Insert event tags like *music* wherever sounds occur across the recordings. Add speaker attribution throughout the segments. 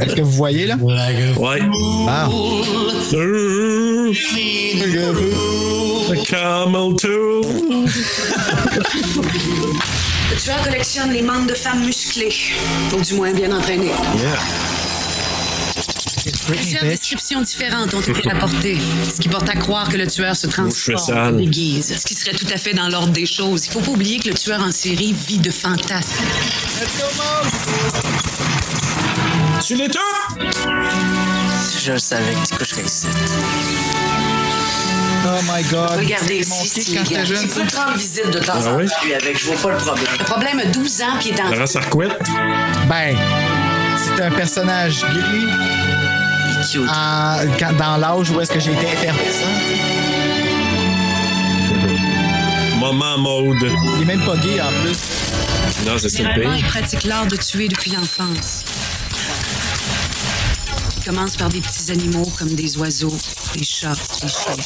Speaker 1: Est-ce que vous voyez là?
Speaker 2: Ouais.
Speaker 1: Ah.
Speaker 2: Camel toe.
Speaker 3: Le tueur collectionne les membres de femmes musclées, ou du moins bien entraînées. Plusieurs descriptions différentes ont été apportées, ce qui porte à croire que le tueur se
Speaker 2: fais
Speaker 3: transforme,
Speaker 2: sale.
Speaker 3: déguise, ce qui serait tout à fait dans l'ordre des choses. Il faut pas oublier que le tueur en série vit de fantasmes.
Speaker 1: Oh
Speaker 2: Tu l'es tout?
Speaker 4: Je savais que tu coucherais ici.
Speaker 1: Oh my god.
Speaker 3: Regardez
Speaker 1: Mon
Speaker 3: ici,
Speaker 1: kick
Speaker 3: c'est
Speaker 1: quand
Speaker 3: illégal.
Speaker 1: j'étais jeune.
Speaker 3: Il faut prendre visite de temps en temps.
Speaker 2: Ah oui?
Speaker 4: Je suis avec, je vois pas le problème.
Speaker 3: Le problème a 12 ans puis il est en
Speaker 2: Laurent Sarquette?
Speaker 1: Ben, c'est un personnage gay
Speaker 4: Il est
Speaker 3: Ah,
Speaker 4: cute.
Speaker 1: en- quand- dans l'âge où est-ce que j'ai été effervescent.
Speaker 2: Maman mode.
Speaker 1: Il est même pas gay en plus.
Speaker 2: Non, c'est ça le
Speaker 3: Généralement, il
Speaker 2: pire.
Speaker 3: pratique l'art de tuer depuis l'enfance. Il commence par des petits animaux comme des oiseaux, des chats, des chiens.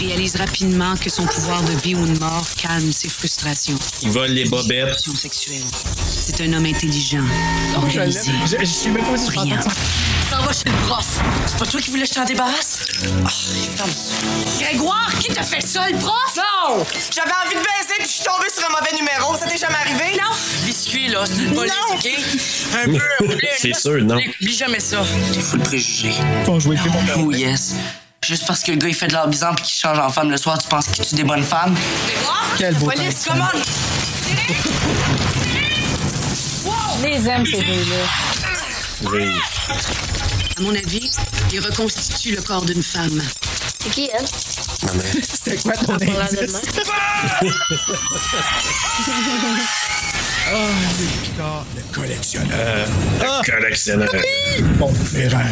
Speaker 3: Il réalise rapidement que son pouvoir de vie ou de mort calme ses frustrations.
Speaker 2: Il vole les bobettes.
Speaker 3: Pulsions sexuelles. C'est un homme intelligent,
Speaker 1: Je l'aime.
Speaker 3: organisé,
Speaker 1: Je je suis même pas si je
Speaker 3: brillant.
Speaker 1: pense
Speaker 3: S'en va chez le prof. C'est pas toi qui voulais que je t'en débarrasse? Ah, il ferme ça. Grégoire, qui t'a fait ça, le prof? Non!
Speaker 5: J'avais envie de baiser puis je suis tombée sur un mauvais numéro. Ça t'est jamais arrivé?
Speaker 3: Non!
Speaker 4: Biscuit, là, c'est une police,
Speaker 5: Non.
Speaker 4: OK?
Speaker 2: *laughs*
Speaker 4: Un peu, bleu,
Speaker 2: C'est
Speaker 4: là,
Speaker 2: sûr, non.
Speaker 4: Oublie jamais ça. T'es fou de préjugés.
Speaker 1: qu'ils font jouer le film.
Speaker 4: Oh yes. Juste parce que le gars, il fait de l'art bizarre puis qu'il change en femme le soir, tu penses qu'il tue des bonnes femmes?
Speaker 1: Quel beau
Speaker 4: Police,
Speaker 1: temps.
Speaker 4: commande!
Speaker 6: Je les aime, ces deux-là.
Speaker 2: Oui.
Speaker 3: À mon avis, il reconstitue le corps d'une femme.
Speaker 6: C'est qui, elle?
Speaker 1: C'était quoi ton
Speaker 6: Pour la
Speaker 1: indice?
Speaker 6: demain.
Speaker 1: Oh, les guitares, le collectionneur. Ah!
Speaker 2: Collectionneur.
Speaker 1: Bon, Perrin.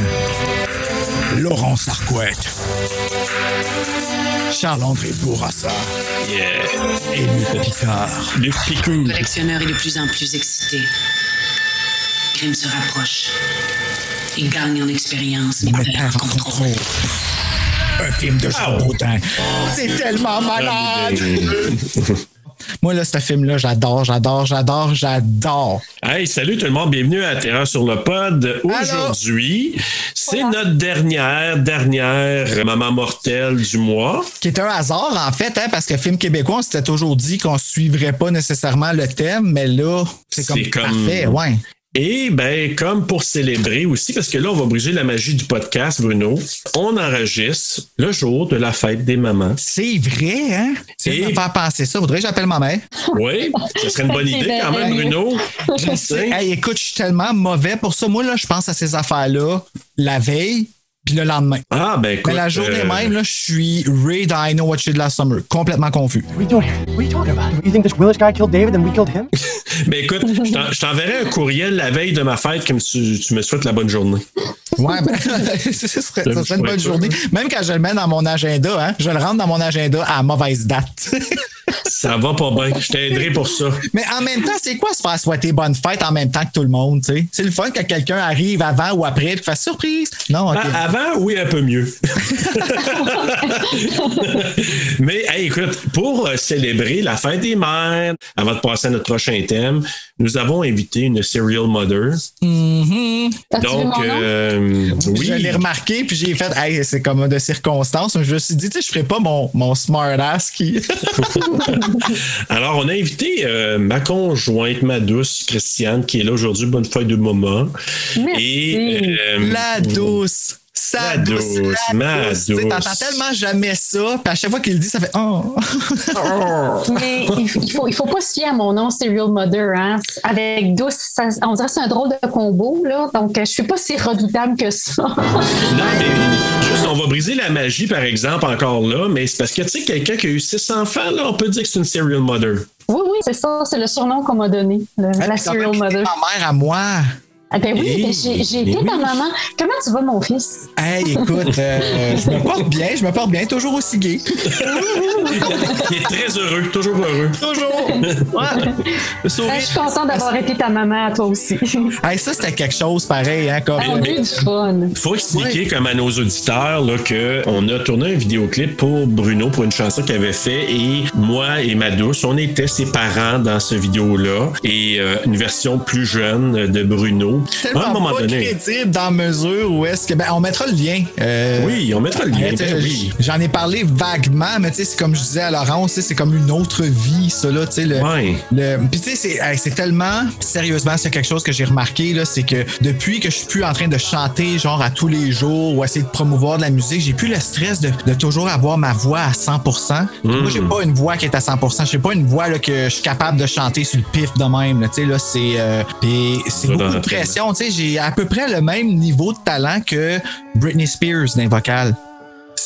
Speaker 7: Laurent Sarquette, Charles-André Bourassa
Speaker 2: Yeah.
Speaker 7: et Luc Picard.
Speaker 2: Luc Picou.
Speaker 3: Le collectionneur est de plus en plus excité. Le crime se rapproche. Il gagne en expérience, mais
Speaker 7: Ma
Speaker 3: perd
Speaker 7: terre
Speaker 3: en
Speaker 7: en
Speaker 3: contrôle.
Speaker 7: contrôle. Un film de Jean Boutin.
Speaker 1: C'est tellement malade! *laughs* Moi, là, ce film-là, j'adore, j'adore, j'adore, j'adore.
Speaker 2: Hey, salut tout le monde, bienvenue à Terreur sur le pod. Aujourd'hui, c'est notre dernière, dernière maman mortelle du mois.
Speaker 1: qui est un hasard, en fait, hein, parce que film québécois, on s'était toujours dit qu'on suivrait pas nécessairement le thème, mais là, c'est comme,
Speaker 2: C'est comme-
Speaker 1: parfait, ouais.
Speaker 2: Et ben, comme pour célébrer aussi, parce que là, on va briser la magie du podcast, Bruno, on enregistre le jour de la fête des
Speaker 1: *laughs*
Speaker 2: mamans.
Speaker 1: C'est vrai, hein? Tu viens de
Speaker 2: Et-
Speaker 1: me faire penser ça. Faudrait que j'appelle ma mère.
Speaker 2: Oui, ce serait une bonne
Speaker 6: C'est
Speaker 2: idée quand
Speaker 6: bien
Speaker 2: même, Bruno.
Speaker 1: Je sais. Hey, écoute, je suis tellement mauvais pour ça. Moi, là, je pense à ces affaires-là la veille, puis le lendemain.
Speaker 2: Ah, ben écoute.
Speaker 1: Mais la journée
Speaker 2: euh,
Speaker 1: même, là, je suis Ray dans I Know What You Did Last Summer. Complètement confus.
Speaker 8: What are you doing here? What are you talking about? You think this Willis guy killed David and we killed him?
Speaker 2: Ben écoute, je t'en- je t'enverrai un courriel la veille de ma fête comme tu, tu me souhaites la bonne journée.
Speaker 1: Ouais, ben, *laughs* ce serait, ça serait une bonne
Speaker 2: Ouais,
Speaker 1: journée. Même quand je le mets dans mon agenda, hein, je le rentre dans mon agenda à mauvaise date. *laughs*
Speaker 2: Ça va pas bien. Je t'aiderai pour ça.
Speaker 1: Mais en même temps, c'est quoi se faire souhaiter bonne fête en même temps que tout le monde, tu sais? C'est le fun que quelqu'un arrive avant ou après et fasse surprise. Non, OK.
Speaker 2: Ah, avant, oui, un peu mieux. Mais hey, écoute, pour euh, célébrer la fête des mères, avant de passer à notre prochain thème, nous avons invité une serial mother.
Speaker 6: T'as-tu vu
Speaker 2: Donc,
Speaker 6: mon nom?
Speaker 2: euh, oui,
Speaker 1: Je l'ai remarqué, puis j'ai fait, hey, c'est comme de circonstance. Mais Je me suis dit, tu sais, je ferais pas mon, mon smart ass qui.
Speaker 2: alors on a invité euh, ma conjointe, ma douce Christiane, qui est là aujourd'hui. Bonne fête de maman.
Speaker 6: Merci.
Speaker 2: Et euh,
Speaker 1: La douce. Ça
Speaker 2: La douce, ma
Speaker 1: Tu sais,
Speaker 2: douce.
Speaker 1: T'entends tellement jamais ça, puis à chaque fois qu'il le dit, ça fait Oh!
Speaker 6: Mais il f- il faut, il faut pas se fier à mon nom, Serial Mother. Hein? Avec douce, ça- on dirait que c'est un drôle de combo. Là. Donc, euh, je suis pas si redoutable que ça. *laughs*
Speaker 2: Non, mais juste, on va briser la magie, par exemple, encore là, mais c'est parce que, tu sais, quelqu'un qui a eu six enfants, là, on peut dire que c'est une serial mother.
Speaker 6: oui, oui, c'est ça. C'est le surnom qu'on m'a donné, le- *laughs*
Speaker 2: Ah,
Speaker 6: la
Speaker 1: Puis quand même,
Speaker 6: Serial Mother.
Speaker 1: Ma mère à moi.
Speaker 6: Ah, ben oui,
Speaker 2: Eh,
Speaker 6: ben j'ai j'ai été
Speaker 2: mais
Speaker 6: ta
Speaker 2: oui.
Speaker 6: maman. Comment tu vas, mon fils?
Speaker 1: Hey, écoute, euh, je me porte bien, je me porte bien, toujours aussi gay.
Speaker 2: Il est très heureux, *laughs* toujours heureux.
Speaker 1: Toujours! Ouais. Le
Speaker 6: Ben,
Speaker 1: sourire.
Speaker 6: je suis contente d'avoir été ta maman à toi aussi. *laughs* Ah,
Speaker 1: Hey, ça, c'était quelque chose pareil, hein, comme.
Speaker 2: Ah,
Speaker 6: on a eu du fun. Ben
Speaker 2: Faut expliquer comme à nos auditeurs là, que on a tourné un vidéoclip pour Bruno pour une chanson qu'il avait fait et moi et ma douce, on était ses parents dans ce vidéo-là et euh, une version plus jeune de Bruno.
Speaker 1: tellement pas crédible dans mesure où est-ce que. Ben, on mettra le lien. euh,
Speaker 2: Oui, on mettra le lien.
Speaker 1: Ouais, t'sais,
Speaker 2: ben oui.
Speaker 1: J'en ai parlé vaguement, mais tu sais, c'est comme je disais à Laurent, tu sais, c'est comme une autre vie, ça là, tu sais. Le,
Speaker 2: Ouais.
Speaker 1: le- puis tu sais, c'est hey, c'est tellement sérieusement, c'est quelque chose que j'ai remarqué là, c'est que depuis que je suis plus en train de chanter genre à tous les jours ou essayer de promouvoir de la musique, j'ai plus le stress de, de toujours avoir ma voix à 100%. Moi, j'ai pas une voix qui est à 100%. J'ai pas une voix là, que je suis capable de chanter sur le pif de même. là, Tu sais là, c'est euh, puis
Speaker 2: Ça,
Speaker 1: c'est
Speaker 2: dans
Speaker 1: beaucoup de
Speaker 2: la tête, là.
Speaker 1: pression. Tu sais, j'ai à peu près le même niveau de talent que Britney Spears d'un vocal.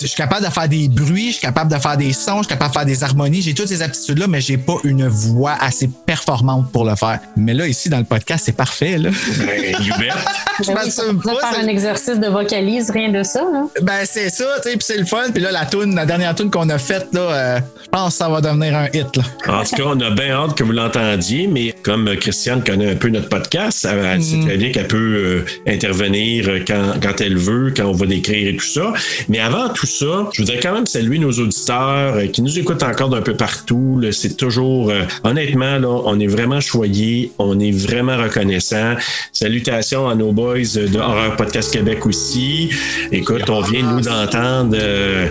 Speaker 1: Je suis capable de faire des bruits, je suis capable de faire des sons, je suis capable de faire des harmonies. J'ai toutes ces aptitudes-là, mais j'ai pas une voix assez performante pour le faire. Mais là, ici, dans le podcast, c'est parfait. Là.
Speaker 2: Ben, you bet.
Speaker 1: *laughs* Je
Speaker 6: Ben oui,
Speaker 1: m'assume
Speaker 6: on va
Speaker 1: pas,
Speaker 6: faire
Speaker 1: ça-
Speaker 6: un exercice de vocalise, rien de ça. hein.
Speaker 1: Ben, c'est ça, tu sais, puis c'est le fun. Puis là, la toune, la dernière tune qu'on a faite, là, euh, je pense que ça va devenir un hit. Là.
Speaker 2: En tout cas, on a bien hâte que vous l'entendiez, mais comme Christiane connaît un peu notre podcast, elle, elle
Speaker 1: Mm.
Speaker 2: sait très bien qu'elle peut euh, intervenir euh, quand, quand elle veut, quand on va l'écrire et tout ça. Mais avant tout ça, je voudrais quand même saluer nos auditeurs euh, qui nous écoutent encore d'un peu partout. là. C'est toujours, euh, honnêtement, là, on est vraiment choyés, on est vraiment reconnaissants. Salutations à nos boys euh, de Horror Podcast Québec aussi. Écoute, on vient nous d'entendre. euh,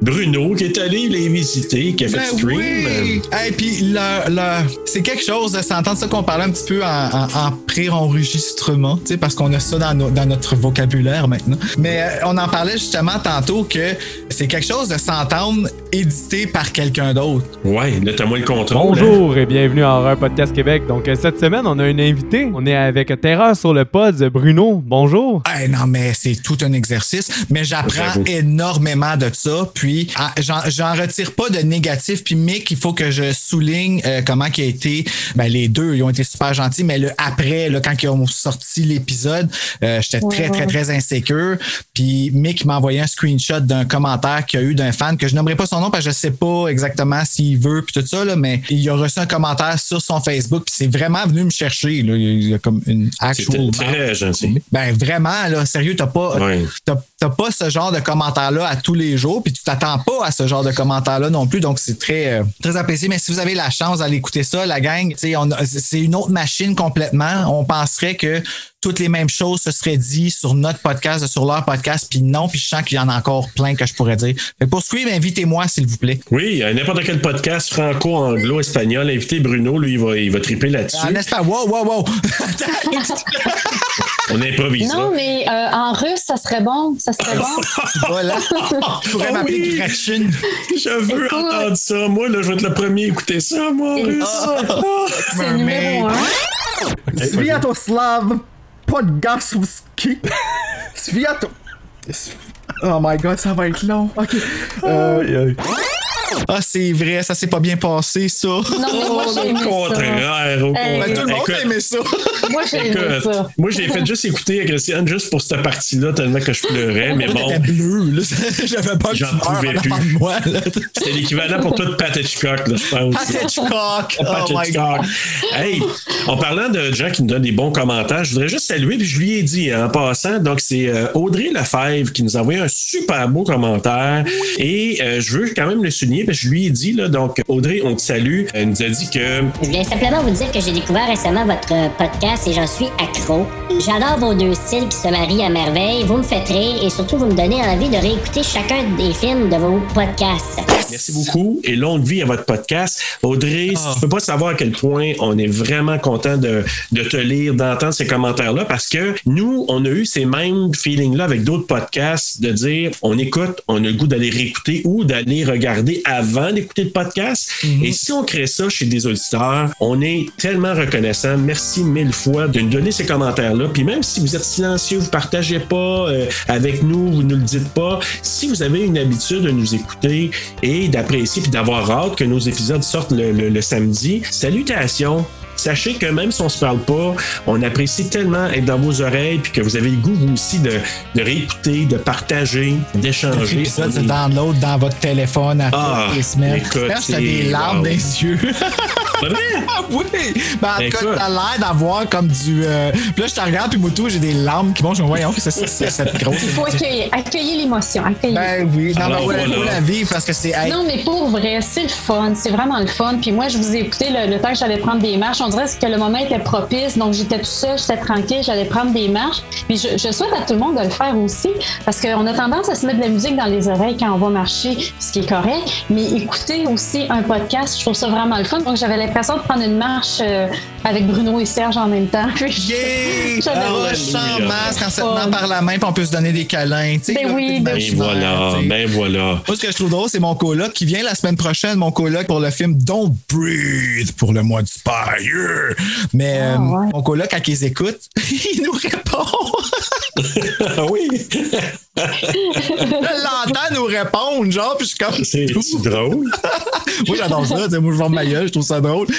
Speaker 2: Bruno qui est allé les visiter, qui a fait
Speaker 1: Ben
Speaker 2: stream.
Speaker 1: oui! Hey, puis le- le- c'est quelque chose de s'entendre ça qu'on parlait un petit peu en, en- en pré-enregistrement, tu sais, parce qu'on a ça dans, no- dans notre vocabulaire maintenant. Mais euh, on en parlait justement tantôt que c'est quelque chose de s'entendre édité par quelqu'un d'autre.
Speaker 2: Ouais, là, t'as moins le contrôle. hein.
Speaker 8: Bonjour et bienvenue à Horreur Podcast Québec. Donc euh, cette semaine, on a un invité. On est avec Terreur sur le pod, Bruno. Bonjour.
Speaker 1: Hey, Ah, eh, non, mais c'est tout un exercice. Mais j'apprends
Speaker 2: J'avoue.
Speaker 1: énormément de ça. Puis, ah, j'en- j'en retire pas de négatif. Puis, Mick, il faut que je souligne euh, comment qui a été. Ben, les deux, ils ont été super gentils. Mais le après, là, quand ils ont sorti l'épisode, euh, j'étais très, très, très insécure. Puis, Mick m'a envoyé un screenshot d'un commentaire qu'il y a eu d'un fan que je nommerai pas son nom parce que je sais pas exactement s'il veut. Puis tout ça, là, mais il a reçu un commentaire sur son Facebook. Puis, c'est vraiment venu me chercher. Là. Il y a comme une
Speaker 2: C'était
Speaker 1: actual.
Speaker 2: très gentil.
Speaker 1: Ben vraiment, là, sérieux, t'as pas,
Speaker 2: Ouais.
Speaker 1: t'as, t'as pas ce genre de commentaire-là à tous les jours, puis tu t'attends pas à ce genre de commentaire-là non plus, donc c'est très, euh, très apprécié. Mais si vous avez la chance d'aller écouter ça, la gang, tu sais, on a- c'est une autre machine complètement. On penserait que toutes les mêmes choses se seraient dit sur notre podcast, sur leur podcast, puis non, puis je sens qu'il y en a encore plein que je pourrais dire. Fait que pour Scream, invitez-moi, s'il vous plaît.
Speaker 2: Oui, à n'importe quel podcast franco-anglo-espagnol, invitez Bruno, lui, il va, il va triper
Speaker 1: Ah,
Speaker 2: là-dessus.
Speaker 1: n'est-ce pas? Wow, wow, wow!
Speaker 2: On improvise. hein.
Speaker 6: Non,
Speaker 2: là.
Speaker 6: mais euh, en russe, ça serait bon. Ça
Speaker 2: *laughs*
Speaker 6: serait bon.
Speaker 1: *laughs* *laughs* voilà. Tu pourrais
Speaker 2: Oh
Speaker 1: m'appeler
Speaker 2: oui.
Speaker 1: Gretchen.
Speaker 2: Je veux
Speaker 6: Écoute.
Speaker 2: entendre ça. Moi, là, je vais être le premier à écouter ça, moi. en Ah, russe.
Speaker 6: C'est le numéro un.
Speaker 8: Sviatoslav Podgasovski. Sviato. Oh my god, ça va être long. Ok.
Speaker 1: Ah, c'est vrai, ça s'est pas bien passé, ça.
Speaker 6: Non, mais moi, j'ai
Speaker 2: Au
Speaker 6: aimé ça.
Speaker 2: contraire, au
Speaker 6: Hey.
Speaker 1: Ben, tout le
Speaker 2: contraire.
Speaker 1: monde
Speaker 2: Écoute,
Speaker 1: aimait ça.
Speaker 6: Moi, j'ai aimé
Speaker 2: écoute,
Speaker 6: ça.
Speaker 2: moi, j'ai fait juste écouter à Christiane juste pour cette partie-là, tellement que je pleurais, mais bon.
Speaker 1: J'étais *laughs* bleu, là. J'avais pas que tu
Speaker 2: Oh. J'en
Speaker 1: meurs en
Speaker 2: pouvais
Speaker 1: avant
Speaker 2: plus.
Speaker 1: de moi, là. *laughs*
Speaker 2: C'était l'équivalent pour toi de Pat Hitchcock, là, je pense.
Speaker 1: Pat Hitchcock! Oh
Speaker 2: Patrick
Speaker 1: my God!
Speaker 2: Stark. Hey, en parlant de gens qui nous donnent des bons commentaires, je voudrais juste saluer, puis je lui ai dit hein, en passant, donc c'est euh, Audrey Lefebvre qui nous a envoyé un super beau commentaire et euh, je veux quand même le souligner témoigner, parce que je lui ai dit, là, donc Audrey, on te salue. Elle nous a dit que
Speaker 9: Je voulais simplement vous dire que j'ai découvert récemment votre euh, podcast et j'en suis accro. J'adore vos deux styles qui se marient à merveille, vous me faites rire et surtout vous me donnez envie de réécouter chacun des films de vos podcasts.
Speaker 2: merci beaucoup Ah. et longue vie à votre podcast. Audrey, si tu peux pas savoir à quel point on est vraiment content de, de te lire, d'entendre ces commentaires-là, parce que nous, on a eu ces mêmes feelings-là avec d'autres podcasts, de dire on écoute, on a le goût d'aller réécouter ou d'aller regarder avant d'écouter le podcast. Et si on crée ça chez des auditeurs, on est tellement reconnaissant. Merci mille fois de nous donner ces commentaires-là. Puis même si vous êtes silencieux, vous partagez pas euh, avec nous, vous ne le dites pas, si vous avez une habitude de nous écouter et d'apprécier puis d'avoir hâte que nos épisodes sortent le, le- le samedi, salutations. Sachez que même si on se parle pas, on apprécie tellement être dans vos oreilles puis que vous avez le goût vous aussi de, de réécouter, de partager,
Speaker 1: Cet
Speaker 2: d'échanger.
Speaker 1: épisode,
Speaker 2: On
Speaker 1: c'est
Speaker 2: est-
Speaker 1: download dans votre téléphone à
Speaker 2: Ah,
Speaker 1: toutes les semaines.
Speaker 2: écoute,
Speaker 1: Serge, t'as
Speaker 2: c'est-
Speaker 1: des larmes
Speaker 2: wow.
Speaker 1: dans les yeux. *laughs*
Speaker 2: C'est vrai?
Speaker 1: Ah oui! Ben, en tout
Speaker 2: Écoute.
Speaker 1: cas, t'as l'air d'avoir comme du. euh, Puis là, je te regarde, puis Moutou, j'ai des larmes qui montent. Je me dis, voyons, c'est ça, c'est cette grosse.
Speaker 6: Il faut accueillir, accueillir l'émotion. accueillir.
Speaker 1: Ben oui, non,
Speaker 2: Alors,
Speaker 1: mais ouais,
Speaker 2: voilà.
Speaker 1: faut la vivre parce que c'est. hey,
Speaker 6: Non, mais pour vrai, c'est le fun. C'est vraiment le fun. Puis moi, je vous ai écouté le, le temps que j'allais prendre des marches. On dirait que le moment était propice. Donc, j'étais tout seul, j'étais tranquille, j'allais prendre des marches. Puis je, je souhaite à tout le monde de le faire aussi parce qu'on a tendance à se mettre de la musique dans les oreilles quand on va marcher, ce qui est correct. Mais écouter aussi un podcast, je trouve ça vraiment le fun. Donc, j'avais l'impression de prendre une marche euh, avec Bruno et Serge en même temps. *laughs* Puis je-
Speaker 1: Yeah!
Speaker 6: j'avais-
Speaker 1: Alors, je sens
Speaker 2: Ben
Speaker 1: masse quand ça te
Speaker 6: Fun.
Speaker 1: tenant par la main, puis on peut se donner des câlins. tu sais,
Speaker 6: Oh. Ben
Speaker 1: là,
Speaker 6: oui,
Speaker 1: t'es
Speaker 6: ben
Speaker 2: Et
Speaker 1: imaginaire,
Speaker 2: voilà,
Speaker 1: tu sais.
Speaker 2: ben voilà.
Speaker 1: *laughs*
Speaker 2: *laughs*
Speaker 1: Moi, ce que je trouve drôle, c'est mon coloc qui vient la semaine prochaine, mon coloc pour le film Don't Breathe pour le mois du père. Yeah! Mais
Speaker 6: Ah,
Speaker 1: euh,
Speaker 6: ouais.
Speaker 1: mon coloc, quand il les écoute, *laughs* il nous répond. *laughs*
Speaker 2: Ah oui,
Speaker 1: je l'entends nous répondre, genre, puis je suis comme.
Speaker 2: c'est drôle.
Speaker 1: Moi, j'adore ça. tu sais, Moi, je vends ma gueule, je trouve ça drôle. Tu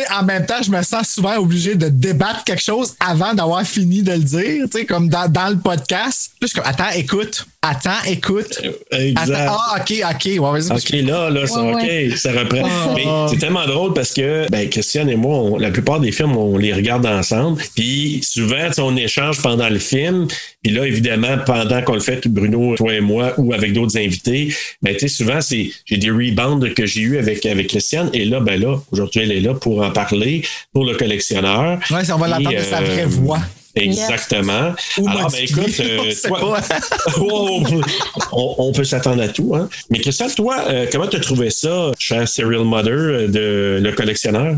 Speaker 1: sais, en même temps, je me sens souvent obligé de débattre quelque chose avant d'avoir fini de le dire, tu sais, comme dans, dans le podcast. Puis je suis comme, attends, écoute. Attends, écoute. Attends,
Speaker 2: Exact.
Speaker 1: ah, OK, OK. Ouais, vas-y.
Speaker 2: OK, là, là, c'est
Speaker 6: Ouais, ouais.
Speaker 2: OK, ça reprend.
Speaker 1: Ah.
Speaker 2: Mais c'est tellement drôle parce que, ben, Christiane et moi, on- la plupart des films, on les regarde ensemble. Puis souvent, tu sais, on échange pendant le film. Puis là, évidemment, pendant qu'on le fait, Bruno, toi et moi, ou avec d'autres invités, ben, tu sais, souvent, c'est, j'ai des rebounds que j'ai eu avec, avec Christiane. Et là, ben là, aujourd'hui, elle est là pour en parler pour le collectionneur.
Speaker 1: Ouais, si on va
Speaker 2: Et,
Speaker 1: l'entendre de sa vraie
Speaker 2: euh,
Speaker 1: voix.
Speaker 2: Exactement.
Speaker 1: Ou
Speaker 2: Alors, ben, écoute,
Speaker 1: modifiée,
Speaker 2: euh,
Speaker 1: *laughs* on sait
Speaker 2: toi-
Speaker 1: pas.
Speaker 2: Wow! on, on peut s'attendre à tout. Hein? Mais Christian, toi, euh, comment tu as trouvé ça, cher Serial Mother, euh, de Le Collectionneur?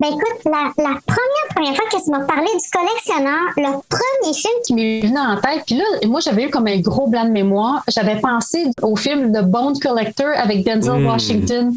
Speaker 10: Ben écoute, la, la première, première fois que tu m'as parlé du collectionneur, le premier film qui
Speaker 6: qui m'est venu en tête. Puis là, moi, j'avais eu comme un gros blanc de mémoire. J'avais pensé au film The Bone Collector avec Denzel
Speaker 2: Mm.
Speaker 6: Washington.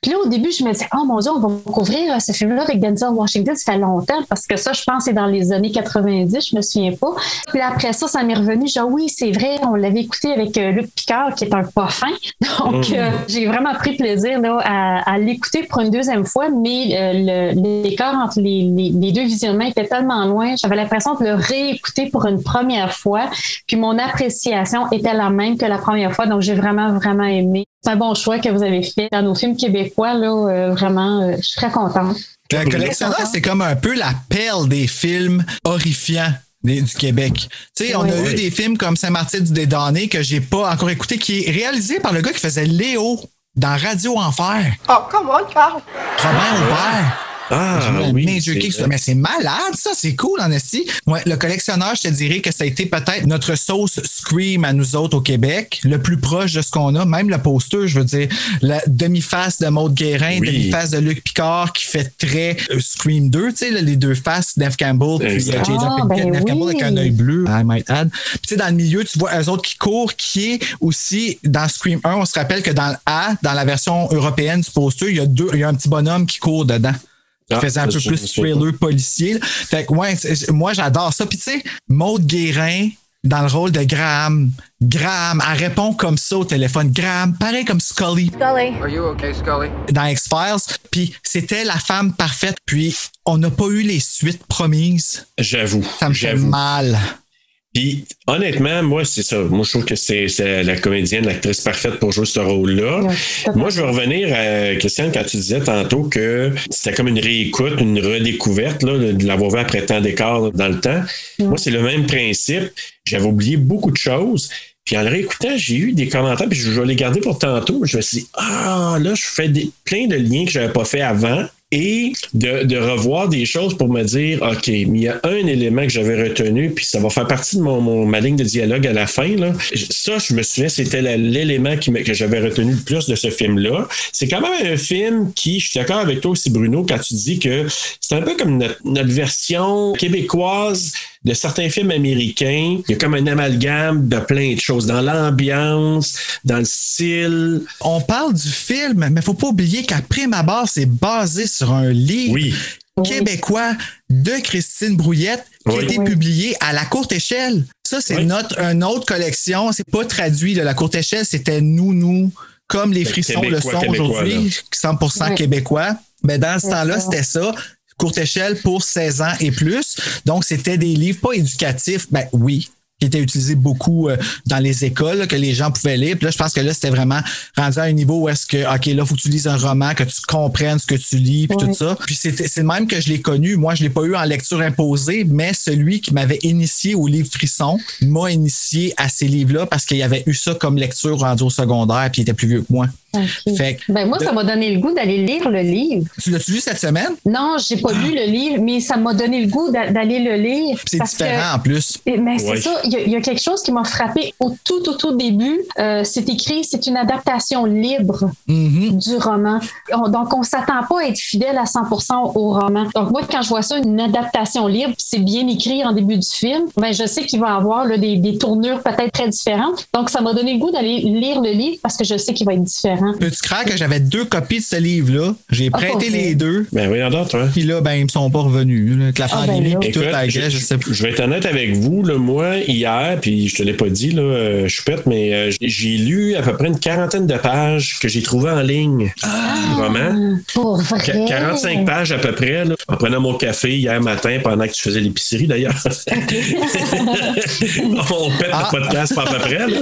Speaker 6: Puis là, au début, je me disais, oh mon Dieu, on va couvrir euh, ce film-là avec Denzel Washington. Ça fait longtemps, parce que ça, je pense, c'est dans les années 90, je me souviens pas. Puis là, après ça, ça m'est revenu. Genre, oui, c'est vrai, on l'avait écouté avec euh, Luc Picard, qui est un pas fin. Donc,
Speaker 2: Mm.
Speaker 6: euh, j'ai vraiment pris plaisir là, à, à l'écouter pour une deuxième fois, mais euh, le- l'écart entre les, les- les deux visionnements était tellement loin. J'avais l'impression de le réécouter pour une première fois. Puis mon appréciation était la même que la première fois, donc j'ai vraiment, vraiment aimé. C'est un bon choix que vous avez fait dans nos films québécois. Là, euh, vraiment, euh, je suis très contente.
Speaker 1: Le collectionneur,
Speaker 6: D'accord.
Speaker 1: c'est comme un peu la perle des films horrifiants. des- du Québec. Tu sais, on a
Speaker 6: Oui.
Speaker 1: eu des films comme Saint-Martin du Dédonné que j'ai pas encore écouté, qui est réalisé par le gars qui faisait Léo dans Radio Enfer.
Speaker 5: Oh, come on, Carl!
Speaker 1: Robert Aubert.
Speaker 2: Ah,
Speaker 1: J'ai
Speaker 2: oui.
Speaker 1: bien jerké
Speaker 2: c'est
Speaker 1: ça.
Speaker 2: vrai.
Speaker 1: Mais c'est malade, ça. C'est cool, en esti. Ouais, le collectionneur, je te dirais que ça a été peut-être notre sauce Scream à nous autres au Québec, le plus proche de ce qu'on a. Même le poster, je veux dire, la demi-face de Maude Guérin,
Speaker 2: Oui.
Speaker 1: demi-face de Luc Picard qui fait très euh, Scream 2, tu sais, là, les deux faces, Nev Campbell, puis euh,
Speaker 2: Exact.
Speaker 1: J.J.
Speaker 6: Ah,
Speaker 1: Pinkett,
Speaker 6: ben
Speaker 1: Neve Campbell avec
Speaker 6: oui.
Speaker 1: un œil bleu, I might add. Puis tu sais, dans le milieu, tu vois eux autres qui courent, qui est aussi dans Scream 1, on se rappelle que dans le A, dans la version européenne du poster, il y a deux, il y a un petit bonhomme qui court dedans qui
Speaker 2: Ah,
Speaker 1: faisait un
Speaker 2: ça,
Speaker 1: peu
Speaker 2: je me
Speaker 1: plus
Speaker 2: souviens
Speaker 1: thriller policier. là. Fait que, ouais, c'est- moi, j'adore ça. Puis, tu sais, Maude Guérin, dans le rôle de Graham, Graham, elle répond comme ça au téléphone. Graham, pareil comme Scully dans X-Files. Puis, c'était la femme parfaite. Puis, on n'a pas eu les suites promises.
Speaker 2: J'avoue.
Speaker 1: Ça me fait
Speaker 2: J'avoue.
Speaker 1: mal.
Speaker 2: Puis, honnêtement, moi, c'est ça. Moi, je trouve que c'est c'est la comédienne, l'actrice parfaite pour jouer ce rôle-là.
Speaker 6: Ouais, totalement.
Speaker 2: Moi, je vais revenir à Christiane quand tu disais tantôt que c'était comme une réécoute, une redécouverte, là, de l'avoir vu après tant d'écart là, dans le temps. Moi, c'est le même principe. J'avais oublié beaucoup de choses. Puis en le réécoutant, j'ai eu des commentaires, puis je vais les garder pour tantôt. Je me suis dit, ah, là, je fais des, plein de liens que je n'avais pas fait avant. Et de, de revoir des choses pour me dire, OK, mais il y a un élément que j'avais retenu, puis ça va faire partie de mon, mon- ma ligne de dialogue à la fin. Là. Ça, je me souviens, c'était la- l'élément qui me- que j'avais retenu le plus de ce film-là. C'est quand même un film qui, je suis d'accord avec toi aussi, Bruno, quand tu dis que c'est un peu comme notre, notre version québécoise de certains films américains. Il y a comme un amalgame de plein de choses dans l'ambiance, dans le style.
Speaker 1: On parle du film, mais faut pas oublier qu'après ma barre, c'est basé sur un livre québécois de Christine Brouillette qui a
Speaker 2: Oui.
Speaker 1: été publié à la courte échelle. Ça, c'est notre une autre collection. C'est pas traduit de la courte échelle, c'était nous, nous, comme les
Speaker 2: Ben,
Speaker 1: frissons le
Speaker 2: Québécois,
Speaker 1: sont
Speaker 2: Québécois,
Speaker 1: aujourd'hui, 100%
Speaker 2: Ouais.
Speaker 1: québécois. Mais dans ce
Speaker 2: C'est
Speaker 1: temps-là,
Speaker 2: ça.
Speaker 1: c'était ça. Courte échelle pour 16 ans et plus. Donc, c'était des livres pas éducatifs. Ben oui, qui étaient utilisés beaucoup euh, dans les écoles, là, que les gens pouvaient lire. Puis là, je pense que là, c'était vraiment rendu à un niveau où est-ce que, OK, là, faut que tu lises un roman, que tu comprennes ce que tu lis, puis
Speaker 11: Ouais.
Speaker 1: tout ça. Puis c'était- c'est le même que je l'ai connu. Moi, je l'ai pas eu en lecture imposée, mais celui qui m'avait initié au livre Frisson m'a initié à ces livres-là parce qu'il y avait eu ça comme lecture rendu au secondaire, puis il était plus vieux que moi.
Speaker 6: Ok.
Speaker 1: Fait que-
Speaker 6: Ben moi, ça
Speaker 1: de-
Speaker 6: m'a donné le goût d'aller lire le livre.
Speaker 1: Tu l'as-tu lu cette semaine?
Speaker 6: Non, j'ai pas lu le livre, mais ça m'a donné le goût d'a- d'aller le lire.
Speaker 1: C'est
Speaker 6: parce
Speaker 1: différent
Speaker 6: que-
Speaker 1: en plus.
Speaker 6: Et- Mais
Speaker 1: Ouais.
Speaker 6: c'est ça, il y, a- il y a quelque chose qui m'a frappé au tout, tout, tout début. Euh, c'est écrit, c'est une adaptation libre
Speaker 1: Mhm.
Speaker 6: du roman. On- donc, on s'attend pas à être fidèle à 100% au roman. Donc, moi, quand je vois ça, une adaptation libre, puis c'est bien écrit en début du film, ben, je sais qu'il va avoir là, des, des tournures peut-être très différentes. Donc, ça m'a donné le goût d'aller lire le livre parce que je sais qu'il va être différent.
Speaker 1: Peux-tu croire que j'avais deux copies de ce livre-là? J'ai
Speaker 6: Ah,
Speaker 1: prêté
Speaker 6: pour vrai?
Speaker 1: les deux.
Speaker 2: Ben oui, d'autres, toi.
Speaker 1: Puis là, ben, ils me sont pas revenus. là, avec la
Speaker 2: Ah, ben
Speaker 1: pandémie,
Speaker 2: là.
Speaker 1: puis toute
Speaker 2: Écoute,
Speaker 1: la
Speaker 2: je-
Speaker 1: gueule, je sais pas.
Speaker 2: Je vais être honnête avec vous, là, moi, hier, puis je te l'ai pas dit, là, euh, je suis pète, mais euh, j'ai lu à peu près une quarantaine de pages que j'ai trouvées en ligne. du roman.
Speaker 6: Pour
Speaker 2: Qu-
Speaker 6: vrai.
Speaker 2: 45 pages à peu près, là, en prenant mon café hier matin pendant que tu faisais l'épicerie d'ailleurs. *laughs* On pète
Speaker 1: Ah.
Speaker 2: le podcast pas à peu près. là.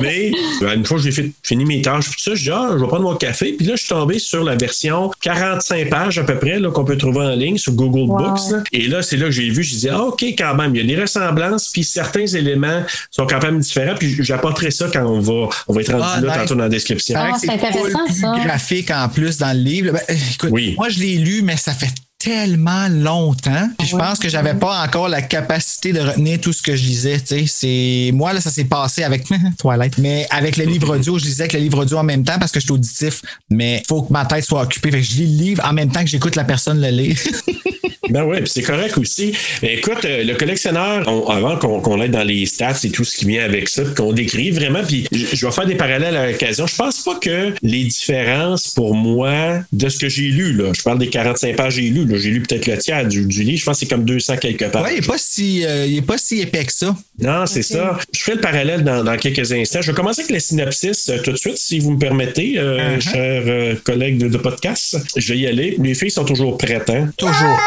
Speaker 2: Mais euh, une fois que j'ai fait- fini mes tâches, puis tout ça, je dis, ah, je vais prendre mon café. Puis là, je suis tombé sur la version 45 pages à peu près là, qu'on peut trouver en ligne sur Google
Speaker 12: Wow.
Speaker 2: Books. là. Et là, c'est là que j'ai vu, je disais, ah, OK, quand même, il y a des ressemblances, puis certains éléments sont quand même différents. Puis j'apporterai ça quand on va, on va être rendu
Speaker 1: Ah,
Speaker 2: là
Speaker 1: nice.
Speaker 2: tantôt dans la description.
Speaker 1: Paraît que pas le plus graphique en plus dans le livre. Ben, euh, écoute, moi je l'ai lu, mais ça fait tellement longtemps. Puis je
Speaker 2: Ah
Speaker 1: pense que j'avais pas encore la capacité de retenir tout ce que je lisais. tu sais. C'est moi là, ça s'est passé avec *laughs* Twilight, mais avec le livre audio, je lisais avec le livre audio en même temps parce que je suis auditif. Mais faut que ma tête soit occupée. Fait que je lis le livre en même temps que j'écoute la personne le lire.
Speaker 2: Ben oui, puis c'est correct aussi. Mais écoute, euh, le collectionneur, on- avant qu'on qu'on aille dans les stats et tout ce qui vient avec ça, puis qu'on décrit vraiment, puis j- je vais faire des parallèles à l'occasion. Je pense pas que les différences pour moi de ce que j'ai lu, là, je parle des 45 pages que j'ai lu, là, j'ai lu peut-être le tiers du, du livre, je pense que c'est comme 200 quelques pages.
Speaker 1: *laughs* Ouais, il est pas si, euh, il est pas si épais que ça.
Speaker 2: Non, c'est ça. Je ferai le parallèle dans, dans quelques instants. Je vais commencer avec le synopsis euh, tout de suite, si vous me permettez, euh,
Speaker 1: Uh-huh.
Speaker 2: chers euh, collègues de, de podcast. Je vais y aller. Les filles sont toujours prêtes, hein?
Speaker 1: Toujours.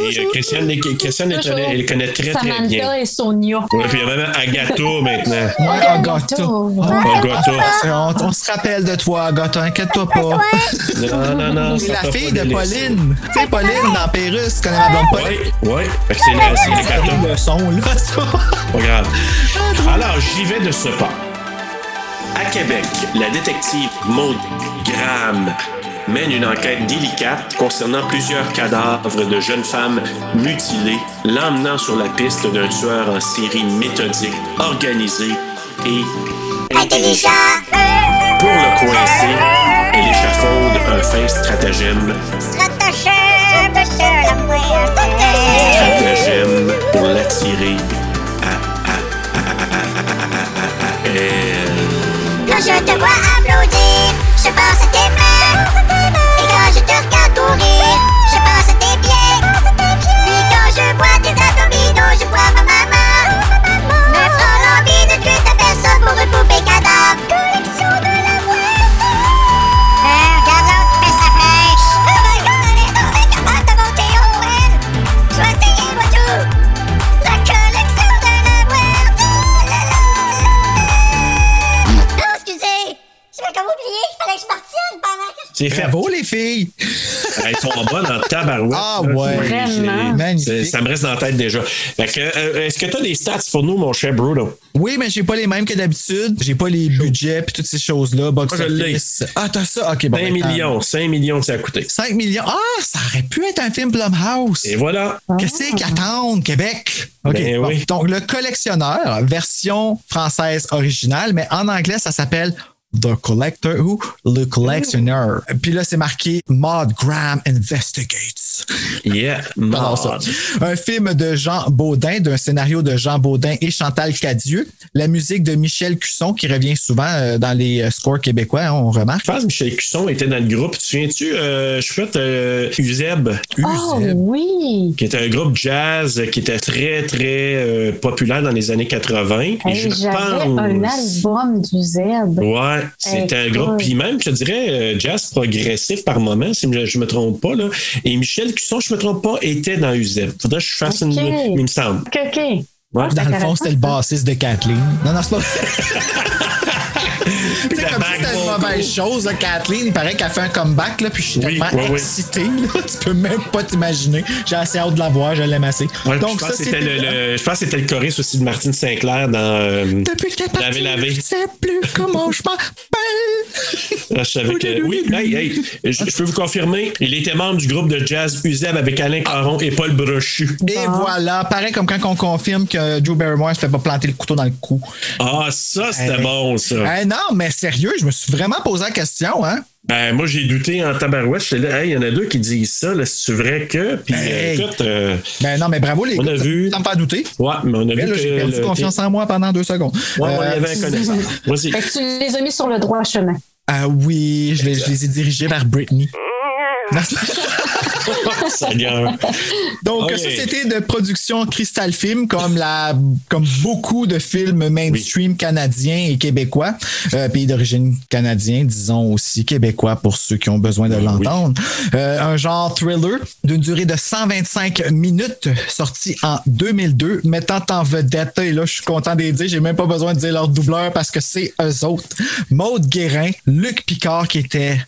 Speaker 2: Et euh, Christiane, les- Christiane les connaît, elle les connaît très, très
Speaker 6: Samantha
Speaker 2: bien.
Speaker 6: et Sonia. Oh,
Speaker 2: Ouais, puis il y a même Agatha maintenant. Oh,
Speaker 1: Ouais, Agatha. *laughs*
Speaker 2: Agatha.
Speaker 1: On, on se rappelle de toi, Agatha, inquiète-toi pas.
Speaker 2: Non, non, non.
Speaker 1: C'est
Speaker 2: ça
Speaker 1: la
Speaker 2: t'a
Speaker 1: fille
Speaker 2: pas
Speaker 1: de
Speaker 2: délaissé.
Speaker 1: Pauline. Tu sais, Pauline dans Pérus, connais ma blonde Pauline.
Speaker 2: Ouais, ouais. Fait que c'est la- c'est l'Agatha.
Speaker 1: le
Speaker 2: *laughs*
Speaker 1: son, là, ça.
Speaker 2: Pas grave. Alors, j'y vais de ce pas. À Québec, la détective Maud Graham mène une enquête délicate concernant plusieurs cadavres de jeunes femmes mutilées, l'emmenant sur la piste d'un tueur en série méthodique, organisé et intelligent. Pour le coincer, elle échafaude un fin stratagème stratagème pour l'attirer à, à, à, à, à, à, à, à, à elle.
Speaker 10: Quand je te vois applaudir, je pense à tes mains. Et quand je te regarde courir, je pense à tes pieds. Et quand je vois tes abdominaux, je vois ma maman. Me prend l'envie de tuer ta personne pour une poupée cadavre. Collection de la ouest. Hein, regarde l'autre qui fait sa flèche. Oh my god, elle est tombée capable de monter haut, elle. Je vais essayer, moi tout. La collection de la ouest. Oh là
Speaker 9: Ah,
Speaker 10: là. Oh, excusez! J'avais comme oublié qu'il fallait que je partienne,
Speaker 2: C'est fait.
Speaker 1: Bravo, les filles!
Speaker 2: Elles sont bonnes en tabarouette.
Speaker 1: Ah,
Speaker 2: là.
Speaker 1: ouais.
Speaker 2: C'est-
Speaker 1: Vraiment.
Speaker 2: c'est-
Speaker 1: Magnifique.
Speaker 2: Ça me reste dans la tête déjà. Fait que, euh, Est-ce que tu as des stats pour nous, mon cher Bruno?
Speaker 1: Oui, mais j'ai pas les mêmes que d'habitude. J'ai pas les budgets puis toutes ces choses-là. Box
Speaker 2: Moi, je l'ai.
Speaker 1: office. Ah, t'as ça? OK, bon. euh,
Speaker 2: 5 millions. 5 millions, ça a coûté.
Speaker 1: 5 millions. Ah, ça aurait pu être un film Blumhouse.
Speaker 2: Et voilà.
Speaker 1: Qu'est-ce qu'ils attendent, Québec? OK.
Speaker 2: Ben
Speaker 1: bon.
Speaker 2: oui.
Speaker 1: Donc, le collectionneur, version française originale, mais en anglais, ça s'appelle The Collector ou Le Collectionneur. Puis là, c'est marqué Maud Graham Investigates.
Speaker 2: Yeah.
Speaker 1: J'adore
Speaker 2: Mort.
Speaker 1: ça. Un film de Jean Baudin, d'un scénario de Jean Baudin et Chantal Cadieux. La musique de Michel Cusson, qui revient souvent euh, dans les euh, scores québécois, hein, on remarque.
Speaker 2: Je pense que Michel Cusson était dans le groupe. Tu te souviens-tu, euh, je suis euh, Uzeb,
Speaker 6: Oh oui!
Speaker 2: qui était un groupe jazz euh, qui était très, très euh, populaire dans les années 80. Et je
Speaker 6: Hey, J'avais un
Speaker 2: pense.
Speaker 6: album du Zeb.
Speaker 2: Ouais, c'était un
Speaker 6: Hey,
Speaker 2: groupe.
Speaker 6: cool.
Speaker 2: Puis même, je te dirais, euh, jazz progressif par moment, si je ne me trompe pas. Là. Et Michel Cusson, je ne me trompe pas, était dans Uzeb. Faudrait que je fasse
Speaker 6: Ok.
Speaker 2: une. Il me semble.
Speaker 6: OK, Ah, OK.
Speaker 2: Ouais.
Speaker 1: Dans le fond, c'était le bassiste de Kathleen. Non, non, c'est
Speaker 2: *laughs*
Speaker 1: pas vrai. C'est
Speaker 2: la
Speaker 1: comme si
Speaker 2: bague
Speaker 1: c'était une
Speaker 2: vocale.
Speaker 1: mauvaise chose, là, Kathleen. Il paraît qu'elle fait un comeback, là, puis je suis
Speaker 2: Oui,
Speaker 1: tellement
Speaker 2: oui, oui.
Speaker 1: excité. là, *laughs* tu peux même pas t'imaginer. J'ai assez hâte de la voir, je l'aime assez.
Speaker 2: Ouais, je,
Speaker 1: Donc,
Speaker 2: pense
Speaker 1: ça,
Speaker 2: que c'était
Speaker 1: c'était.
Speaker 2: le, le- je pense que c'était le choriste aussi de Martine Sinclair dans. euh,
Speaker 1: Depuis que t'es
Speaker 2: Laver,
Speaker 1: parti,
Speaker 2: laver.
Speaker 1: je sais plus comment je m'appelle. *laughs*
Speaker 2: Là, je savais que- Oui, hey, hey, je, je peux vous confirmer, il était membre du groupe de jazz Uzeb avec Alain Caron et Paul Brochu.
Speaker 1: Et voilà, pareil comme quand on confirme que Drew Barrymore se fait pas planter le couteau dans le cou.
Speaker 2: Ah, ça, c'était
Speaker 1: Hey.
Speaker 2: bon, ça.
Speaker 1: Eh non, mais sérieux, je me suis vraiment posé la question, hein?
Speaker 2: Ben, moi, j'ai douté en tabarouette. J'étais là, hey, il y en a deux qui disent ça, là, c'est vrai que. Puis,
Speaker 1: Hey.
Speaker 2: euh, écoute, euh,
Speaker 1: Ben non, mais bravo les
Speaker 2: On
Speaker 1: gars,
Speaker 2: a
Speaker 1: ça-
Speaker 2: vu-
Speaker 1: Ça me fait douter.
Speaker 2: ouais, mais on a
Speaker 1: Mais
Speaker 2: vu
Speaker 1: là,
Speaker 2: que
Speaker 1: j'ai perdu
Speaker 2: le-
Speaker 1: confiance en moi pendant deux secondes.
Speaker 2: Ouais, on y
Speaker 1: Euh,
Speaker 2: avait un connaissant. Vas-y.
Speaker 1: *laughs*
Speaker 6: Fait que tu les as mis sur le droit chemin.
Speaker 1: Ah oui, je les, je les ai dirigés vers Britney.
Speaker 2: Seigneur.
Speaker 1: Donc,
Speaker 2: Ok.
Speaker 1: société de production Crystal Film, comme, la, comme beaucoup de films mainstream canadiens et québécois, euh, pays d'origine canadien, disons aussi québécois pour ceux qui ont besoin de l'entendre. Euh, un genre thriller d'une durée de 125 minutes, sorti en 2002, mettant en vedette, et là, je suis content de les dire, j'ai même pas besoin de dire leur doubleur parce que c'est eux autres. Maude Guérin, Luc Picard, qui était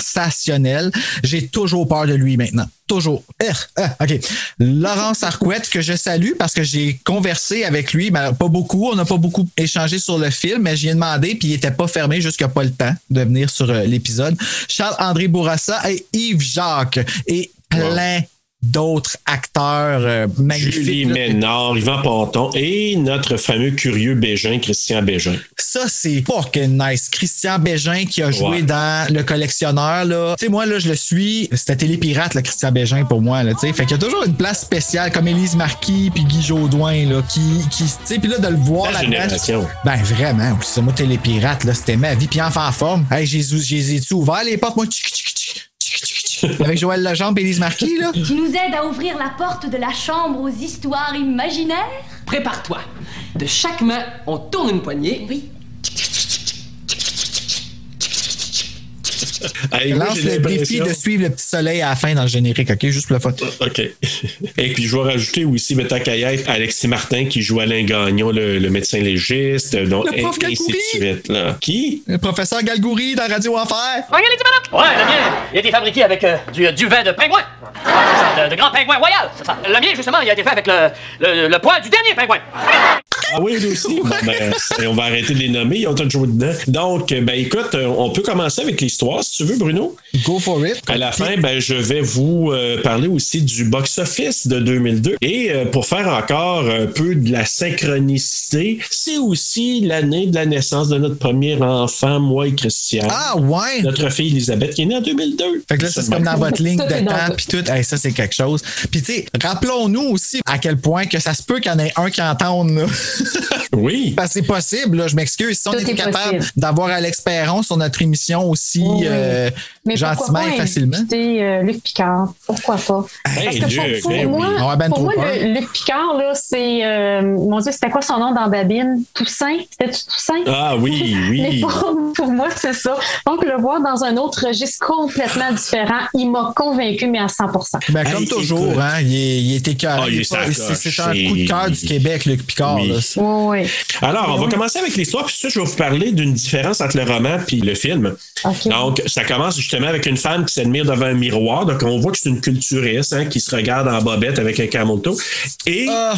Speaker 1: sensationnel. J'ai toujours peur de lui maintenant. Toujours. Eh, ah, OK. Laurence Arquette, que je salue parce que j'ai conversé avec lui, mais pas beaucoup. On n'a pas beaucoup échangé sur le film, mais j'y ai demandé, puis il n'était pas fermé jusqu'à pas le temps de venir sur euh, l'épisode. Charles-André Bourassa et Yves Jacques et plein d'autres acteurs euh, magnifiques.
Speaker 2: Julie
Speaker 1: là.
Speaker 2: Ménard, Yvan Ponton et notre fameux curieux Bégin, Christian Bégin.
Speaker 1: Ça, c'est fucking nice. Christian Bégin qui a joué
Speaker 2: Ouais.
Speaker 1: dans Le Collectionneur, là. Tu sais, moi, là, je le suis. C'était Télépirate, là, Christian Bégin, pour moi, là, tu sais. Fait qu'il y a toujours une place spéciale, comme Élise Marquis puis Guy Jodoin, là, qui, qui tu sais, puis là, de le voir
Speaker 2: La génération.
Speaker 1: Ben, vraiment, aussi. Moi, Télépirate, là, c'était ma vie. Puis enfant en forme. Hey, Jésus, Jésus, ouvert les portes, moi, tchic, tchic, tchic, tchic, tchic, tchic, avec Joël Lejambe et Élise Marquis,
Speaker 2: *laughs*
Speaker 1: là.
Speaker 11: Tu nous aides à ouvrir la porte de la chambre aux histoires imaginaires
Speaker 3: Prépare-toi. De chaque main, on tourne une poignée. Oui.
Speaker 2: Hey, moi,
Speaker 1: Lance
Speaker 2: j'ai
Speaker 1: le défi
Speaker 2: l'impression-
Speaker 1: de suivre le petit soleil à la fin dans le générique, OK? Juste pour le fun.
Speaker 2: OK. Et puis, je vais rajouter aussi, mettant qu'à y être, Alexis Martin qui joue Alain Gagnon, le, le médecin légiste, donc,
Speaker 1: Le prof
Speaker 2: et- ainsi de
Speaker 1: Gagouri.
Speaker 2: suite. Là. Qui?
Speaker 1: Le professeur Galgouri dans Radio Enfer.
Speaker 12: Ouais, le mien, il a été fabriqué avec euh, du, du vin de pingouin. Ouais, c'est ça, de, de grand pingouin royal, c'est ça. Le mien, justement, il a été fait avec le, le, le poids du dernier pingouin.
Speaker 2: Ah oui, lui aussi. Bon, ben, c'est- on va arrêter de les nommer, ils ont tout joué dedans. Donc, ben écoute, euh, on peut commencer avec l'histoire, si tu veux, Bruno.
Speaker 1: Go for it.
Speaker 2: À la fin, ben, je vais vous euh, parler aussi du box-office de 2002. Et euh, pour faire encore un peu de la synchronicité, c'est aussi l'année de la naissance de notre premier enfant, moi et Christian.
Speaker 1: Ah ouais!
Speaker 2: Notre fille Elisabeth qui est née en 2002.
Speaker 1: Fait que là, ça, c'est comme dans votre ligne
Speaker 6: *laughs* Tout est
Speaker 1: de
Speaker 6: dans
Speaker 1: temps,
Speaker 6: tout.
Speaker 1: puis tout. Hey, ça, c'est quelque chose. Puis, tu sais, rappelons-nous aussi à quel point que ça se peut qu'il y en ait un qui entende, là. *laughs*
Speaker 2: Oui.
Speaker 1: Parce que c'est possible, là. Je m'excuse. Si on
Speaker 6: Tout
Speaker 1: était
Speaker 6: est
Speaker 1: capable
Speaker 6: possible.
Speaker 1: d'avoir Alex Perron sur notre émission aussi
Speaker 6: Oui.
Speaker 1: euh,
Speaker 6: Mais
Speaker 1: gentiment
Speaker 6: pourquoi
Speaker 1: et
Speaker 6: pas
Speaker 1: facilement.
Speaker 6: inviter, euh, Luc Picard? Pourquoi pas?
Speaker 2: Hey,
Speaker 6: Parce que
Speaker 2: Luc,
Speaker 6: pour, pour
Speaker 2: ben
Speaker 6: moi,
Speaker 2: oui.
Speaker 1: On a ben
Speaker 6: pour
Speaker 1: trop
Speaker 6: moi,
Speaker 1: peur.
Speaker 6: le, Luc Picard, là, c'est. euh, mon Dieu, c'était quoi son nom dans Babine? Toussaint? C'était-tu Toussaint?
Speaker 2: Ah oui,
Speaker 6: Mais *laughs*
Speaker 2: oui.
Speaker 6: pour, pour moi, c'est ça. Donc, le voir dans un autre registre complètement différent, il m'a convaincu, mais à 100
Speaker 1: Ben, comme
Speaker 2: Hey,
Speaker 1: toujours,
Speaker 2: écoute.
Speaker 1: hein, il est, il est écœurant.
Speaker 2: Ah, il
Speaker 1: Il est
Speaker 2: est
Speaker 1: pas-
Speaker 2: sacoche.
Speaker 1: c'est c'est un coup de cœur du Québec, Luc Picard.
Speaker 2: Oui.
Speaker 1: Ah, là.
Speaker 2: ça. Alors, on va commencer avec l'histoire, puis ça, je vais vous parler d'une différence entre le roman puis le film. Donc, ça commence justement avec une femme qui s'admire devant un miroir. Donc, on voit que c'est une culturiste hein, qui se regarde en bobette avec un camoto. Et,
Speaker 1: Ah.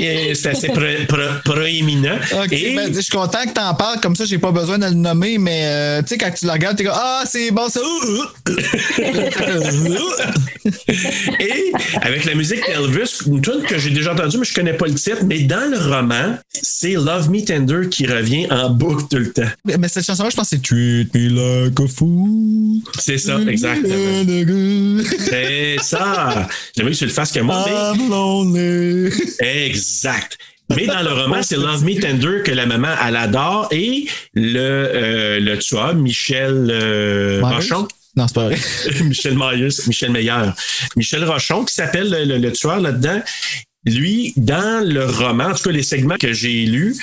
Speaker 2: Et c'est assez pré- pré- proéminent.
Speaker 1: Ok,
Speaker 2: Et-
Speaker 1: ben, je suis content que t'en parles, comme ça, j'ai pas besoin de le nommer, mais euh, tu sais, quand tu le regardes, t'es comme Ah, c'est bon, ça. ouh, ouh.
Speaker 2: *laughs* Et avec la musique d'Elvis, une tune que j'ai déjà entendue, mais je connais pas le titre. Mais dans le roman, c'est Love Me Tender qui revient en boucle tout le temps.
Speaker 1: mais, mais cette chanson-là, je pense que c'est Treat me like a fool.
Speaker 2: C'est ça,
Speaker 1: Mm-hmm.
Speaker 2: exactement. *laughs* C'est ça. J'aimerais que tu le fasses que moi. mais-
Speaker 1: I'm lonely.
Speaker 2: Exact. Mais dans le roman, c'est Love Me Tender que la maman, elle adore et le, euh, le tueur, Michel euh,
Speaker 1: Myers?
Speaker 2: Rochon. *laughs*
Speaker 1: Non, c'est pas vrai.
Speaker 2: Michel Myers, Michel Meyer. Michel Rochon, qui s'appelle le, le- le tueur là-dedans. Lui, dans le roman, en tout cas les segments que j'ai lus,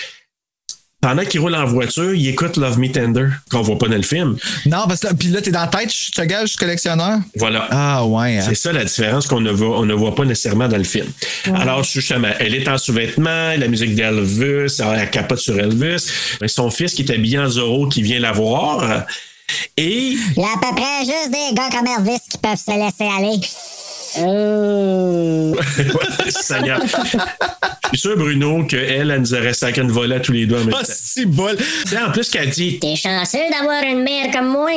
Speaker 2: pendant qu'il roule en voiture, il écoute Love Me Tender, qu'on voit pas dans le film.
Speaker 1: Non, parce que là, puis là, t'es dans la tête, je te gage, je suis collectionneur.
Speaker 2: Voilà.
Speaker 1: Ah, ouais. hein.
Speaker 2: C'est ça la différence qu'on ne voit, on ne voit pas nécessairement dans le film. Alors, justement, elle est en sous-vêtements, la musique d'Elvis, elle capote sur Elvis, Mais son fils qui est habillé en Zorro qui vient la voir. Et *laughs*
Speaker 10: Il y a à peu près juste des gars comme Elvis qui peuvent se laisser aller.
Speaker 2: Ouais, Seigneur. Je suis sûr, Bruno, qu'elle, elle nous aurait sacré une volée à tous les deux en même temps.
Speaker 1: Ah, si bol!
Speaker 2: Tu sais, En plus qu'elle
Speaker 1: *laughs*
Speaker 2: dit,
Speaker 9: T'es chanceux d'avoir une mère comme moi.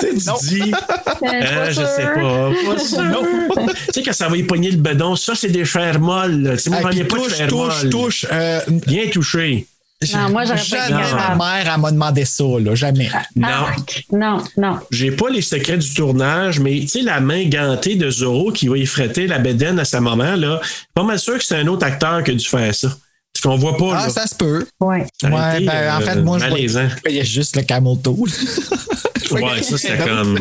Speaker 2: tu dis, Ah, je sais pas, pas sûr. tu sais, quand ça va y pogner le bedon, ça, c'est des chairs molles. là. Tu sais, moi, j'en
Speaker 1: Ah,
Speaker 2: ai
Speaker 1: puis
Speaker 2: pas de
Speaker 1: touche,
Speaker 2: chairs
Speaker 1: touche,
Speaker 2: molles.
Speaker 1: touche. euh,
Speaker 2: Bien touché.
Speaker 6: Non, moi, j'aurais pas Ah. été
Speaker 1: jamais ma
Speaker 6: capable.
Speaker 1: mère, elle m'a demandé ça, là. Jamais. Ah,
Speaker 2: Non.
Speaker 6: Non, non.
Speaker 2: J'ai pas les secrets du tournage, mais tu sais, la main gantée de Zorro qui va y fretter la bédaine à sa maman, là, pas mal sûr que c'est un autre acteur qui a dû faire ça. Parce qu'on voit pas,
Speaker 1: Ah,
Speaker 2: là.
Speaker 1: ça se peut.
Speaker 6: Ouais.
Speaker 2: Ça aurait
Speaker 1: Ouais,
Speaker 2: été,
Speaker 1: ben, en
Speaker 2: euh,
Speaker 1: fait, moi, je *laughs*
Speaker 2: malaisant.
Speaker 1: Il y a juste le camoto.
Speaker 2: Ouais, ça, c'était
Speaker 1: *laughs*
Speaker 2: comme.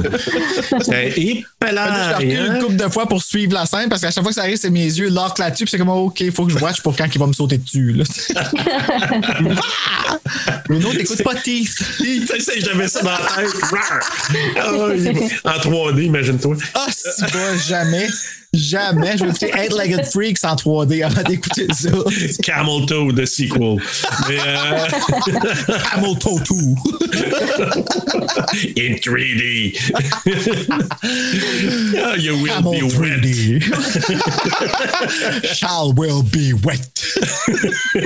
Speaker 2: C'était
Speaker 1: Là, je l'ai
Speaker 2: épelard,
Speaker 1: recule une
Speaker 2: hein?
Speaker 1: couple de fois pour suivre la scène parce qu'à chaque fois que ça arrive, c'est mes yeux lock là-dessus. Puis c'est comme, OK, il faut que je watch pour quand il va me sauter dessus.
Speaker 6: *laughs*
Speaker 1: Là. *laughs* Bruno, t'écoutes
Speaker 2: *laughs*
Speaker 1: pas Teeth.
Speaker 2: Tu sais, J'avais ça dans la tête. Rar! Ah, il- en 3D, imagine-toi.
Speaker 1: Ah, si pas, jamais. Jamais. Je vais écouter Eight Legged Freaks en 3D avant d'écouter ça.
Speaker 2: Camel Toe, the sequel. Mais,
Speaker 1: *laughs*
Speaker 2: euh,
Speaker 1: Camel Toe 2.
Speaker 2: in 3D. *laughs* Ah, you will
Speaker 1: Camel
Speaker 2: be wet.
Speaker 1: 3D. Shall will be wet.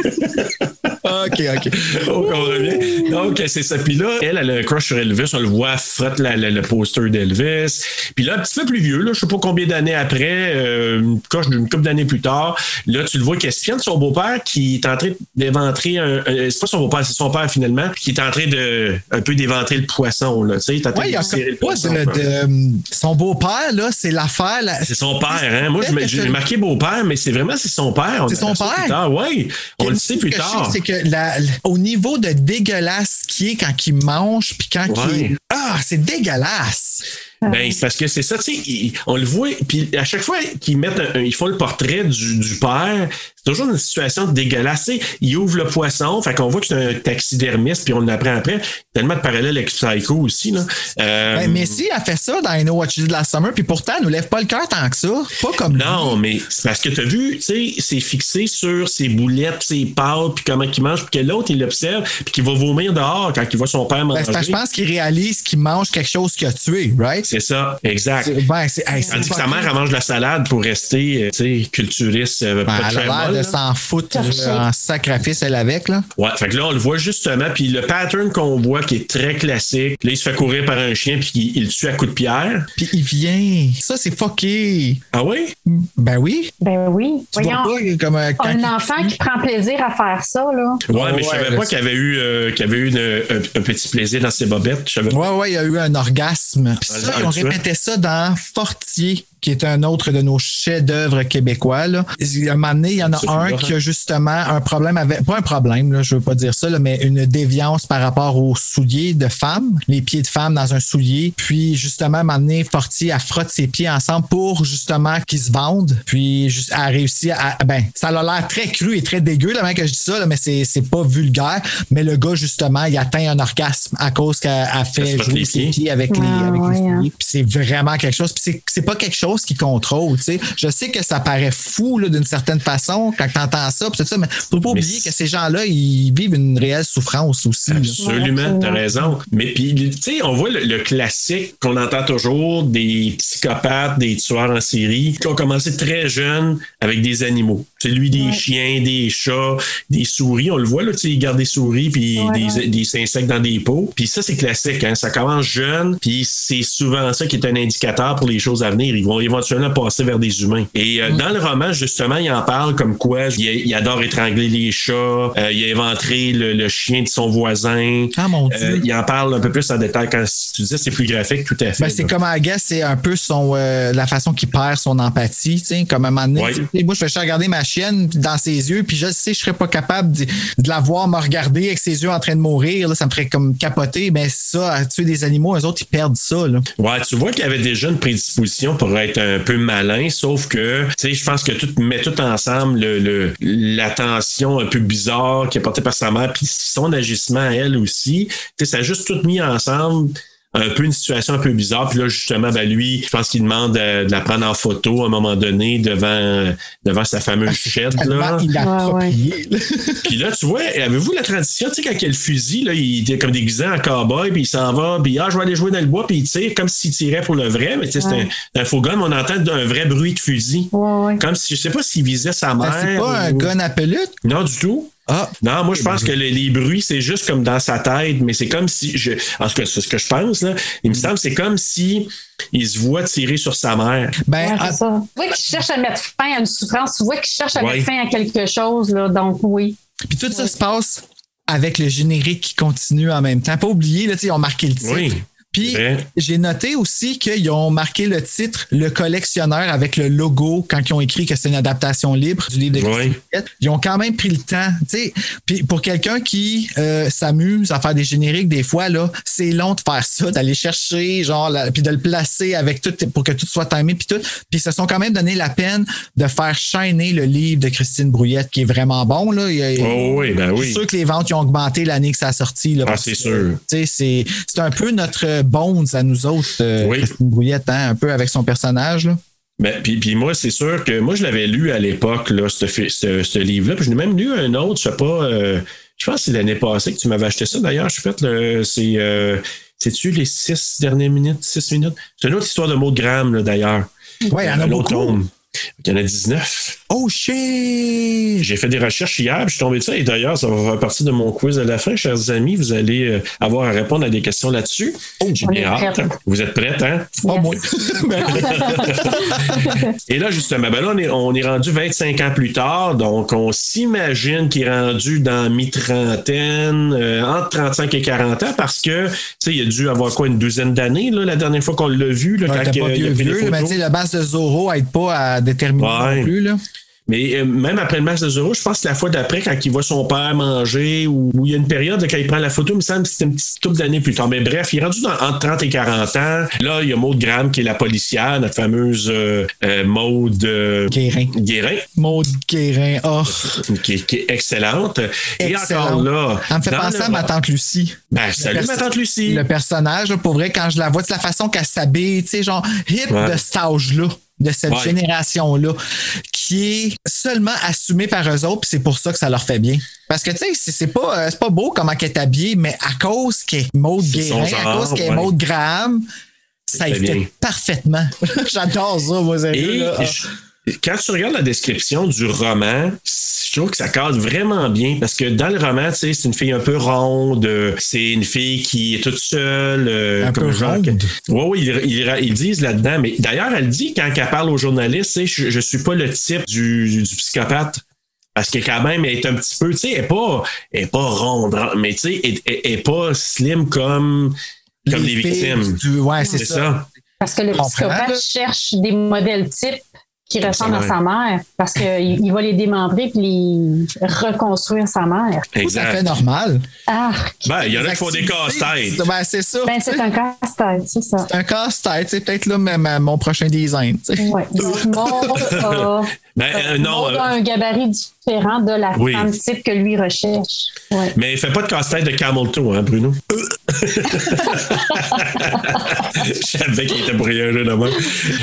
Speaker 1: OK, OK.
Speaker 2: Donc, on revient. Donc, c'est ça. Puis là, elle, elle a un crush sur Elvis. On le voit, frotte la- la- le poster d'Elvis. Puis là, un petit peu plus vieux, là, je sais pas combien d'années après, euh, une coche d'une couple d'années plus tard, là, tu le vois qui espionne son beau-père qui est en train d'éventrer un. un- c'est pas son beau-père, c'est son père finalement, puis qui est en train de un peu d'éventrer le poisson, là. Tu sais, t'as
Speaker 1: Ouais, il y a pas
Speaker 2: hein.
Speaker 1: de, de- son beau-père, là, c'est l'affaire. la-
Speaker 2: C'est son père, hein? Moi, je me- j'ai marqué beau-père, mais c'est vraiment c'est son père. On
Speaker 1: C'est son
Speaker 2: apprend ça Plus
Speaker 1: père?
Speaker 2: tard, oui. On le
Speaker 1: Une
Speaker 2: sait
Speaker 1: chose
Speaker 2: plus
Speaker 1: que je
Speaker 2: tard.
Speaker 1: sais, C'est que la- la- au niveau de dégueulasse qui est quand il mange, puis quand
Speaker 2: Ouais.
Speaker 1: il. Ah, c'est dégueulasse!
Speaker 2: Ben, c'est parce que c'est ça, tu sais, il- on le voit, puis à chaque fois qu'ils mettent un- un- ils font le portrait du, du père, c'est toujours une situation dégueulasse. Tu sais, Ils ouvrent le poisson, fait qu'on voit que c'est un taxidermiste, puis on l'apprend après. Tellement de parallèles avec Psycho aussi, là. Euh,
Speaker 1: Ben, mais si, elle fait ça dans I Know What You Did Last Summer, puis pourtant, elle nous lève pas le cœur tant que ça. Pas comme
Speaker 2: Non, mais c'est parce que t'as vu, tu sais, c'est fixé sur ses boulettes, ses pâtes, puis comment qu'il mange, puis que l'autre, il l'observe, puis qu'il va vomir dehors quand il voit son père
Speaker 1: Ben,
Speaker 2: manger.
Speaker 1: c'est parce que je pense qu'il réalise qu'il mange quelque chose qu'il a tué, right?
Speaker 2: C'est ça, exact.
Speaker 1: C'est- Ben, c'est. hey, c'est
Speaker 2: Tandis que sa
Speaker 1: fucking-
Speaker 2: mère, elle mange de la salade pour rester, euh, tu sais, culturiste, euh,
Speaker 1: Ben,
Speaker 2: pas de
Speaker 1: elle
Speaker 2: chair
Speaker 1: a l'air
Speaker 2: molle,
Speaker 1: de
Speaker 2: là.
Speaker 1: s'en foutre
Speaker 6: Torché.
Speaker 1: là, en sacrifice, elle avec, là.
Speaker 2: Ouais, fait que là, on le voit justement, puis le pattern qu'on voit qui est très classique, là, il se fait courir par un chien, puis il, il le tue à coups de pierre.
Speaker 1: Puis il vient. Ça, c'est fucké.
Speaker 2: Ah oui?
Speaker 1: Ben oui.
Speaker 6: Ben oui.
Speaker 1: Tu vois
Speaker 6: Voyons.
Speaker 1: pas comme euh, quand il-
Speaker 6: Un enfant qui prend plaisir à faire ça, là.
Speaker 2: Ouais,
Speaker 1: Ouais,
Speaker 2: mais je savais
Speaker 1: ouais,
Speaker 2: pas
Speaker 1: c'est-
Speaker 2: qu'il y avait eu, euh, qu'il y avait eu une- un, un petit plaisir dans ses bobettes. Je savais pas.
Speaker 1: Ouais, ouais, il y a eu un orgasme. Puis ça,
Speaker 2: Un-
Speaker 1: on
Speaker 2: un tueur.
Speaker 1: répétait ça dans Fortier, qui est un autre de nos chefs-d'œuvre québécois. Là. Il y a un moment donné, il y en
Speaker 2: C'est
Speaker 1: a un
Speaker 2: fou,
Speaker 1: qui
Speaker 2: hein.
Speaker 1: a justement un problème avec, pas un problème, là, je veux pas dire ça, là, mais une déviance par rapport aux souliers de femmes, les pieds de femmes dans un soulier. Puis justement, à un moment donné, Fortier, elle frotte ses pieds ensemble pour justement qu'ils se vendent. Puis juste, elle a réussi à, à- ben, ça a l'air très cru et très dégueu, la même que je dis ça, là, mais c'est c'est pas vulgaire. Mais le gars, justement, il atteint un orgasme à cause qu'elle a fait
Speaker 2: se frotte
Speaker 1: jouer
Speaker 2: les
Speaker 1: ses
Speaker 2: pieds.
Speaker 1: pieds avec les,
Speaker 6: Ah,
Speaker 1: avec les
Speaker 6: ouais, hein.
Speaker 1: souliers. Puis c'est vraiment quelque chose. Puis c'est- c'est pas quelque chose chose qui contrôle. tu sais. Je sais que ça paraît fou là, d'une certaine façon quand tu entends ça, pis tout ça, mais faut pas oublier que ces gens-là, ils vivent une réelle souffrance aussi. là.
Speaker 2: Absolument, t'as raison. Mais puis, tu sais, on voit le, le classique qu'on entend toujours des psychopathes, des tueurs en série, qui ont commencé très jeunes avec des animaux. Celui des chiens, des chats, des souris, on le voit, là, tu sais, ils gardent des souris, puis
Speaker 13: Ouais,
Speaker 2: des,
Speaker 13: ouais.
Speaker 2: des insectes dans des pots. Puis ça, c'est classique, hein. Ça commence jeune, puis c'est souvent ça qui est un indicateur pour les choses à venir. Ils vont éventuellement passer vers des humains. Et
Speaker 1: Mm.
Speaker 2: euh, dans le roman, justement, il en parle comme quoi il, il adore étrangler les chats, euh, il a éventré le, le chien de son voisin.
Speaker 1: Ah, mon Dieu.
Speaker 2: Euh, il en parle un peu plus en détail quand tu disais c'est plus graphique, tout à fait.
Speaker 1: Ben, c'est
Speaker 2: là.
Speaker 1: comme à Gas, c'est un peu son euh, la façon qu'il perd son empathie, tu sais, comme à un moment donné,
Speaker 2: Ouais.
Speaker 1: tu sais, moi je fais juste regarder ma chienne dans ses yeux, puis je sais je serais pas capable d'y- de, la voir me regarder avec ses yeux en train de mourir, là, ça me ferait comme capoter, mais ça, à tuer des animaux, eux autres ils perdent ça là.
Speaker 2: Ouais, tu vois qu'il avait déjà une prédisposition pour être un peu malin, sauf que, tu sais, je pense que tout met tout ensemble le- le- l'attention un peu bizarre qui est portée par sa mère, puis son agissement à elle aussi. Tu sais, ça a juste tout mis ensemble. Un peu une situation un peu bizarre. Puis là, justement, ben lui, je pense qu'il demande euh, de la prendre en photo à un moment donné devant, devant sa fameuse chaîne.
Speaker 1: Tellement
Speaker 6: Ah,
Speaker 1: inapproprié. là.
Speaker 2: Puis là, tu vois, avez-vous la tradition, tu sais, quand il y a le fusil, là, il était comme déguisé en cowboy, puis il s'en va, puis ah, je vais aller jouer dans le bois, puis il tire comme s'il tirait pour le vrai, mais tu sais, c'est
Speaker 13: Ouais.
Speaker 2: un, un faux gun, mais on entend d'un vrai bruit de fusil. Comme si, je sais pas s'il visait sa
Speaker 1: Ben,
Speaker 2: mère.
Speaker 1: c'est pas un
Speaker 2: ou-
Speaker 1: gun à pelute.
Speaker 2: Non, du tout. Non, moi, je pense que le- les bruits, c'est juste comme dans sa tête, mais c'est comme si. Je... En tout cas, c'est ce que je pense, là. Il me semble, c'est comme si il se voit tirer sur sa mère.
Speaker 1: Ben,
Speaker 6: Tu vois qu'il cherche à mettre fin à une souffrance, tu vois qu'il cherche à
Speaker 2: Ouais.
Speaker 6: mettre fin à quelque chose, là, donc oui.
Speaker 1: Puis tout ça se passe avec le générique qui continue en même temps. Pas oublier, là, tu sais, ils ont marqué le titre.
Speaker 2: Oui.
Speaker 1: Puis
Speaker 2: Vrai.
Speaker 1: j'ai noté aussi qu'ils ont marqué le titre Le collectionneur avec le logo quand ils ont écrit que c'est une adaptation libre du livre de Christine Piquette. Ils ont quand même pris le temps. tu sais. Puis pour quelqu'un qui euh, s'amuse à faire des génériques, des fois, là, c'est long de faire ça, d'aller chercher, genre, la- puis de le placer avec tout pour que tout soit timé, puis tout. Puis ils se sont quand même donné la peine de faire shiner le livre de Christine Brouillette, qui est vraiment bon. Là. Il y a-
Speaker 2: Oh oui, ben
Speaker 1: Je
Speaker 2: oui.
Speaker 1: suis sûr que les ventes ils ont augmenté l'année que ça a sorti. là,
Speaker 2: Ah,
Speaker 1: parce
Speaker 2: c'est
Speaker 1: que,
Speaker 2: sûr.
Speaker 1: tu sais, C'est c'est un peu notre bones à nous autres, euh, Christine Brouillette, hein, un peu avec son personnage. là.
Speaker 2: Ben, puis, puis moi, c'est sûr que moi, je l'avais lu à l'époque, là, ce, fi- ce, ce livre-là. Puis je l'ai même lu un autre, je sais pas, euh, je pense que c'est l'année passée que tu m'avais acheté ça d'ailleurs. Je suis fait, le- c'est, euh, c'est-tu les six dernières minutes, six minutes? C'est une autre histoire de mots de gramme, là, d'ailleurs.
Speaker 1: Ouais, il y en a
Speaker 2: Un autre
Speaker 1: beaucoup.
Speaker 2: tome. Il y en a 19.
Speaker 1: Oh shit!
Speaker 2: J'ai fait des recherches hier, puis je suis tombé de ça. Et d'ailleurs, ça va faire partie de mon quiz à la fin, chers amis. Vous allez euh, avoir à répondre à des questions là-dessus. J'ai
Speaker 13: On
Speaker 2: bien
Speaker 13: est
Speaker 2: hâte.
Speaker 13: prête.
Speaker 2: Vous êtes prêtes, hein?
Speaker 1: Oh, moi. *laughs*
Speaker 2: Et là, justement, ben là, on est, on est rendu 25 ans plus tard, donc on s'imagine qu'il est rendu dans mi-trentaine, euh, entre 35 et 40 ans, parce que, tu sais, il a dû avoir quoi, une douzaine d'années, là, la dernière fois qu'on l'a vu, là,
Speaker 1: Ouais,
Speaker 2: quand
Speaker 1: t'as
Speaker 2: euh,
Speaker 1: pas
Speaker 2: il a
Speaker 1: vieux,
Speaker 2: pris des
Speaker 1: vieux,
Speaker 2: photos.
Speaker 1: mais tu sais, le masque de Zorro aide pas à déterminer
Speaker 2: Ouais.
Speaker 1: non plus. Là.
Speaker 2: Mais euh, même après le match de Zoro, je pense que la fois d'après, quand il voit son père manger, ou, ou il y a une période, là, quand il prend la photo, il me semble que c'était une petite couple d'années plus tard. Mais bref, il est rendu dans, entre 30 et 40 ans. Là, il y a Maude Graham, qui est la policière, notre fameuse euh, euh, Maude euh,
Speaker 1: Guérin.
Speaker 2: Guérin,
Speaker 1: Maud Guérin, oh,
Speaker 2: qui, qui est excellente. Et
Speaker 1: excellent.
Speaker 2: encore là.
Speaker 1: Elle me fait
Speaker 2: dans
Speaker 1: penser
Speaker 2: le-
Speaker 1: à ma tante Lucie.
Speaker 2: Ben,
Speaker 1: Le
Speaker 2: salut,
Speaker 1: perso-
Speaker 2: ma tante Lucie.
Speaker 1: Le personnage, là, pour vrai, quand je la vois, c'est la façon qu'elle s'habille, tu sais, genre hip
Speaker 2: Ouais.
Speaker 1: de cet âge-là, de cette
Speaker 2: Ouais.
Speaker 1: génération-là, qui est seulement assumée par eux autres, puis c'est pour ça que ça leur fait bien. Parce que, tu sais, c'est- c'est pas, euh, c'est pas beau comment elle est habillée, mais à cause qu'elle est Maude
Speaker 2: C'est son
Speaker 1: Guérin, à
Speaker 2: genre,
Speaker 1: cause qu'elle est
Speaker 2: ouais.
Speaker 1: Maude Graham, ça y
Speaker 2: fait bien.
Speaker 1: fait parfaitement. *laughs* J'adore ça, moi, sérieux,
Speaker 2: Et
Speaker 1: là. Ah.
Speaker 2: je- quand tu regardes la description du roman, je trouve que ça cadre vraiment bien parce que dans le roman, tu sais, c'est une fille un peu ronde, euh, c'est une fille qui est toute seule. euh,
Speaker 1: Un peu ronde.
Speaker 2: Oui, oui, ils, ils- ils disent là-dedans. Mais d'ailleurs, elle dit quand elle parle aux journalistes, tu sais, je, je suis pas le type du, du psychopathe. Parce que quand même, elle est un petit peu, tu sais, elle est pas, elle est pas ronde, ronde, mais tu sais, elle, elle- elle est pas slim comme, comme les,
Speaker 1: filles
Speaker 2: victimes.
Speaker 1: du- ouais, c'est ça.
Speaker 6: Parce que le
Speaker 1: Je comprends, là.
Speaker 6: psychopathe cherche des modèles types qui ressemblent à
Speaker 2: mère.
Speaker 6: sa mère parce qu'il il va les démembrer puis les reconstruire sa mère.
Speaker 1: Tout à
Speaker 2: Exact.
Speaker 1: fait normal.
Speaker 6: Arc.
Speaker 2: Ben, il y en a qui font des casse-têtes.
Speaker 1: Ben, c'est ça.
Speaker 6: Ben, c'est un casse-tête, c'est ça.
Speaker 1: C'est un casse-tête. C'est peut-être là ma-
Speaker 2: *laughs*
Speaker 1: ma- mon prochain design. tu sais.
Speaker 6: Ouais. Donc, Maud a-
Speaker 2: Ben, euh, non,
Speaker 6: Maud
Speaker 2: euh,
Speaker 6: a un gabarit différent de la
Speaker 2: Oui.
Speaker 6: femme type que lui recherche. Ouais.
Speaker 2: Mais fais pas de casse-tête de Camel Toe, hein,
Speaker 1: *laughs*
Speaker 2: Bruno? Euh. Je savais qu'il était pour rien, là, demain.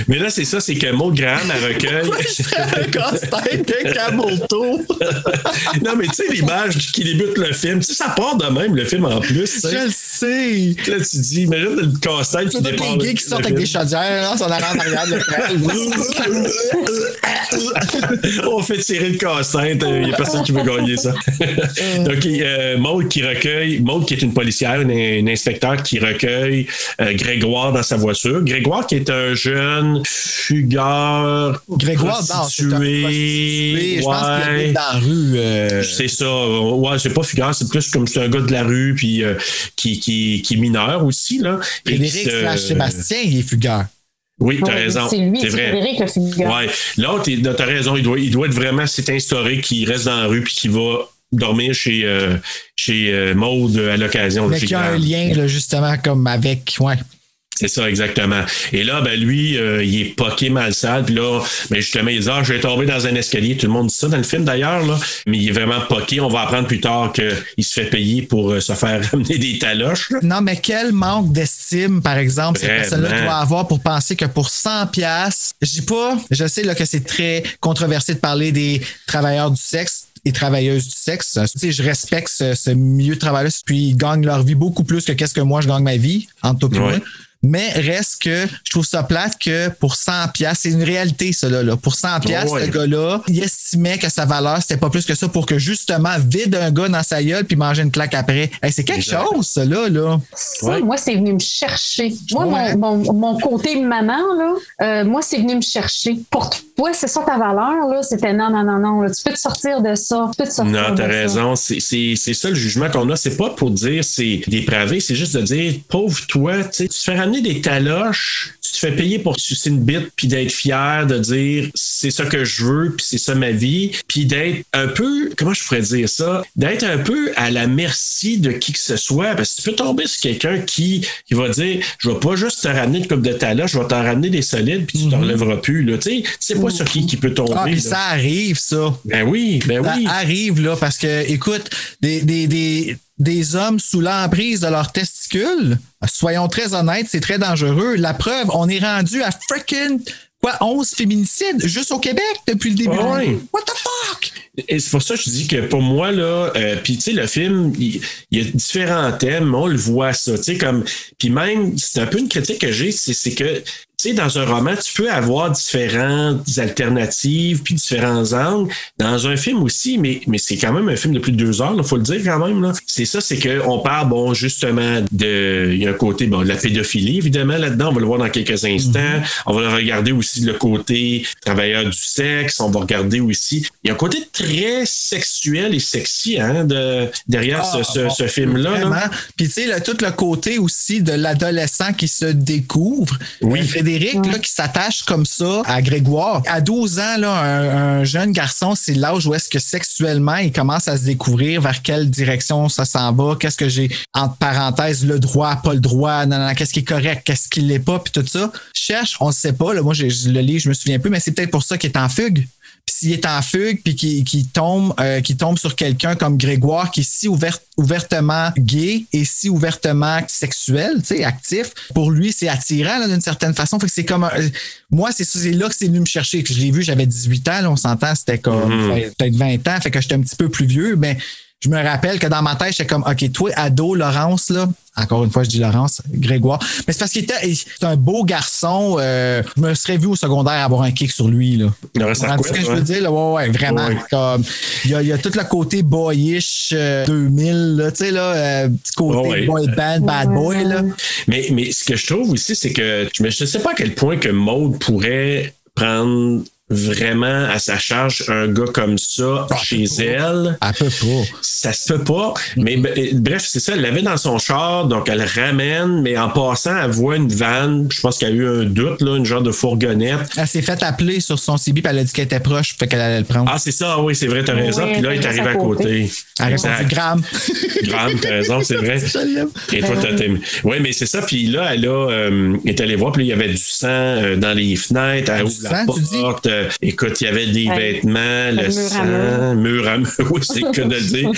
Speaker 2: Mais là, c'est ça, c'est que Maud Graham, elle recueille.
Speaker 1: Un casse-tête de Camelto.
Speaker 2: *laughs* non, mais tu sais, l'image qui débute le film, tu sais, ça part de même, le film en plus. tu sais.
Speaker 1: Je le sais.
Speaker 2: Là, tu dis, imagine le casse-tête qui
Speaker 1: C'est tous
Speaker 2: départ.
Speaker 1: les gays
Speaker 2: le-
Speaker 1: qui
Speaker 2: le
Speaker 1: sortent avec
Speaker 2: film.
Speaker 1: des chaudières, hein, là, sont allés en arrière
Speaker 2: *laughs*
Speaker 1: de
Speaker 2: On fait tirer le casse-tête. Il n'y a personne qui veut gagner ça. *laughs* Donc, euh, Maud qui recueille, Maud qui est une policière, une, une inspecteur qui recueille euh, Grégoire dans sa voiture. Grégoire qui est un jeune fugueur.
Speaker 1: Grégoire, non, c'est un
Speaker 2: prostitué.
Speaker 1: Je pense qu'il
Speaker 2: ouais.
Speaker 1: habite dans la rue. euh,
Speaker 2: C'est ça. euh, Ouais, c'est pas fugueur, c'est plus comme c'est un gars de la rue puis euh, qui, qui, qui est mineur aussi. Là, Et qui
Speaker 1: Frédéric
Speaker 2: se-
Speaker 1: slash Sébastien, il est fugueur.
Speaker 2: oui, t'as
Speaker 6: Ouais,
Speaker 2: raison.
Speaker 6: c'est lui, c'est
Speaker 2: vrai.
Speaker 6: Frédéric, le fugueur.
Speaker 2: Ouais. L'autre, il- t'as raison, il doit, il doit être vraiment, c'est instauré qu'il reste dans la rue puis qu'il va dormir chez, euh, chez euh, Maude à l'occasion. là,
Speaker 1: Mais
Speaker 2: chez
Speaker 1: qui a un
Speaker 2: Graham.
Speaker 1: lien, là, justement, comme avec. Ouais.
Speaker 2: C'est ça, exactement. Et là, ben lui, euh, il est poqué mal sale. Puis là, ben justement, il dit Ah, je vais tomber dans un escalier. Tout le monde dit ça dans le film d'ailleurs, là. Mais il est vraiment poqué. On va apprendre plus tard qu'il se fait payer pour euh, se faire *laughs* ramener des taloches. là.
Speaker 1: Non, mais quel manque d'estime, par exemple, cette
Speaker 2: Vraiment.
Speaker 1: personne-là doit avoir pour penser que pour 100 pièces, je dis pas, je sais là, que c'est très controversé de parler des travailleurs du sexe et travailleuses du sexe. Tu sais, je respecte ce, ce milieu de travail-là, puis ils gagnent leur vie beaucoup plus que qu'est-ce que moi je gagne ma vie, entre toi et moi.
Speaker 2: Ouais.
Speaker 1: Mais reste que je trouve ça plate que pour 100 pièces, c'est une réalité cela là. Pour 100 pièces,
Speaker 2: Ouais.
Speaker 1: ce gars-là, il estimait que sa valeur c'était pas plus que ça pour que justement vide un gars dans sa gueule puis manger une claque après. Hey, c'est quelque
Speaker 2: Exact.
Speaker 1: chose ça là là.
Speaker 6: Ça,
Speaker 2: Ouais.
Speaker 6: moi, c'est venu me chercher. Moi,
Speaker 1: Ouais.
Speaker 6: mon, mon- mon côté maman, là, euh, moi, c'est venu me chercher. Pour toi, c'est ça ta valeur, là? C'était non, non, non, non. là, tu peux te sortir de ça. Tu peux te
Speaker 1: Ah,
Speaker 6: sortir
Speaker 2: Non,
Speaker 6: de
Speaker 2: t'as
Speaker 1: ben,
Speaker 6: ça.
Speaker 2: raison. C'est- C'est c'est ça le jugement qu'on a. C'est pas pour dire c'est dépravé, c'est juste de dire pauvre toi, tu sais, tu te fais ramener des taloches, tu te fais payer pour sucer une bite, puis d'être fier, de dire c'est ça que je veux, puis c'est ça ma vie, puis d'être un peu, comment je pourrais dire ça, d'être un peu à la merci de qui que ce soit, parce que tu peux tomber sur quelqu'un qui, qui va dire je vais pas juste te ramener une coupe de taloches, je vais t'en ramener des solides, puis tu t'en relèveras plus. Là. Tu sais, tu sais pas sur qui qui peut tomber.
Speaker 1: Mhm. Ah, puis
Speaker 2: là.
Speaker 1: ça arrive, ça.
Speaker 2: Ben oui, ben oui.
Speaker 1: Ça arrive, là, parce que, écoute, des, des, des, des hommes sous l'emprise de leurs testicules, soyons très honnêtes, c'est très dangereux. La preuve, on est rendu à freaking, quoi, 11 féminicides juste au Québec depuis le début.
Speaker 2: Ah ouais.
Speaker 1: What the fuck?
Speaker 2: Et c'est pour ça que je dis que pour moi, là, euh, puis tu sais, le film, il, il y a différents thèmes, on le voit ça, tu sais, comme, puis même, c'est un peu une critique que j'ai, c'est c'est que, tu sais, dans un roman, tu peux avoir différentes alternatives, puis différents angles, dans un film aussi, mais, mais c'est quand même un film de plus de deux heures, il faut le dire quand même, là. C'est ça, c'est qu'on parle, bon, justement, de, il y a un côté, bon, de la pédophilie, évidemment, là-dedans, on va le voir dans quelques instants,
Speaker 1: Mm-hmm.
Speaker 2: on va regarder aussi le côté travailleur du sexe, on va regarder aussi. Il y a un côté très sexuel et sexy hein, de, derrière ce, ce-
Speaker 1: Ah,
Speaker 2: ce film-là. là.
Speaker 1: Vraiment. Puis, tu sais, le- tout le côté aussi de l'adolescent qui se découvre.
Speaker 2: Oui.
Speaker 1: Euh, Frédéric, là, qui s'attache comme ça à Grégoire. À 12 ans, là, un, un jeune garçon, c'est l'âge où est-ce que sexuellement, il commence à se découvrir vers quelle direction ça s'en va, qu'est-ce que j'ai, entre parenthèses, le droit, pas le droit, non, non, non, qu'est-ce qui est correct, qu'est-ce qui l'est pas, puis tout ça. Cherche, on ne sait pas. Là, moi, j'ai- je le lis, je me souviens plus, mais c'est peut-être pour ça qu'il est en fugue. Puis s'il est en fugue, puis qu'il qu'il tombe, euh, qu'il tombe sur quelqu'un comme Grégoire, qui est si ouvert- ouvertement gay et si ouvertement sexuel, tu sais, actif, pour lui, c'est attirant là, d'une certaine façon. Fait que c'est comme un- euh, Moi, c'est ça, c'est là que c'est venu me chercher. Que je l'ai vu, j'avais 18 ans, là, on s'entend, c'était comme
Speaker 2: Mhm.
Speaker 1: fait- peut-être 20 ans, fait que j'étais un petit peu plus vieux, mais je me rappelle que dans ma tête, j'étais comme, OK, toi, ado, Laurence, là, encore une fois, je dis Laurence, Grégoire, mais c'est parce qu'il était c'est un beau garçon, euh, je me serais vu au secondaire avoir un kick sur lui, là.
Speaker 2: Il aurait sa
Speaker 1: Comprends-tu
Speaker 2: couette,
Speaker 1: ce que je
Speaker 2: ouais.
Speaker 1: veux dire, là? Ouais, ouais, vraiment.
Speaker 2: Ouais.
Speaker 1: Comme, il y a, il y a tout le côté boyish euh, 2000, là, tu sais, là, euh, petit côté
Speaker 2: Ouais.
Speaker 1: boy band, bad boy, là.
Speaker 2: Mais, mais ce que je trouve aussi, c'est que je ne sais pas à quel point que Maude pourrait prendre vraiment à sa charge un gars comme ça
Speaker 1: Ah,
Speaker 2: chez elle.
Speaker 1: À peu pas.
Speaker 2: Ça se peut pas. Mais b- bref, c'est ça. Elle l'avait dans son char, donc elle ramène, mais en passant, elle voit une vanne. Je pense qu'elle a eu un doute, là, une genre de fourgonnette.
Speaker 1: Elle s'est fait appeler sur son CB, puis elle a dit qu'elle était proche, fait qu'elle allait le prendre.
Speaker 2: Ah, c'est ça, oui, c'est vrai, t'as raison.
Speaker 6: Oui,
Speaker 2: Puis là, il est
Speaker 6: t'es
Speaker 2: arrivé à
Speaker 6: juste à
Speaker 2: côté.
Speaker 1: Elle a répondu
Speaker 2: Exact.
Speaker 1: gramme.
Speaker 2: Grave, t'as raison, c'est vrai.
Speaker 1: *laughs* Je l'aime.
Speaker 2: Et toi, t'as t'aimes. Oui, mais c'est ça. Puis là, elle a, euh, est allée voir, puis là, il y avait du sang euh, dans les fenêtres. Elle
Speaker 1: Du
Speaker 2: ouvre la
Speaker 1: sang, tu dis?
Speaker 2: porte. euh, euh, écoute, il y avait des
Speaker 13: Ouais.
Speaker 2: vêtements, le
Speaker 13: Mur à
Speaker 2: sang, mur à mur. *laughs* Oui, c'est que de le
Speaker 1: *laughs*
Speaker 2: dire.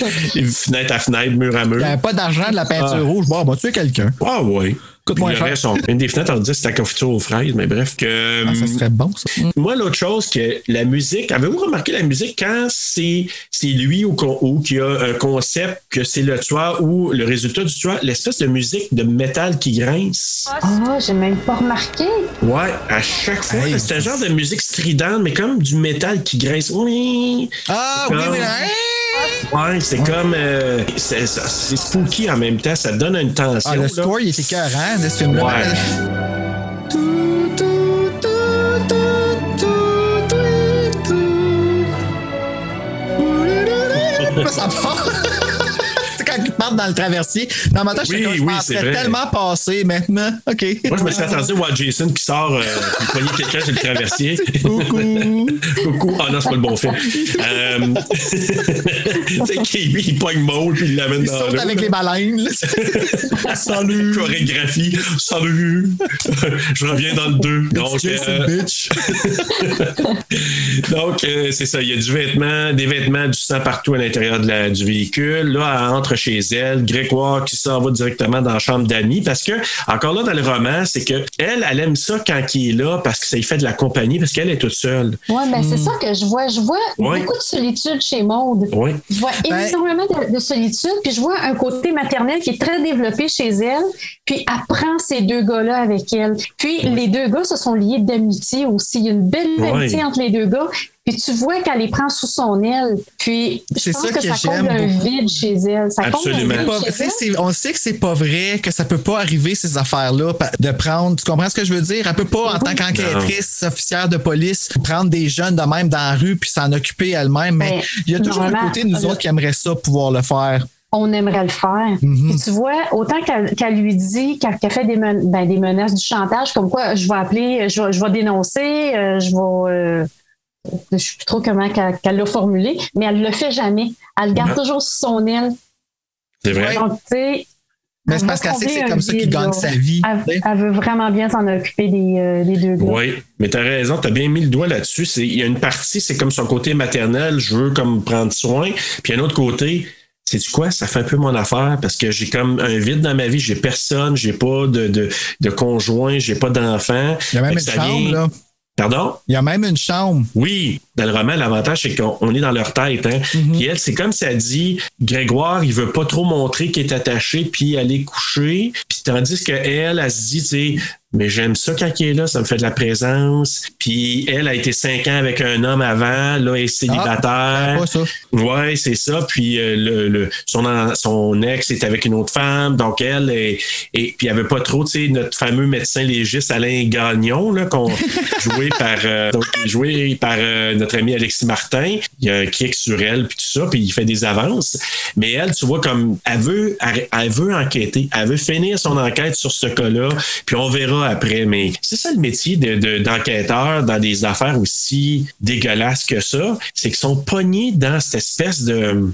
Speaker 2: Fenêtre à fenêtre, mur à mur.
Speaker 1: Il n'y avait pas d'argent de la peinture
Speaker 2: Ah.
Speaker 1: rouge. Bon, on va tuer quelqu'un.
Speaker 2: Ah oui.
Speaker 1: Coûte-moi
Speaker 2: Puis le
Speaker 1: cher.
Speaker 2: reste, on- une des fenêtres, on dit c'est la confiture aux fraises, mais bref. Que, hum,
Speaker 1: Ah, ça serait bon, ça.
Speaker 2: Moi, l'autre chose, que la musique, avez-vous remarqué la musique quand c'est c'est lui ou, qu'on- ou qu'il y a un concept que c'est le tueur ou le résultat du tueur, l'espèce de musique de métal qui grince?
Speaker 6: Ah, j'ai même pas remarqué.
Speaker 2: Ouais, à chaque fois, c'est un genre de musique stridente, mais comme du métal qui grince. Oui.
Speaker 1: Ah,
Speaker 2: C'est
Speaker 1: oui,
Speaker 2: comme-
Speaker 1: mais là,
Speaker 2: Ouais, c'est comme. euh, c'est c'est- c'est spooky en même temps, ça donne une tension.
Speaker 1: Ah, le
Speaker 2: là.
Speaker 1: score, il est écœurant de ce film-là.
Speaker 2: Ouais.
Speaker 1: *laughs* Ça part. *laughs* C'est quand ils partent dans le traversier. Dans ma tête,
Speaker 2: Oui,
Speaker 1: je, suis comme, je
Speaker 2: oui,
Speaker 1: m'en
Speaker 2: c'est
Speaker 1: serais
Speaker 2: vrai.
Speaker 1: tellement passé maintenant. OK.
Speaker 2: Moi, je me suis attendu à voir Jason qui sort, euh, qui poignait quelqu'un sur le
Speaker 1: *laughs*
Speaker 2: traversier.
Speaker 6: *laughs*
Speaker 2: Coucou. Coucou. Ah non, c'est pas le bon film.
Speaker 1: *laughs*
Speaker 2: Euh, tu sais, Kiwi, il pogne Maul puis il l'amène
Speaker 1: Il
Speaker 2: dans
Speaker 1: saute
Speaker 2: l'eau.
Speaker 1: avec les baleines. là.
Speaker 2: Salut. *laughs* Chorégraphie. Salut. *laughs* je reviens dans le 2. Donc,
Speaker 1: Jason
Speaker 2: euh, Donc, euh, c'est ça. Il y a du vêtement, des vêtements, du sang partout à l'intérieur de la- du véhicule. Là, elle entre chez elle. Grégoire qui s'en va directement dans la chambre d'amis parce que, encore là, dans le roman, c'est que elle, elle aime ça quand il est là parce que ça lui fait de la compagnie parce qu'elle est toute seule.
Speaker 6: Ouais, ben c'est ça que je vois. Je vois
Speaker 2: Hmm. Ouais.
Speaker 6: beaucoup de solitude chez Maude.
Speaker 2: Ouais.
Speaker 6: Je
Speaker 1: Ben,
Speaker 6: vois énormément de, de solitude, puis je vois un côté maternel qui est très développé chez elle, puis apprend ces deux gars-là avec elle. Puis les deux gars se sont liés d'amitié aussi. Il y a une belle
Speaker 1: Ouais.
Speaker 6: amitié entre les deux gars. Puis tu vois qu'elle les prend sous son aile. Puis je
Speaker 1: C'est
Speaker 6: pense
Speaker 1: ça
Speaker 6: que,
Speaker 1: que
Speaker 6: ça
Speaker 1: j'aime
Speaker 6: comble un
Speaker 1: beaucoup.
Speaker 6: vide chez elle. Ça comble un
Speaker 1: Pas- tu
Speaker 6: vide chez
Speaker 1: sais,
Speaker 6: elle.
Speaker 1: c'est- on sait que c'est pas vrai, que ça peut pas arriver, ces affaires-là, pa- de prendre. Tu comprends ce que je veux dire? Elle peut pas, en tant qu'enquêtrice, officière de police, prendre des jeunes de même dans la rue puis s'en occuper elle-même. Mais
Speaker 6: Ouais.
Speaker 1: il y a toujours le
Speaker 6: Normalement,
Speaker 1: côté de nous
Speaker 6: Ben, là-
Speaker 1: autres qui aimerait ça pouvoir le faire.
Speaker 6: on aimerait le faire.
Speaker 1: Mm-hmm.
Speaker 6: Puis tu vois, autant qu'elle qu'elle lui dit, qu'elle qu'elle fait des, men- ben, des menaces du chantage, comme quoi je vais appeler, je vais, je vais dénoncer, euh, je vais. euh, je ne sais plus trop comment qu'elle qu'elle l'a formulé, mais elle ne le fait jamais. Elle le garde
Speaker 1: Non.
Speaker 6: toujours sous son aile.
Speaker 2: C'est vrai.
Speaker 6: Donc, tu sais.
Speaker 1: Mais c'est
Speaker 6: elle
Speaker 1: parce
Speaker 6: va
Speaker 1: qu'elle sait que
Speaker 6: combler
Speaker 1: c'est
Speaker 6: un
Speaker 1: comme ça qu'il
Speaker 6: vide,
Speaker 1: gagne
Speaker 6: là. Ah,
Speaker 1: sa vie,
Speaker 6: Elle, elle veut vraiment bien s'en occuper des, euh, des deux gars.
Speaker 2: Oui, mais t'as raison, t'as bien mis le doigt là-dessus. C'est- Il y a une partie, c'est comme son côté maternel, je veux comme prendre soin. Puis un autre côté, c'est du quoi? Ça fait un peu mon affaire parce que j'ai comme un vide dans ma vie, j'ai personne, j'ai pas de, de, de conjoint, j'ai pas d'enfant.
Speaker 1: Il y a même
Speaker 2: Fait que
Speaker 1: une
Speaker 2: ben, ça
Speaker 1: chambre,
Speaker 2: vient-
Speaker 1: là.
Speaker 2: Pardon?
Speaker 1: Il y a même une chambre.
Speaker 2: Oui, dans le roman, l'avantage, c'est qu'on on est dans leur tête. Hein?
Speaker 1: Mhm.
Speaker 2: Puis elle, c'est comme ça dit, Grégoire, il veut pas trop montrer qu'il est attaché, puis aller coucher. Puis tandis que elle, elle se dit, tu sais, mais j'aime ça quand il est là, ça me fait de la présence. Puis elle a été cinq ans avec un homme avant, là, elle est célibataire.
Speaker 1: pas ça.
Speaker 2: Ouais, c'est ça. Puis euh, le, le- son, en- son ex est avec une autre femme, donc elle est, et puis il n'y avait pas trop, tu sais, notre fameux médecin légiste Alain Gagnon, là, qu'on joué par euh, donc, joué par euh, notre ami Alexis Martin. Il y a un kick sur elle puis tout ça, puis il fait des avances. Mais elle, tu vois, comme elle veut, elle, elle veut enquêter, elle veut finir son enquête sur ce cas-là, puis on verra après. Mais c'est ça le métier de- de- d'enquêteur dans des affaires aussi dégueulasses que ça, c'est qu'ils sont pognés dans cette espèce de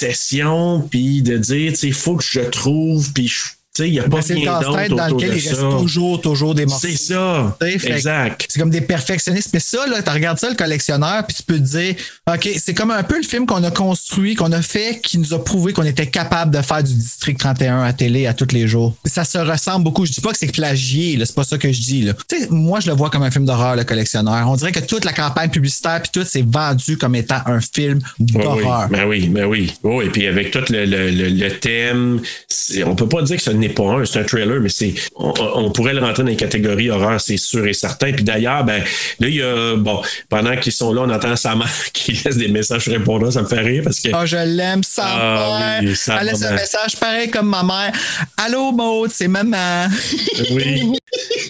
Speaker 2: d'obsession, puis de dire, tu sais, il faut que je le trouve, puis je- tu sais, il n'y a pas
Speaker 1: Mais Ben, C'est le
Speaker 2: rien
Speaker 1: casse-tête
Speaker 2: d'autre
Speaker 1: dans
Speaker 2: autour
Speaker 1: lequel
Speaker 2: de
Speaker 1: il reste
Speaker 2: ça.
Speaker 1: toujours, toujours des morceaux.
Speaker 2: C'est ça.
Speaker 1: Tu sais, fait que
Speaker 2: Exact.
Speaker 1: C'est comme des perfectionnistes. Mais ça, là, tu regardes ça, le collectionneur, puis tu peux te dire, OK, c'est comme un peu le film qu'on a construit, qu'on a fait, qui nous a prouvé qu'on était capable de faire du District 31 à télé à tous les jours. Ça se ressemble beaucoup. Je dis pas que c'est plagié, là, c'est pas ça que je dis. Là. Tu sais, moi, je le vois comme un film d'horreur, le collectionneur. On dirait que toute la campagne publicitaire, puis tout, c'est vendu comme étant un film
Speaker 2: Oui, oui,
Speaker 1: d'horreur.
Speaker 2: ben oui, ben oui. Oh, et puis avec tout le, le- le- le thème, c'est- on peut pas dire que ce n'est pas un, c'est un trailer, mais c'est on, on pourrait le rentrer dans les catégories horreur, c'est sûr et certain. Puis d'ailleurs, ben là, il y a bon, pendant qu'ils sont là, on entend sa mère *laughs* qui laisse des messages répondants, ça me fait rire parce que
Speaker 1: Ah, je l'aime, ça.
Speaker 2: Ah oui, sa
Speaker 1: Elle laisse un
Speaker 2: maman.
Speaker 1: message pareil comme ma mère. Allô, Maud,
Speaker 2: *laughs*
Speaker 1: c'est maman.
Speaker 2: Oui.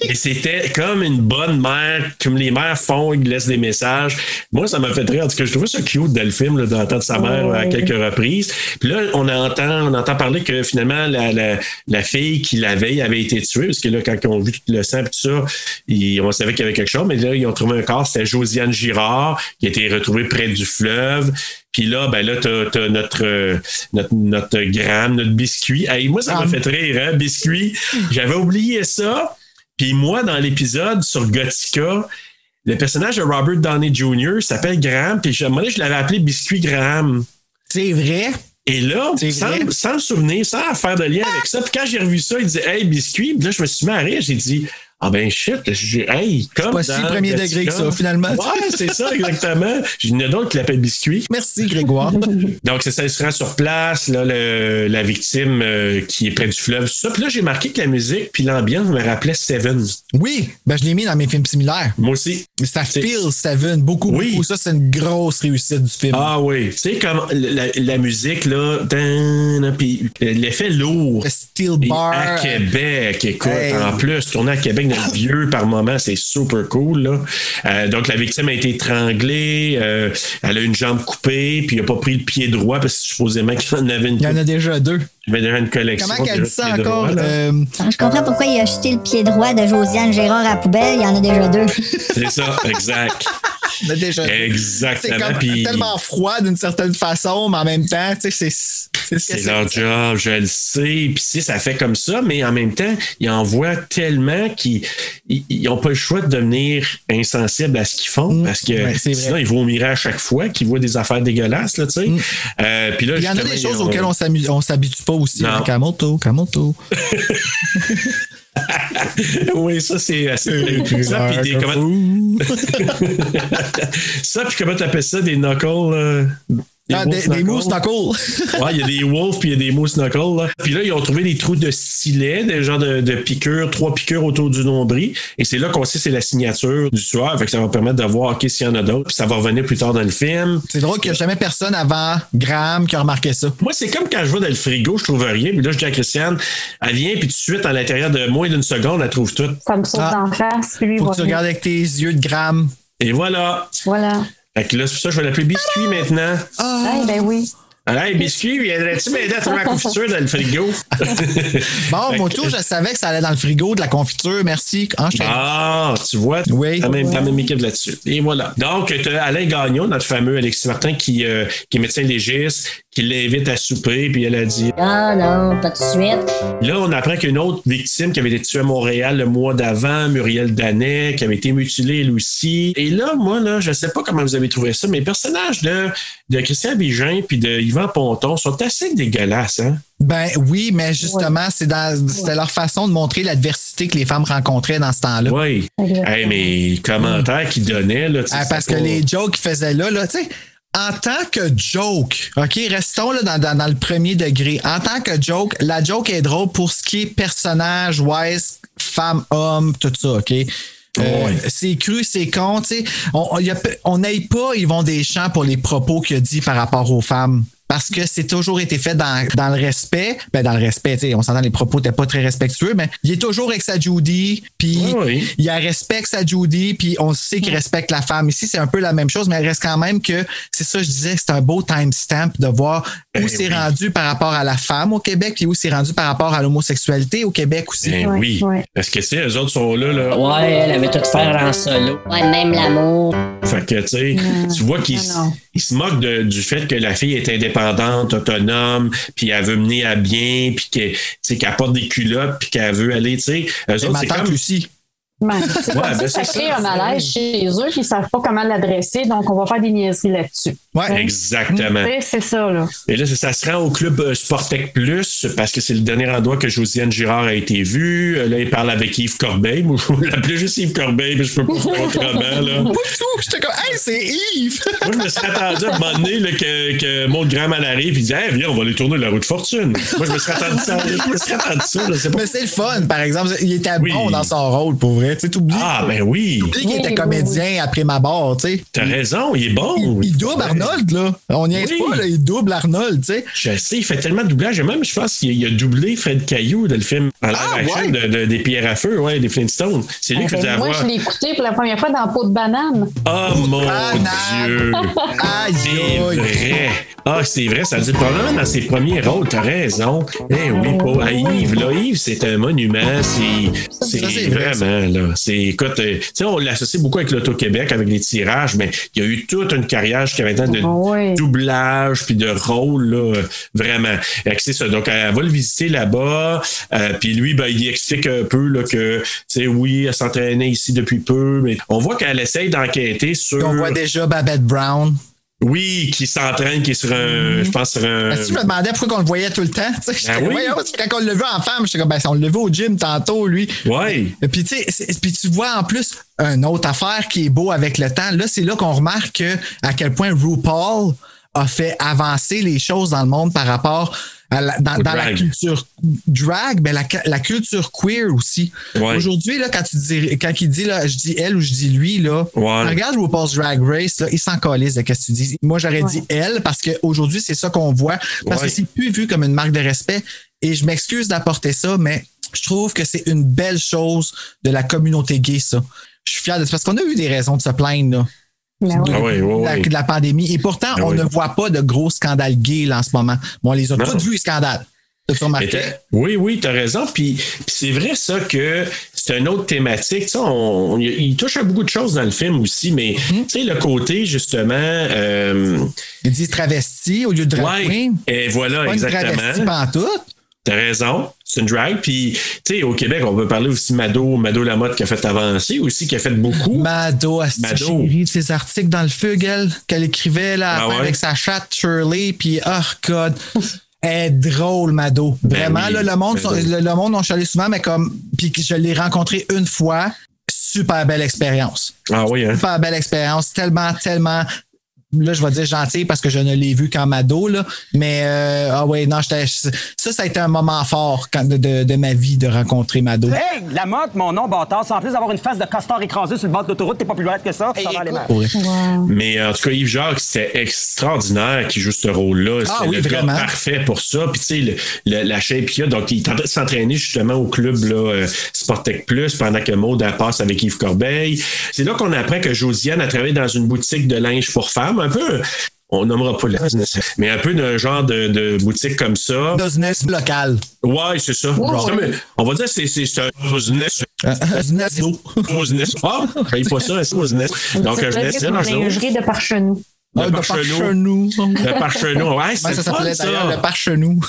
Speaker 2: Et c'était comme une bonne mère, comme les mères font, ils laissent des messages. Moi, ça m'a fait rire. En tout cas, je trouvais ça cute dans le film, là, d'entendre sa mère à quelques reprises. Puis là, on entend, on entend parler que finalement, la, la- la fille qui la veille avait été tuée, parce que là, quand ils ont vu tout le sang et tout ça, ils- on savait qu'il y avait quelque chose, mais là, ils ont trouvé un corps, c'était Josiane Girard, qui a été retrouvée près du fleuve. Puis là, ben là, t'as, t'as notre, euh, notre, notre gramme, notre biscuit. Hey, moi, ça m'a fait rire, hein, biscuit. J'avais oublié ça. Puis moi, dans l'épisode sur Gothica, le personnage de Robert Downey Jr. s'appelle Graham, puis à un moment donné, je l'avais appelé Biscuit Graham.
Speaker 1: C'est vrai.
Speaker 2: Et là, sans, sans me souvenir, sans faire de lien avec ça, puis quand j'ai revu ça, il disait Hey, Biscuit, Puis là, je me suis mis à rire, j'ai dit ah ben shit, j'ai hey, comme
Speaker 1: pas si
Speaker 2: dans
Speaker 1: premier degré que ça, finalement.
Speaker 2: Ouais, c'est ça,
Speaker 1: *laughs*
Speaker 2: exactement. J'ai une d'autres qui l'appelle biscuit. *laughs*
Speaker 1: Merci, Grégoire.
Speaker 2: Donc, c'est ça, il se rend sur place, là, le- la victime euh, qui est près du fleuve, tout ça. Puis là, j'ai marqué que la musique puis l'ambiance me rappelait Seven.
Speaker 1: Oui, ben je l'ai mis dans mes films similaires.
Speaker 2: Moi aussi.
Speaker 1: Ça feel Seven, beaucoup,
Speaker 2: Oui.
Speaker 1: beaucoup. Ça, c'est une grosse réussite du film.
Speaker 2: Ah oui, tu sais, comme la, la musique, là, dan, puis l'effet lourd.
Speaker 1: Le Steel Bar.
Speaker 2: À Québec, écoute,
Speaker 1: Hey.
Speaker 2: en plus, tourner à Québec dans le vieux par moment, c'est super cool. Là. Euh, donc, la victime a été étranglée, euh, elle a une jambe coupée, puis elle n'a pas pris le pied droit parce que supposément qu'il en avait une,
Speaker 1: Il y en a déjà deux.
Speaker 2: il y avait déjà une collection.
Speaker 1: Comment qu'elle
Speaker 2: déjà
Speaker 1: dit ça
Speaker 2: de pied droit,
Speaker 1: encore?
Speaker 2: là.
Speaker 1: Euh,
Speaker 9: Je comprends pourquoi il a jeté le pied droit de Josiane Gérard à la poubelle. Il y en a déjà deux.
Speaker 2: C'est ça, exact.
Speaker 1: il y en a déjà deux. *laughs* C'est
Speaker 2: Exactement.
Speaker 1: comme
Speaker 2: puis-
Speaker 1: tellement froid d'une certaine façon, mais en même temps, tu sais, c'est- c'est ce que
Speaker 2: C'est leur job, je le sais. Puis si ça fait comme ça, mais en même temps, ils en voient tellement qu'ils n'ont pas le choix de devenir insensibles à ce qu'ils font parce que
Speaker 1: Mm. ouais, c'est vrai. Mm.
Speaker 2: sinon, ils vont mirer à chaque fois qu'ils voient des affaires dégueulasses. Là, tu sais. Euh, puis là,
Speaker 1: Il y en a
Speaker 2: justement,
Speaker 1: des choses
Speaker 2: ont-
Speaker 1: auxquelles on s'amuse- on s'habitue pas aussi.
Speaker 2: Non.
Speaker 1: hein, Kamoto, Kamoto.
Speaker 2: *laughs* oui, ça, c'est
Speaker 1: *laughs*
Speaker 2: assez ça, puis des, comment... ça, puis comment t'appelles ça, des knuckles? euh,
Speaker 1: Ah, des- des mousses knuckles.
Speaker 2: ouais, il y a des wolves, puis il y a des mousses knuckles. là. Puis là, ils ont trouvé des trous de stylet, des genres de, de piqûres, trois piqûres autour du nombril. Et c'est là qu'on sait c'est la signature du tueur. Fait que ça va permettre de voir, OK, s'il y en a d'autres. Puis ça va revenir plus tard dans le film.
Speaker 1: C'est drôle qu'il n'y a jamais personne avant Graham qui a remarqué ça.
Speaker 2: Moi, c'est comme quand je vais dans le frigo, je trouve rien. Puis là, je dis à Christiane, elle vient, puis tout de suite, à l'intérieur de moins d'une seconde, elle trouve tout.
Speaker 6: Ça me saute
Speaker 1: Ah.
Speaker 6: d'en face. Lui,
Speaker 1: Faut
Speaker 6: va
Speaker 1: que tu regardes avec tes yeux de Graham.
Speaker 2: Et voilà.
Speaker 6: Voilà.
Speaker 2: Fait que là, c'est pour ça que je vais l'appeler Biscuit maintenant.
Speaker 6: Ah, ben oui.
Speaker 2: Hey, Biscuit, viendrais-tu m'aider à trouver la confiture dans le frigo?
Speaker 1: *laughs* Bon, mon tour, je savais que ça allait dans le frigo de la confiture. Merci. Enchaîne.
Speaker 2: *laughs* Ah, tu vois,
Speaker 1: Oui.
Speaker 2: t'as même, t'as même équipe là-dessus. Et voilà. Donc, t'as Alain Gagnon, notre fameux Alexis Martin, qui, euh, qui est médecin légiste, qui l'invite à souper, puis elle a dit...
Speaker 9: Ah non, pas tout de suite.
Speaker 2: Là, on apprend qu'une autre victime qui avait été tuée à Montréal le mois d'avant, Muriel Danet, qui avait été mutilée, elle aussi. Et là, moi, là, je sais pas comment vous avez trouvé ça, mais les personnages de, de Christian Bigin puis de Yvan Ponton sont assez dégueulasses, hein?
Speaker 1: Ben oui, mais justement, c'est dans- c'était leur façon de montrer l'adversité que les femmes rencontraient dans ce temps-là.
Speaker 2: Oui. Hey, mais les commentaires qu'ils donnaient, là, tu sais,
Speaker 1: Ah, parce que
Speaker 2: c'était pas-
Speaker 1: les jokes qu'ils faisaient là, là, tu sais, en tant que joke, OK, restons là dans, dans- dans le premier degré. En tant que joke, la joke est drôle pour ce qui est personnage, wise, femme, homme, tout ça, OK? Euh, C'est cru, c'est con, tu sais. On on y a pe- on n'aille pas, ils vont des champs pour les propos qu'il a dit par rapport aux femmes. Parce que c'est toujours été fait dans, dans le respect. Ben, dans le respect, tu sais, on s'entend, les propos n'étaient pas très respectueux, mais il est toujours avec sa Judy, puis
Speaker 2: Oui, Ah oui.
Speaker 1: il la respecte sa Judy, puis on sait
Speaker 2: Mm.
Speaker 1: qu'il respecte la femme. Ici, c'est un peu la même chose, mais il reste quand même que, c'est ça, je disais, c'est un beau timestamp de voir où
Speaker 2: Eh
Speaker 1: c'est
Speaker 2: oui.
Speaker 1: rendu par rapport à la femme au Québec, puis où c'est rendu par rapport à l'homosexualité au Québec aussi.
Speaker 2: Ben oui. Parce que, tu sais, eux autres sont là, là.
Speaker 4: Ouais, elle avait tout faire en solo.
Speaker 9: Ouais, même l'amour.
Speaker 2: Fait que, tu sais, tu vois qu'ils s- ils se moquent de- du fait que la fille est indépendante, autonome, puis elle veut mener à bien, puis que, tu sais, qu'elle porte des culottes, puis qu'elle veut aller, tu sais. Eux
Speaker 1: Et
Speaker 2: autres,
Speaker 1: ma
Speaker 2: c'est
Speaker 1: tante
Speaker 2: comme...
Speaker 1: Lucie.
Speaker 6: Ouais, c'est
Speaker 2: Ouais,
Speaker 6: comme ça
Speaker 2: ben,
Speaker 6: que
Speaker 2: c'est
Speaker 6: ça
Speaker 2: ça,
Speaker 6: crée un
Speaker 2: c'est-
Speaker 6: malaise chez eux, puis ils savent pas comment l'adresser, donc on va faire des niaiseries là-dessus.
Speaker 1: Ouais.
Speaker 2: Exactement.
Speaker 1: Mm.
Speaker 6: Tu sais, C'est ça,
Speaker 2: *laughs*
Speaker 6: là.
Speaker 2: Et là, ça, ça se rend au club euh, Sportec Plus parce que c'est le dernier endroit que Josiane Girard a été vue. Euh, Là, il parle avec Yves Corbeil. Moi, je *laughs* vais l'appeler juste Yves Corbeil, mais je peux pas faire autrement, là.
Speaker 1: Pas du tout, j'étais comme, hey, c'est Yves! *laughs*
Speaker 2: Moi, je me serais attendu à un moment donné là, que, que mon grand mal arrive et dit Hey, viens, on va aller tourner la route de fortune. Moi, je me serais attendu ça. Je me serais attendu ça. là, c'est pas-
Speaker 1: Mais c'est le fun, par exemple. Il était
Speaker 2: Oui.
Speaker 1: bon dans son rôle, pour vrai. Tu sais, t'oublies
Speaker 2: Ah, ben oui.
Speaker 1: t'oublies qu'il
Speaker 6: Oui,
Speaker 1: était
Speaker 6: oui,
Speaker 1: comédien après ma barre, tu sais.
Speaker 2: T'as raison, il est bon.
Speaker 1: Il double Arnold, là. On n'y est
Speaker 2: Oui.
Speaker 1: pas, là. Il double Arnold, tu sais.
Speaker 2: Je sais, il fait tellement de doublage. Et même, je pense qu'il il a doublé Fred Caillou dans le film en live
Speaker 1: Ah,
Speaker 2: action
Speaker 1: ouais? Ah,
Speaker 2: de- de- des pierres à feu, ouais, des Flintstones. C'est lui qui
Speaker 6: Ben,
Speaker 2: faisait la
Speaker 6: moi,
Speaker 2: voix.
Speaker 6: je l'ai écouté pour la première fois dans Peau de banane.
Speaker 2: Oh mon
Speaker 1: Banane.
Speaker 2: Dieu!
Speaker 1: *laughs*
Speaker 2: Ah, C'est
Speaker 1: Aïe, aïe.
Speaker 2: vrai! Ah, c'est vrai, ça dit probablement dans ses premiers rôles, t'as
Speaker 1: Oh,
Speaker 2: Ah, raison. Eh oui, pas à Yves, là, Yves, c'est un monument, c'est.
Speaker 1: Ça, c'est
Speaker 2: C'est
Speaker 1: vrai,
Speaker 2: vraiment, là. C'est, écoute, euh, tu sais, on l'associe beaucoup avec l'Auto-Québec, avec les tirages, mais il y a eu toute une carrière jusqu'à maintenant de
Speaker 1: Oh,
Speaker 2: doublage puis de rôle, là, euh, vraiment. Fait que C'est ça. Donc, elle va le visiter là-bas, euh, puis lui, ben, il y explique un peu là, que, tu sais, oui, elle s'entraînait ici depuis peu, mais on voit qu'elle essaye d'enquêter sur.
Speaker 1: On voit déjà Babette Brown.
Speaker 2: Oui, qui s'entraîne, qui est sur un,
Speaker 1: Mhm.
Speaker 2: je pense, sur un.
Speaker 1: Parce que je me demandais pourquoi on le voyait tout le temps. tu sais. J'étais
Speaker 2: Ben
Speaker 1: comme,
Speaker 2: oui.
Speaker 1: voyons, parce que quand on l'a vu en femme, j'étais comme, ben, on l'a vu au gym tantôt, lui.
Speaker 2: Ouais.
Speaker 1: Et Puis, tu sais, c'est- puis tu vois en plus une autre affaire qui est beau avec le temps. Là, c'est là qu'on remarque que, à quel point RuPaul a fait avancer les choses dans le monde par rapport à la, dans,
Speaker 2: Au
Speaker 1: dans la
Speaker 2: drag.
Speaker 1: culture drag, mais la, la culture queer aussi.
Speaker 2: Ouais.
Speaker 1: Aujourd'hui, là, quand tu dis, quand il dit, là, je dis elle ou je dis lui, là, regarde RuPaul's Drag Race, là, il s'en calisse de qu'est-ce que tu dis. Moi, j'aurais dit elle parce qu'aujourd'hui, c'est ça qu'on voit. Parce
Speaker 2: Ouais.
Speaker 1: que c'est plus vu comme une marque de respect. Et je m'excuse d'apporter ça, mais je trouve que c'est une belle chose de la communauté gay, ça. Je suis fier de ça parce qu'on a eu des raisons de se plaindre, là.
Speaker 6: Ben
Speaker 1: De,
Speaker 6: ouais.
Speaker 2: Ah ouais, ouais,
Speaker 1: la,
Speaker 2: ouais.
Speaker 1: de la pandémie. Et pourtant,
Speaker 2: Ah
Speaker 1: on
Speaker 2: ouais.
Speaker 1: ne voit pas de gros scandales gays là, en ce moment. Bon, on les a
Speaker 2: Non.
Speaker 1: tous vus, les scandales. T'as-tu remarqué?
Speaker 2: Mais t'as- Oui, oui, tu as raison. Puis, puis c'est vrai, ça, que c'est une autre thématique. Tu sais, on, on- il touche à beaucoup de choses dans le film aussi, mais
Speaker 1: Mhm.
Speaker 2: tu sais, le côté, justement. euh,
Speaker 1: Ils disent travesti au lieu de drag
Speaker 2: ouais,
Speaker 1: queen.
Speaker 2: et voilà,
Speaker 1: Pas une travestie
Speaker 2: exactement.
Speaker 1: pantoute.
Speaker 2: T'as raison, c'est une drag. Puis, tu sais, au Québec, on peut parler aussi de Mado, Mado Lamotte qui a fait avancer aussi, qui a fait beaucoup.
Speaker 1: Mado, asti,
Speaker 2: Mado.
Speaker 1: j'ai ri de ses articles dans le Fugel qu'elle écrivait là, à la
Speaker 2: Ah
Speaker 1: fin
Speaker 2: ouais?
Speaker 1: avec sa chatte Shirley, puis oh god, elle est drôle Mado.
Speaker 2: Ben
Speaker 1: Vraiment
Speaker 2: oui,
Speaker 1: là, le monde,
Speaker 2: ben
Speaker 1: sont-
Speaker 2: oui.
Speaker 1: le, le monde on chialait souvent, mais comme puis que je l'ai rencontrée une fois, super belle expérience,
Speaker 2: Ah oui, hein?
Speaker 1: super belle expérience, tellement tellement. Là, je vais dire gentil parce que je ne l'ai vu qu'en Mado, là. Mais euh, ah ouais, non, j'étais- ça, ça a été un moment fort quand- de, de- de ma vie de rencontrer Mado.
Speaker 13: Hey, la motte, mon nom, bâtard. Sans plus d'avoir une face de castor écrasé sur le bord de l'autoroute, t'es pas plus loin que ça. ça va aller mal.
Speaker 1: Ouais.
Speaker 2: Mais euh, en tout cas, Yves Jacques, c'était extraordinaire qui joue ce rôle-là.
Speaker 1: Ah
Speaker 2: c'est
Speaker 1: oui,
Speaker 2: le gars
Speaker 1: vraiment.
Speaker 2: parfait pour ça. Puis tu sais, le- le- la shape qu'il a, donc il est en train de s'entraîner justement au club là, euh, Sportec Plus pendant que Maud elle passe avec Yves Corbeil. C'est là qu'on apprend que Josiane a travaillé dans une boutique de linge pour femmes, un peu. On nommera pas le business, mais un peu d'un genre de, de boutique comme ça.
Speaker 1: Business local. *laughs*
Speaker 2: Ouais, c'est ça.
Speaker 1: Ouais.
Speaker 2: C'est comme- on va dire que c'est, c'est, c'est un business.
Speaker 1: business.
Speaker 2: Business. Ah, j'ai pas ça, c'est business. Donc,
Speaker 6: C'est
Speaker 2: je
Speaker 6: peut-être
Speaker 2: laisse ça
Speaker 6: une
Speaker 2: dans le zoo.
Speaker 6: lingerie de par chenou.
Speaker 2: Le
Speaker 1: Ah,
Speaker 2: pare-chenou.
Speaker 1: Le
Speaker 2: Le pare-chenou. Ouais, c'est
Speaker 1: ça
Speaker 2: le fun,
Speaker 1: s'appelait
Speaker 2: ça.
Speaker 1: d'ailleurs le pare-chenou.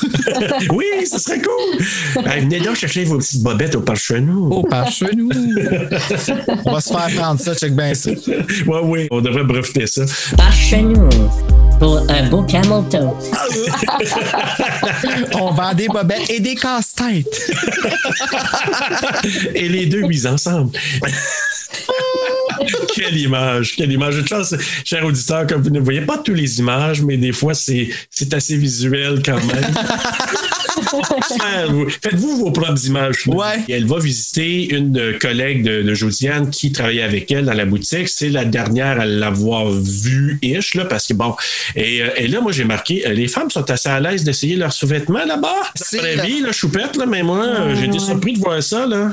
Speaker 2: oui, ce serait cool. Eh, venez donc chercher vos petites bobettes au pare-chenou.
Speaker 1: Au pare-chenou. *laughs* On va se faire prendre ça, check bien ça.
Speaker 2: Ouais, oui, on devrait breveter ça.
Speaker 9: Par chenou pour un beau camel toe.
Speaker 1: On vend des bobettes et des casse-têtes.
Speaker 2: Et les deux mises ensemble. quelle image, quelle image. Une chance, cher auditeur, comme vous ne voyez pas toutes les images, mais des fois, c'est c'est assez visuel quand même. Ah, vous- Faites-vous vos propres images. Et elle va visiter une euh, collègue de, de Josiane qui travaillait avec elle dans la boutique. C'est la dernière à l'avoir vue ish, là, parce que bon. Et, euh, et là, moi, j'ai marqué, euh, les femmes sont assez à l'aise d'essayer leurs sous-vêtements là-bas. C'est la vie, là, choupette, là, mais moi, euh, j'ai été surpris de voir ça, là.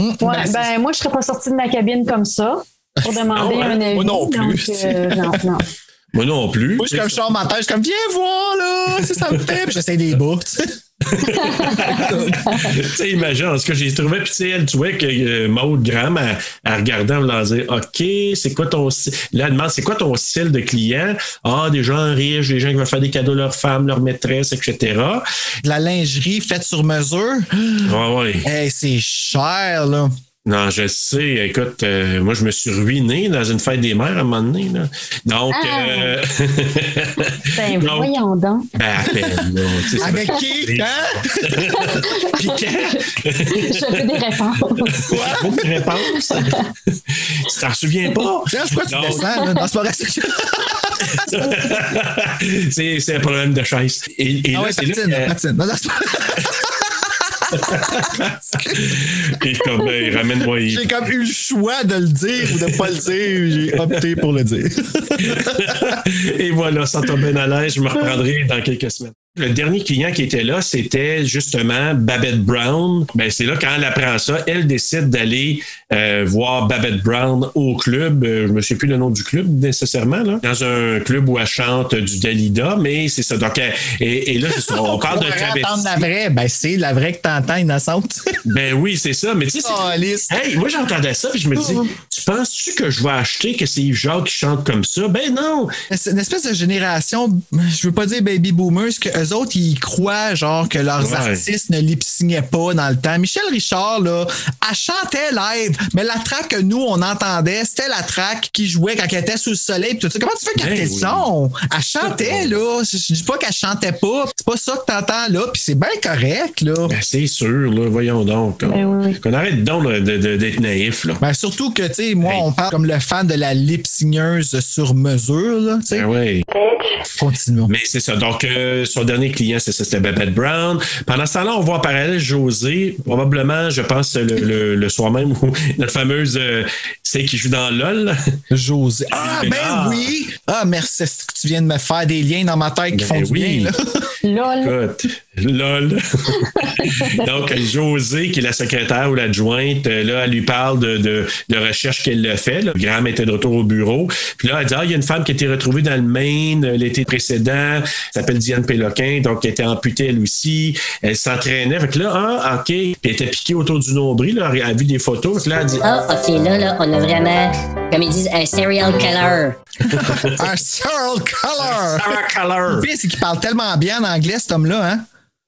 Speaker 6: Ouais, ben, moi, je serais pas sortie de ma cabine comme ça
Speaker 2: *laughs*
Speaker 6: pour demander
Speaker 2: Non, hein?
Speaker 6: un avis.
Speaker 2: Moi non plus.
Speaker 6: Donc, euh, non,
Speaker 2: *laughs*
Speaker 6: non.
Speaker 2: Moi non plus.
Speaker 1: Moi, je suis comme je sors ma tête, je suis comme viens voir là, si ça me fait, puis j'essaie des bouts. tu sais.
Speaker 2: *laughs* tu sais, imagine, en ce que j'ai trouvé, puis tu sais, elle, tu vois que euh, Maude Graham, elle, elle regardait, elle leur disait, OK, c'est quoi ton style? Là, elle demande, c'est quoi ton style de client? Ah, des gens riches, des gens qui veulent faire des cadeaux à leurs femmes, leurs maîtresses, etc.
Speaker 1: De la lingerie faite sur mesure. Mm.
Speaker 2: Ouais, Ah ouais.
Speaker 1: Hey, c'est cher là.
Speaker 2: Non, je sais. Écoute, euh, moi, je me suis ruiné dans une fête des mères à un moment donné. là. Donc,
Speaker 6: Ah.
Speaker 2: euh, *laughs*
Speaker 6: Ben,
Speaker 2: Donc-
Speaker 6: voyons donc. *laughs*
Speaker 2: ben, à peine. là, tu sais, ça-
Speaker 1: Avec
Speaker 2: *laughs*
Speaker 1: qui? Hein?
Speaker 6: Je fais des réponses. *laughs*
Speaker 2: J'ai pas de réponse. *laughs* tu t'en souviens pas? *laughs*
Speaker 1: Tiens, pourquoi tu
Speaker 2: Donc,
Speaker 1: descends là? Non, c'est pas vrai.
Speaker 2: c'est c'est un problème de chaise. Et, et
Speaker 1: Ah
Speaker 2: là,
Speaker 1: ouais,
Speaker 2: c'est là
Speaker 1: patine,
Speaker 2: que-
Speaker 1: patine. Non, non, c'est pas-
Speaker 2: Et comme, ben, ramène-moi Yves.
Speaker 1: J'ai comme eu le choix de le dire ou de pas le dire. J'ai opté pour le dire.
Speaker 2: *laughs* Et voilà, ça tombe bien à l'aise. Je me reprendrai dans quelques semaines. Le dernier client qui était là, c'était justement Babette Brown. Ben, c'est là, quand elle apprend ça, elle décide d'aller euh, voir Babette Brown au club. Euh, je ne me souviens plus le nom du club nécessairement, là. dans un club où elle chante du Dalida, mais c'est ça. Donc, elle- et, et là, c'est ça, on
Speaker 1: *laughs*
Speaker 2: parle de
Speaker 1: Pour
Speaker 2: travesti.
Speaker 1: entendre la vraie, ben c'est la vraie que t'entends, innocente. *laughs*
Speaker 2: Ben oui, c'est ça. Mais tu sais, c'est- hey, moi j'entendais ça puis je me dis, tu penses-tu que je vais acheter que c'est Yves Jacques qui chante comme ça? Ben non.
Speaker 1: C'est une espèce de génération, je veux pas dire baby boomers, que eux autres, ils croient genre que leurs
Speaker 2: Ouais.
Speaker 1: artistes ne lip pas dans le temps. Michel Richard, là, elle chantait live, mais la track que nous, on entendait, c'était la track qui jouait quand elle était sous le soleil. pis Tout ça. Comment tu fais qu'elle
Speaker 2: Ben
Speaker 1: était le
Speaker 2: oui.
Speaker 1: son? Elle chantait, là. Je, je dis pas qu'elle chantait pas. C'est pas ça que t'entends, là. Puis c'est bien correct, là.
Speaker 2: Ben, c'est sûr, là, voyons donc.
Speaker 1: Ben oui.
Speaker 2: Qu'on arrête donc là, de- de- d'être naïf. Là.
Speaker 1: Ben, surtout que, tu sais, moi, on parle comme le fan de la lip-signeuse sur mesure, là, tu sais.
Speaker 2: Ben oui.
Speaker 1: Continuons.
Speaker 2: Mais c'est ça. Donc, euh, son dernier client, c'est ça, c'était Babette Brown. Pendant ce temps-là, on voit en parallèle José, probablement, je pense, le, le- le soir même, *laughs* où notre fameuse, euh, c'est qui joue dans LOL.
Speaker 1: José. Ah, ben oui! Ah, merci, c'est que tu viens de me faire des liens dans ma tête
Speaker 2: Ben
Speaker 1: qui font du
Speaker 2: oui.
Speaker 1: bien, là. *laughs*
Speaker 6: Lol.
Speaker 2: Écoute, lol. Donc, José, qui est la secrétaire ou l'adjointe, euh, là, elle lui parle de, de, de recherche qu'elle a fait. Là. Graham était de retour au bureau. Puis là, elle dit, ah, il y a une femme qui a été retrouvée dans le Maine euh, l'été précédent. Elle s'appelle Diane Péloquin, donc qui était amputée elle aussi. Elle s'entraînait. Fait que là, ah, OK. Puis elle était piquée autour du nombril. Là. Elle a vu des photos. Fait que là, elle dit,
Speaker 9: Ah, ok, là, là, on a vraiment, comme ils disent, un serial killer.
Speaker 1: Un Sarah
Speaker 2: Sarah
Speaker 1: Color!
Speaker 2: Color!
Speaker 1: Le pire, c'est qu'il parle tellement bien en anglais, cet homme-là, hein?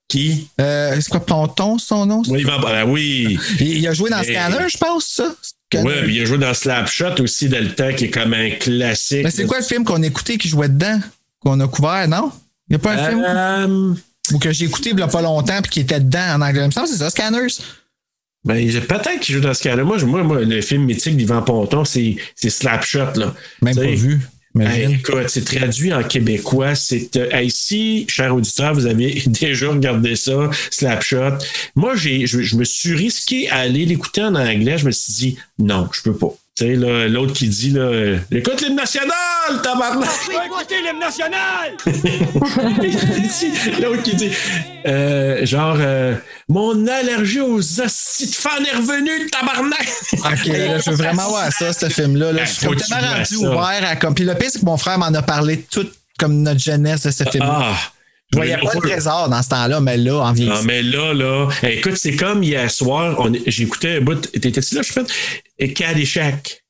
Speaker 2: Qui?
Speaker 1: Euh, c'est quoi, Ponton, son nom?
Speaker 2: oui, ben, ben, oui.
Speaker 1: Il, il a joué dans
Speaker 2: Mais-
Speaker 1: Scanner, je pense, ça?
Speaker 2: Oui, puis il a joué dans Slapshot aussi, dans le temps, qui est comme un classique.
Speaker 1: Mais c'est quoi le film qu'on écoutait qui jouait dedans? Qu'on a couvert, non? Il n'y a pas
Speaker 2: Euh.
Speaker 1: un
Speaker 2: film?
Speaker 1: Ou que j'ai écouté il n'y a pas longtemps puis qui était dedans en anglais. Il me semble que c'est ça, Scanners.
Speaker 2: Ben, j'ai- peut-être qu'il joue dans ce cas-là. Moi, je- moi, moi, le film mythique d'Yvan Ponton, c'est c'est Slapshot. Là.
Speaker 1: Même pas vu.
Speaker 2: Hey, écoute, c'est traduit en québécois. C'est euh, hey, si, cher auditeur, vous avez *laughs* déjà regardé ça, Slapshot. Moi, j'ai, je, je me suis risqué à aller l'écouter en anglais. Je me suis dit, non, je peux pas. Tu sais, là, l'autre qui dit, là, euh, écoute l'hymne national, tabarnak!
Speaker 13: écoutez l'hymne national!
Speaker 2: *laughs* L'autre qui dit, euh, genre, euh, mon allergie aux hosties de fans est revenue, tabarnak!
Speaker 1: Ok, là, je veux vraiment voir ça, ce film-là. là.
Speaker 2: Ben,
Speaker 1: je suis
Speaker 2: faut
Speaker 1: comme
Speaker 2: que tu
Speaker 1: tellement
Speaker 2: vois
Speaker 1: rendu
Speaker 2: ça.
Speaker 1: ouvert à comme. Puis le pire, c'est que mon frère m'en a parlé toute comme notre jeunesse de ce film-là.
Speaker 2: Ah!
Speaker 1: je voyais
Speaker 2: Mais
Speaker 1: pas le
Speaker 2: faut-
Speaker 1: trésor dans ce temps-là, mais là, en
Speaker 2: Non,
Speaker 1: vieillissant.
Speaker 2: mais là, là, eh, écoute, c'est comme hier soir, on- j'écoutais un bout, t'étais-tu là, je pense? Et Caddyshack.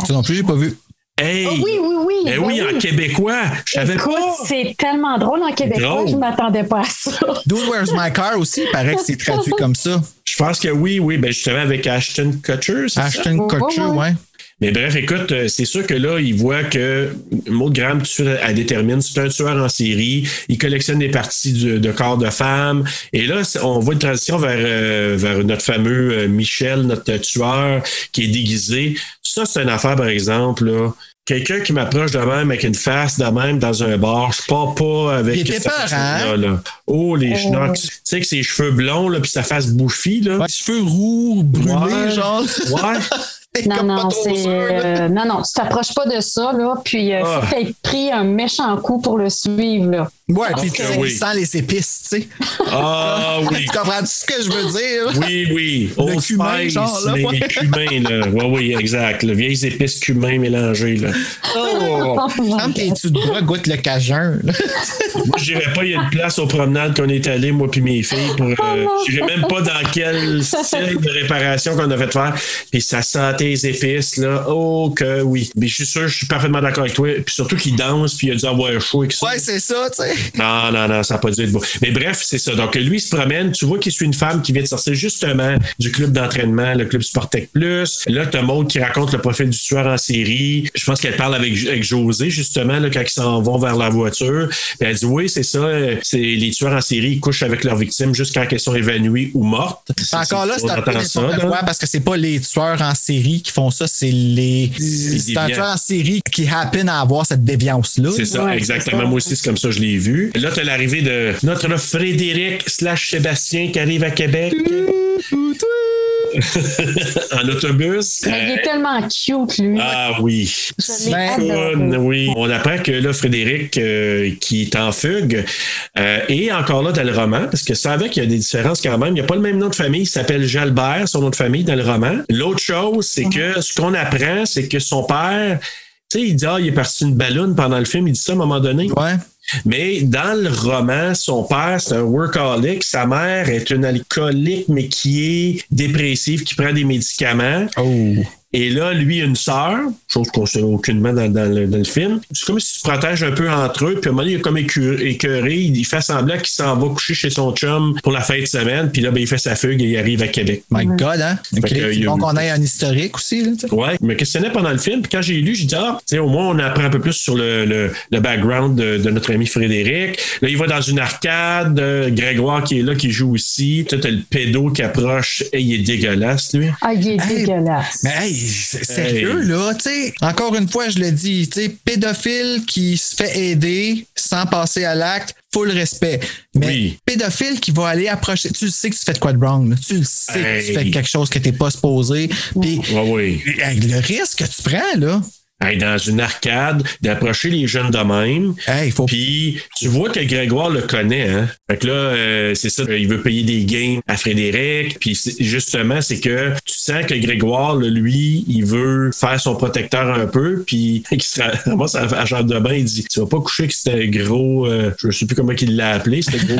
Speaker 2: Ah,
Speaker 1: Ça non plus, j'ai pas vu.
Speaker 2: Hey!
Speaker 6: Ah oui, oui, oui,
Speaker 2: Ben
Speaker 6: ben
Speaker 2: oui, en
Speaker 6: oui.
Speaker 2: québécois. Je savais
Speaker 6: Écoute,
Speaker 2: pas.
Speaker 6: c'est tellement drôle en québécois,
Speaker 2: Drôle.
Speaker 6: je m'attendais pas à
Speaker 2: *laughs*
Speaker 6: ça.
Speaker 1: Dude, Where's My Car aussi, il paraît que c'est traduit comme ça.
Speaker 2: Je pense que oui, oui. Ben, justement, avec Ashton Kutcher. c'est ça?
Speaker 1: Ashton Kutcher,
Speaker 6: ouais.
Speaker 1: ouais.
Speaker 2: Mais bref, écoute, euh, c'est sûr que là, il voit que Maud Graham, tout de suite, elle détermine, c'est un tueur en série. Il collectionne des parties du- de corps de femmes. Et là, c'est- on voit une transition vers, euh, vers notre fameux euh, Michel, notre tueur, qui est déguisé. Ça, c'est une affaire, par exemple, là. Quelqu'un qui m'approche de même avec une face de même dans un bar, je pars pas avec.
Speaker 1: Il était hein?
Speaker 2: cette
Speaker 1: peur,
Speaker 2: personne-là, là. Oh, les schnocks. Tu sais que ses cheveux blonds, là, puis sa face bouffie, là.
Speaker 1: Ouais, cheveux roux, brûlés,
Speaker 2: Ouais.
Speaker 1: genre. *laughs*
Speaker 2: Ouais.
Speaker 1: C'est
Speaker 6: Non,
Speaker 1: comme pas
Speaker 6: non,
Speaker 1: trop
Speaker 6: c'est.
Speaker 1: sûr, là.
Speaker 6: euh, non, non, tu t'approches pas de ça, là. Puis, euh,
Speaker 2: Ah.
Speaker 6: faut que t'aies pris un méchant coup pour le suivre, là.
Speaker 1: Ouais, puis
Speaker 2: que
Speaker 1: tu sais,
Speaker 2: Ah, oui.
Speaker 1: il sent les épices, tu sais.
Speaker 2: Ah *laughs* oui.
Speaker 1: Tu comprends ce que je veux dire? *laughs*
Speaker 2: Oui, oui.
Speaker 1: Le cumin, genre, là,
Speaker 2: les
Speaker 1: ouais.
Speaker 2: cumin, là. Oui, oui, exact. Le vieilles épices cumin mélangées, là.
Speaker 1: Oh! Sam, tes tu de bras goûtent le cajun. là.
Speaker 2: Moi, je dirais pas, il y a une place aux promenades qu'on est allé, moi puis mes filles, pour. euh, je dirais même pas dans quel style de réparation qu'on a fait faire. Puis ça sentait les épices, là. Oh, que oui. Mais je suis sûr, je suis parfaitement d'accord avec toi. Puis surtout qu'il danse, puis il a dû avoir chaud et que ça.
Speaker 1: Ouais, c'est ça, tu sais.
Speaker 2: Non, non, non, ça n'a pas dû être beau. Mais bref, c'est ça. Donc, lui, il se promène. Tu vois qu'il suit une femme qui vient de sortir justement du club d'entraînement, le club Sportec Plus. Là, tu as Maud qui raconte le profil du tueur en série. Je pense qu'elle parle avec, avec José, justement, là, quand ils s'en vont vers la voiture. Puis elle dit Oui, c'est ça. euh, C'est les tueurs en série, ils couchent avec leurs victimes jusqu'à qu'elles sont évanouies ou mortes.
Speaker 1: Puis Encore là,
Speaker 2: on
Speaker 1: c'est un peu
Speaker 2: entend ça,
Speaker 1: n'importe
Speaker 2: là.
Speaker 1: quoi parce que c'est pas les tueurs en série qui font ça, c'est les. C'est un
Speaker 2: déviants.
Speaker 1: tueur en série qui happen à avoir cette déviance-là.
Speaker 2: C'est ça,
Speaker 6: Ouais,
Speaker 2: exactement.
Speaker 6: c'est ça.
Speaker 2: Moi aussi, c'est comme ça, je l'ai vu. Là, tu as l'arrivée de notre Frédéric slash Sébastien qui arrive à Québec. *laughs* en autobus.
Speaker 6: Mais il est tellement cute, lui.
Speaker 2: Ben. Ah oui.
Speaker 6: Je
Speaker 2: Ben,
Speaker 6: l'ai adoré.
Speaker 2: Fun, oui. On apprend que là, Frédéric, euh, qui est en fugue, euh, et encore là dans le roman, parce que ça avec, il y a des différences quand même. Il n'y a pas le même nom de famille. Il s'appelle Jalbert, son nom de famille, dans le roman. L'autre chose, c'est que ce qu'on apprend, c'est que son père, tu sais, il dit, ah, il est parti une ballonne pendant le film. Il dit ça à un moment donné. Mais dans le roman, son père, c'est un workaholic. Sa mère est une alcoolique, mais qui est dépressive, qui prend des médicaments.
Speaker 1: Oh
Speaker 2: Et là, lui, une sœur, chose qu'on sait aucunement dans, dans le, dans le film. C'est comme s'ils se protègent un peu entre eux. Puis à un moment donné, il est comme écœur- écœuré. Il il fait semblant qu'il s'en va coucher chez son chum pour la fin de semaine. Puis là, ben, il fait sa fugue et il arrive à Québec.
Speaker 1: My God, hein?
Speaker 2: Fait
Speaker 1: OK.
Speaker 2: que, euh, il y a
Speaker 1: Donc,
Speaker 2: eu-
Speaker 1: on a un historique aussi. Là, tu sais.
Speaker 2: Ouais, je me questionnais pendant le film, puis quand j'ai lu, j'ai dit, ah, tu sais, au moins, on apprend un peu plus sur le, le- le background de, de notre ami Frédéric. Là, il va dans une arcade, euh, Grégoire qui est là, qui joue aussi. Peut-être le pédo qui approche, et il est dégueulasse, lui.
Speaker 6: Ah, il est dégueulasse.
Speaker 1: Mais hey, c'est- sérieux, là, tu sais, encore une fois, je le dis, tu sais, pédophile qui se fait aider sans passer à l'acte, full respect. Mais pédophile qui va aller approcher, tu le sais que tu fais de quoi de wrong, là. tu le sais que tu
Speaker 2: Hey.
Speaker 1: fais quelque chose que t'es pas supposé, puis
Speaker 2: Ouais, oui.
Speaker 1: hey, le risque que tu prends, là,
Speaker 2: Hey, dans une arcade, d'approcher les jeunes de même. Puis tu vois que Grégoire le connaît. Hein? Fait que là, euh, c'est ça, il veut payer des gains à Frédéric. Puis c'est- justement, c'est que tu sens que Grégoire, là, lui, il veut faire son protecteur un peu. Puis *laughs* il se ramasse à la chambre de bain, il dit, tu vas pas coucher que c'était gros, euh, je sais plus comment il l'a appelé, c'était gros.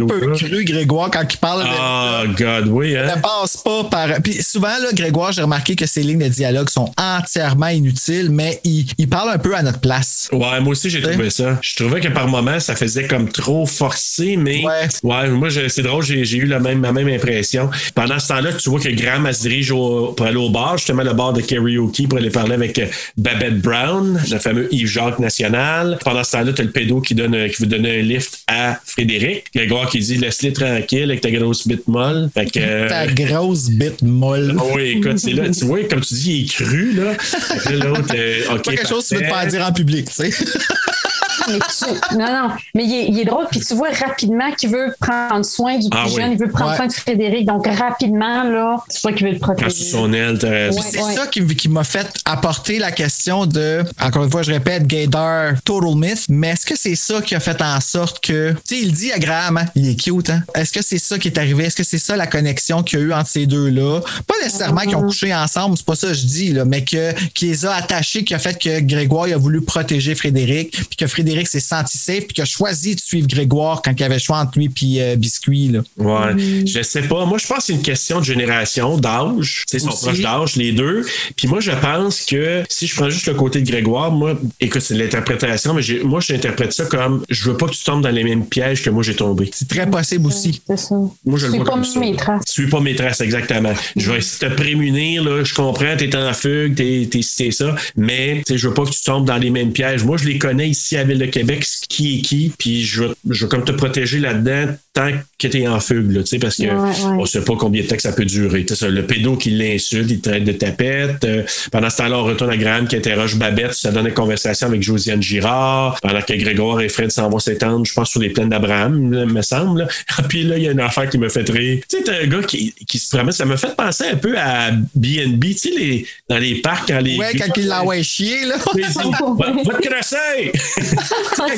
Speaker 1: un peu cru, Grégoire, quand il parle de
Speaker 2: Ah, God, oui, hein?
Speaker 1: ne passe pas par. Puis souvent, là, Grégoire, j'ai remarqué que ces lignes de dialogue sont entièrement inutiles, mais il, il parle un peu à notre place.
Speaker 2: Ouais, moi aussi j'ai trouvé ça. Je trouvais que par moments, ça faisait comme trop forcé, mais ouais, moi je- c'est drôle, j'ai j'ai eu la même, ma même impression. Pendant ce temps-là, tu vois que Graham elle se dirige au- pour aller au bar, justement le bar de karaoke pour aller parler avec euh, Babette Brown, le fameux Yves Jacques national. Pendant ce temps-là, t'as le pédo qui donne un- qui veut donner un lift à Frédéric. Grégoire qui dit laisse-les tranquille avec ta grosse bite molle. Fait que,
Speaker 1: *laughs*
Speaker 2: euh,
Speaker 1: Ta grosse bite molle.
Speaker 2: ah oui, écoute, c'est là, tu vois, comme tu dis, il est cru, là. Fait que là, l'autre,
Speaker 1: *laughs*
Speaker 2: euh, ok,
Speaker 1: pas quelque chose que tu veux te
Speaker 2: parfait.
Speaker 1: faire dire en public, tu sais.
Speaker 6: Ah, Mais tu- Non, non, mais il est, il est drôle. Puis tu vois rapidement qu'il veut prendre soin du plus
Speaker 2: Ah oui.
Speaker 6: jeune, il veut prendre
Speaker 2: Ouais.
Speaker 6: soin de Frédéric. Donc rapidement, là, tu vois qu'il veut le
Speaker 2: Prends sous
Speaker 6: protéger.
Speaker 2: son aile, t'as raison.
Speaker 1: Puis c'est ça qui, qui m'a fait apporter la question de, encore une fois, je répète, Gaydar, Total Myth, mais est-ce que c'est ça qui a fait en sorte que, tu sais, il dit à Graham, hein, il est cute, hein? Est-ce que c'est ça qui est arrivé? Est-ce que c'est ça la connexion qu'il y a eu entre ces deux-là? Pas nécessairement
Speaker 6: Mm.
Speaker 1: qu'ils ont couché ensemble, c'est pas ça que je dis, là, mais que, qui les a attachés, qui a fait que Grégoire il a voulu protéger Frédéric, puis que Frédéric s'est senti safe, puis qu'il a choisi de suivre Grégoire quand il avait le choix entre lui puis euh, Biscuit, là.
Speaker 2: Ouais.
Speaker 14: Mm.
Speaker 2: Je sais pas. Moi, je pense que c'est une question de génération, d'âge. Tu sais, Ils sont
Speaker 1: Aussi.
Speaker 2: proches d'âge, les deux. Puis moi, je pense que si je prends juste le côté de Grégoire, moi, écoute, c'est de l'interprétation, mais j'ai- moi, j'interprète ça comme je veux pas que tu tombes dans les mêmes pièges que moi, j'ai tombé.
Speaker 1: C'est très possible aussi.
Speaker 6: Mm, C'est ça.
Speaker 2: Moi, je le
Speaker 6: Suis
Speaker 2: vois
Speaker 6: pas
Speaker 2: comme ça. *laughs*
Speaker 6: mes traces.
Speaker 2: Suis pas mes traces, exactement. Je vais essayer de te prémunir, là. Je comprends, t'es en fugue, t'es, t'es, t'es ça. Mais, tu sais, je veux pas que tu tombes dans les mêmes pièges. Moi, je les connais ici à Ville de Québec, ce qui est qui, puis je veux, je veux comme te protéger là-dedans tant que t'es en fugue, là, tu sais, parce que
Speaker 14: Ouais, ouais.
Speaker 2: on sait pas combien de temps que ça peut durer. C'est ça, le pédo qui l'insulte, il traite de tapette. Euh, pendant ce temps-là, on retourne à Graham qui interroge Babette. Ça donne une conversation avec Josiane Girard. Pendant que Grégoire et Fred s'en vont s'étendre, je pense, sur les plaines d'Abraham, là, me semble. *laughs* Ah, Puis là, il y a une affaire qui me fait rire. Tu sais, t'as un gars qui, qui se promène. Ça me fait penser un peu à BNB, tu sais, les, dans les parcs, quand les.
Speaker 1: Ouais, quand il l'envoie chier, là.
Speaker 2: Oui, c'est- Va- va te crosser! *laughs*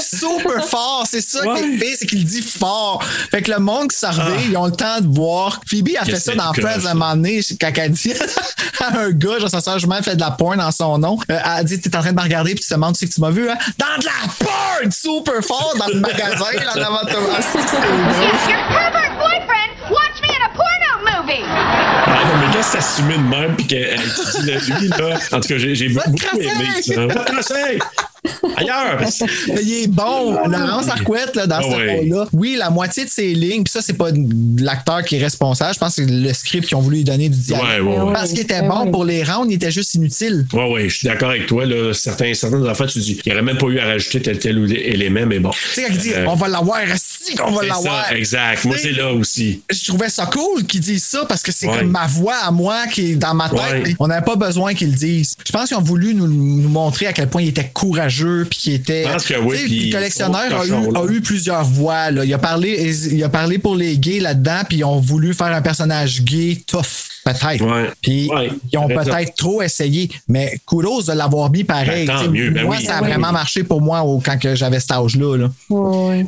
Speaker 1: Super fort, c'est ça qu'il fait, c'est qu'il dit fort. Fait que le monde qui s'en revient,
Speaker 2: Ah.
Speaker 1: ils ont le temps de voir. Phoebe a
Speaker 2: Que
Speaker 1: fait ça
Speaker 2: c'est
Speaker 1: dans
Speaker 2: écoeurant,
Speaker 1: Friends à
Speaker 2: ça.
Speaker 1: un moment donné, quand elle dit *laughs* à un gars, genre, sa soeur jumelle fait de la porn en son nom. Euh, elle dit, t'es en train de me regarder, puis tu te demandes, tu sais que tu m'as vu, hein? Dans de la porn! Super fort dans le magasin, là, en avant de toi. Ah, c'est
Speaker 10: If
Speaker 1: drôle.
Speaker 10: your pervert boyfriend watch me in a porno movie.
Speaker 2: Ah non, mais quand ça s'assume de même, puis qu'elle dit la lui, là. En tout cas, j'ai j'ai beaucoup aimé ça. Va te crosser! Ailleurs!
Speaker 1: Mais il est bon, Laurence Arquette, là, dans
Speaker 2: Ah
Speaker 1: ce
Speaker 2: ouais.
Speaker 1: rôle-là. Oui, la moitié de ses lignes, puis ça, c'est pas l'acteur qui est responsable. Je pense que c'est le script qu'ils ont voulu lui donner du dialogue.
Speaker 2: Ouais, ouais, ouais.
Speaker 1: Parce qu'il était bon pour les rounds, il était juste inutile.
Speaker 2: Oui, oui, je suis d'accord avec toi. Là. Certains, certaines affaires, tu dis, il n'y aurait même pas eu à rajouter tel, tel ou tel élément, mais bon.
Speaker 1: Tu sais, quand il dit
Speaker 2: Euh,
Speaker 1: on va l'avoir, si qu'on va
Speaker 2: c'est
Speaker 1: l'avoir.
Speaker 2: ça, Exact. Moi, c'est là aussi.
Speaker 1: Je trouvais ça cool qu'il dise ça parce que c'est
Speaker 2: Ouais.
Speaker 1: comme ma voix à moi qui est dans ma tête.
Speaker 2: Ouais.
Speaker 1: On n'avait pas besoin qu'il le dise. Je pense qu'ils ont voulu nous, nous montrer à quel point il était courageux puis qui était.
Speaker 2: Je pense que oui,
Speaker 1: Tu sais,
Speaker 2: puis-
Speaker 1: le collectionneur a eu,
Speaker 2: cochon, là.
Speaker 1: a eu plusieurs voix. là. Il, a parlé, il a parlé pour les gays là-dedans, puis ils ont voulu faire un personnage gay tough, peut-être. Puis ils ont
Speaker 2: t'as raison.
Speaker 1: peut-être trop essayé, mais kudos de l'avoir mis pareil.
Speaker 2: Ben, tant
Speaker 1: Tu sais,
Speaker 2: mieux, ben
Speaker 1: moi,
Speaker 2: oui.
Speaker 1: ça a
Speaker 2: Ben
Speaker 1: vraiment
Speaker 2: oui.
Speaker 1: marché pour moi au- quand que j'avais cet âge-là. là.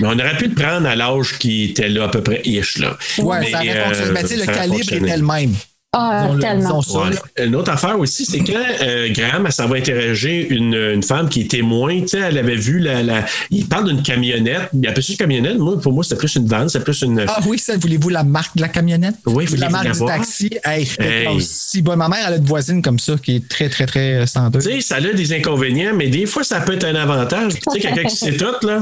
Speaker 2: Mais on aurait pu le prendre à l'âge qui était là, à peu près ish. Là.
Speaker 1: Ouais,
Speaker 2: Mais,
Speaker 1: ça aurait
Speaker 2: euh,
Speaker 1: fonctionné. Ben, tu sais, le
Speaker 2: ça aurait
Speaker 1: calibre
Speaker 2: fonctionné.
Speaker 1: était le même.
Speaker 6: Ah,
Speaker 1: Disons-le,
Speaker 6: tellement.
Speaker 1: disons ça,
Speaker 2: Ouais.
Speaker 1: là.
Speaker 2: Une autre affaire aussi, c'est quand euh, Graham, elle s'en va interroger une, une femme qui est témoin. Tu sais, elle avait vu la. la- il parle d'une camionnette. Il appelle ça une camionnette. Moi, pour moi, c'était plus une vanne, c'était plus une.
Speaker 1: Ah oui, ça, voulez-vous la marque de la camionnette?
Speaker 2: Oui, voulez-vous
Speaker 1: La marque
Speaker 2: la
Speaker 1: du
Speaker 2: voir?
Speaker 1: taxi. Hey,
Speaker 2: Hey.
Speaker 1: c'est aussi bonne. Ma mère, elle a une voisine comme ça, qui est très, très, très euh, sans deux.
Speaker 2: Tu sais, ça a des inconvénients, mais des fois, ça peut être un avantage. Tu sais, quelqu'un qui sait tout, là.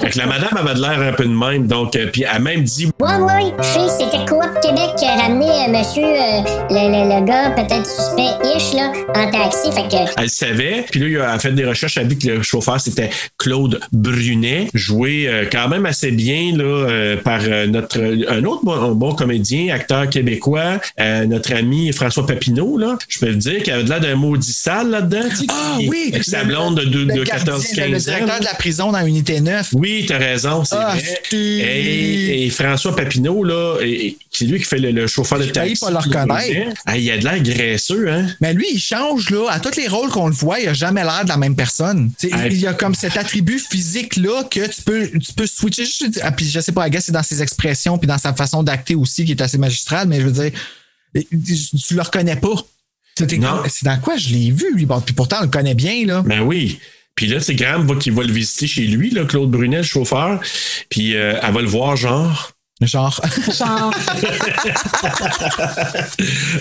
Speaker 2: Fait que la madame avait de l'air un peu de même. Donc, euh, puis elle même dit
Speaker 9: Ouais, ouais, je sais, c'était Coop Québec qui a ramené euh, monsieur, euh, le, le- le gars peut-être suspect-ish, là, en taxi. Fait que
Speaker 2: Elle le savait. Puis là, il a fait des recherches. Elle a vu que le chauffeur, c'était Claude Brunet, joué euh, quand même assez bien là, euh, par euh, notre un autre bon, un bon comédien, acteur québécois, euh, notre ami François Papineau. Là. Je peux vous dire qu'il avait de l'air d'un maudit sale là-dedans. tu sais,
Speaker 1: Ah
Speaker 2: qui-
Speaker 1: oui!
Speaker 2: Avec sa
Speaker 1: Le-
Speaker 2: blonde de, de,
Speaker 1: le
Speaker 2: de
Speaker 1: gardien,
Speaker 2: 14-15
Speaker 1: Le
Speaker 2: ans.
Speaker 1: directeur
Speaker 2: là.
Speaker 1: de la prison dans Unité 9.
Speaker 2: Oui, t'as raison, c'est
Speaker 1: Ah,
Speaker 2: vrai. Et, et François Papineau, là, et- et c'est lui qui fait le, le chauffeur de
Speaker 1: failli
Speaker 2: taxi.
Speaker 1: pas le reconnaître.
Speaker 2: Ah, il a de l'air graisseux, hein?
Speaker 1: Mais lui, il change, là. À tous les rôles qu'on le voit, il n'a jamais l'air de la même personne. T'sais,
Speaker 2: Hey.
Speaker 1: Il y a comme cet attribut physique-là que tu peux, tu peux switcher. Je, je- ah, puis je sais pas, I guess c'est dans ses expressions puis dans sa façon d'acter aussi qui est assez magistrale, mais je veux dire, tu tu le reconnais pas. T'sais, t'es
Speaker 2: Non.
Speaker 1: comme, C'est dans quoi je l'ai vu, lui? Bon, puis pourtant, on le connaît bien, là.
Speaker 2: Ben oui. Puis là, c'est Graham va, qui va le visiter chez lui, là, Claude Brunet, le chauffeur. Puis euh, elle va le voir, genre.
Speaker 1: Genre. *laughs*
Speaker 2: *laughs*
Speaker 6: Genre.
Speaker 2: Ah,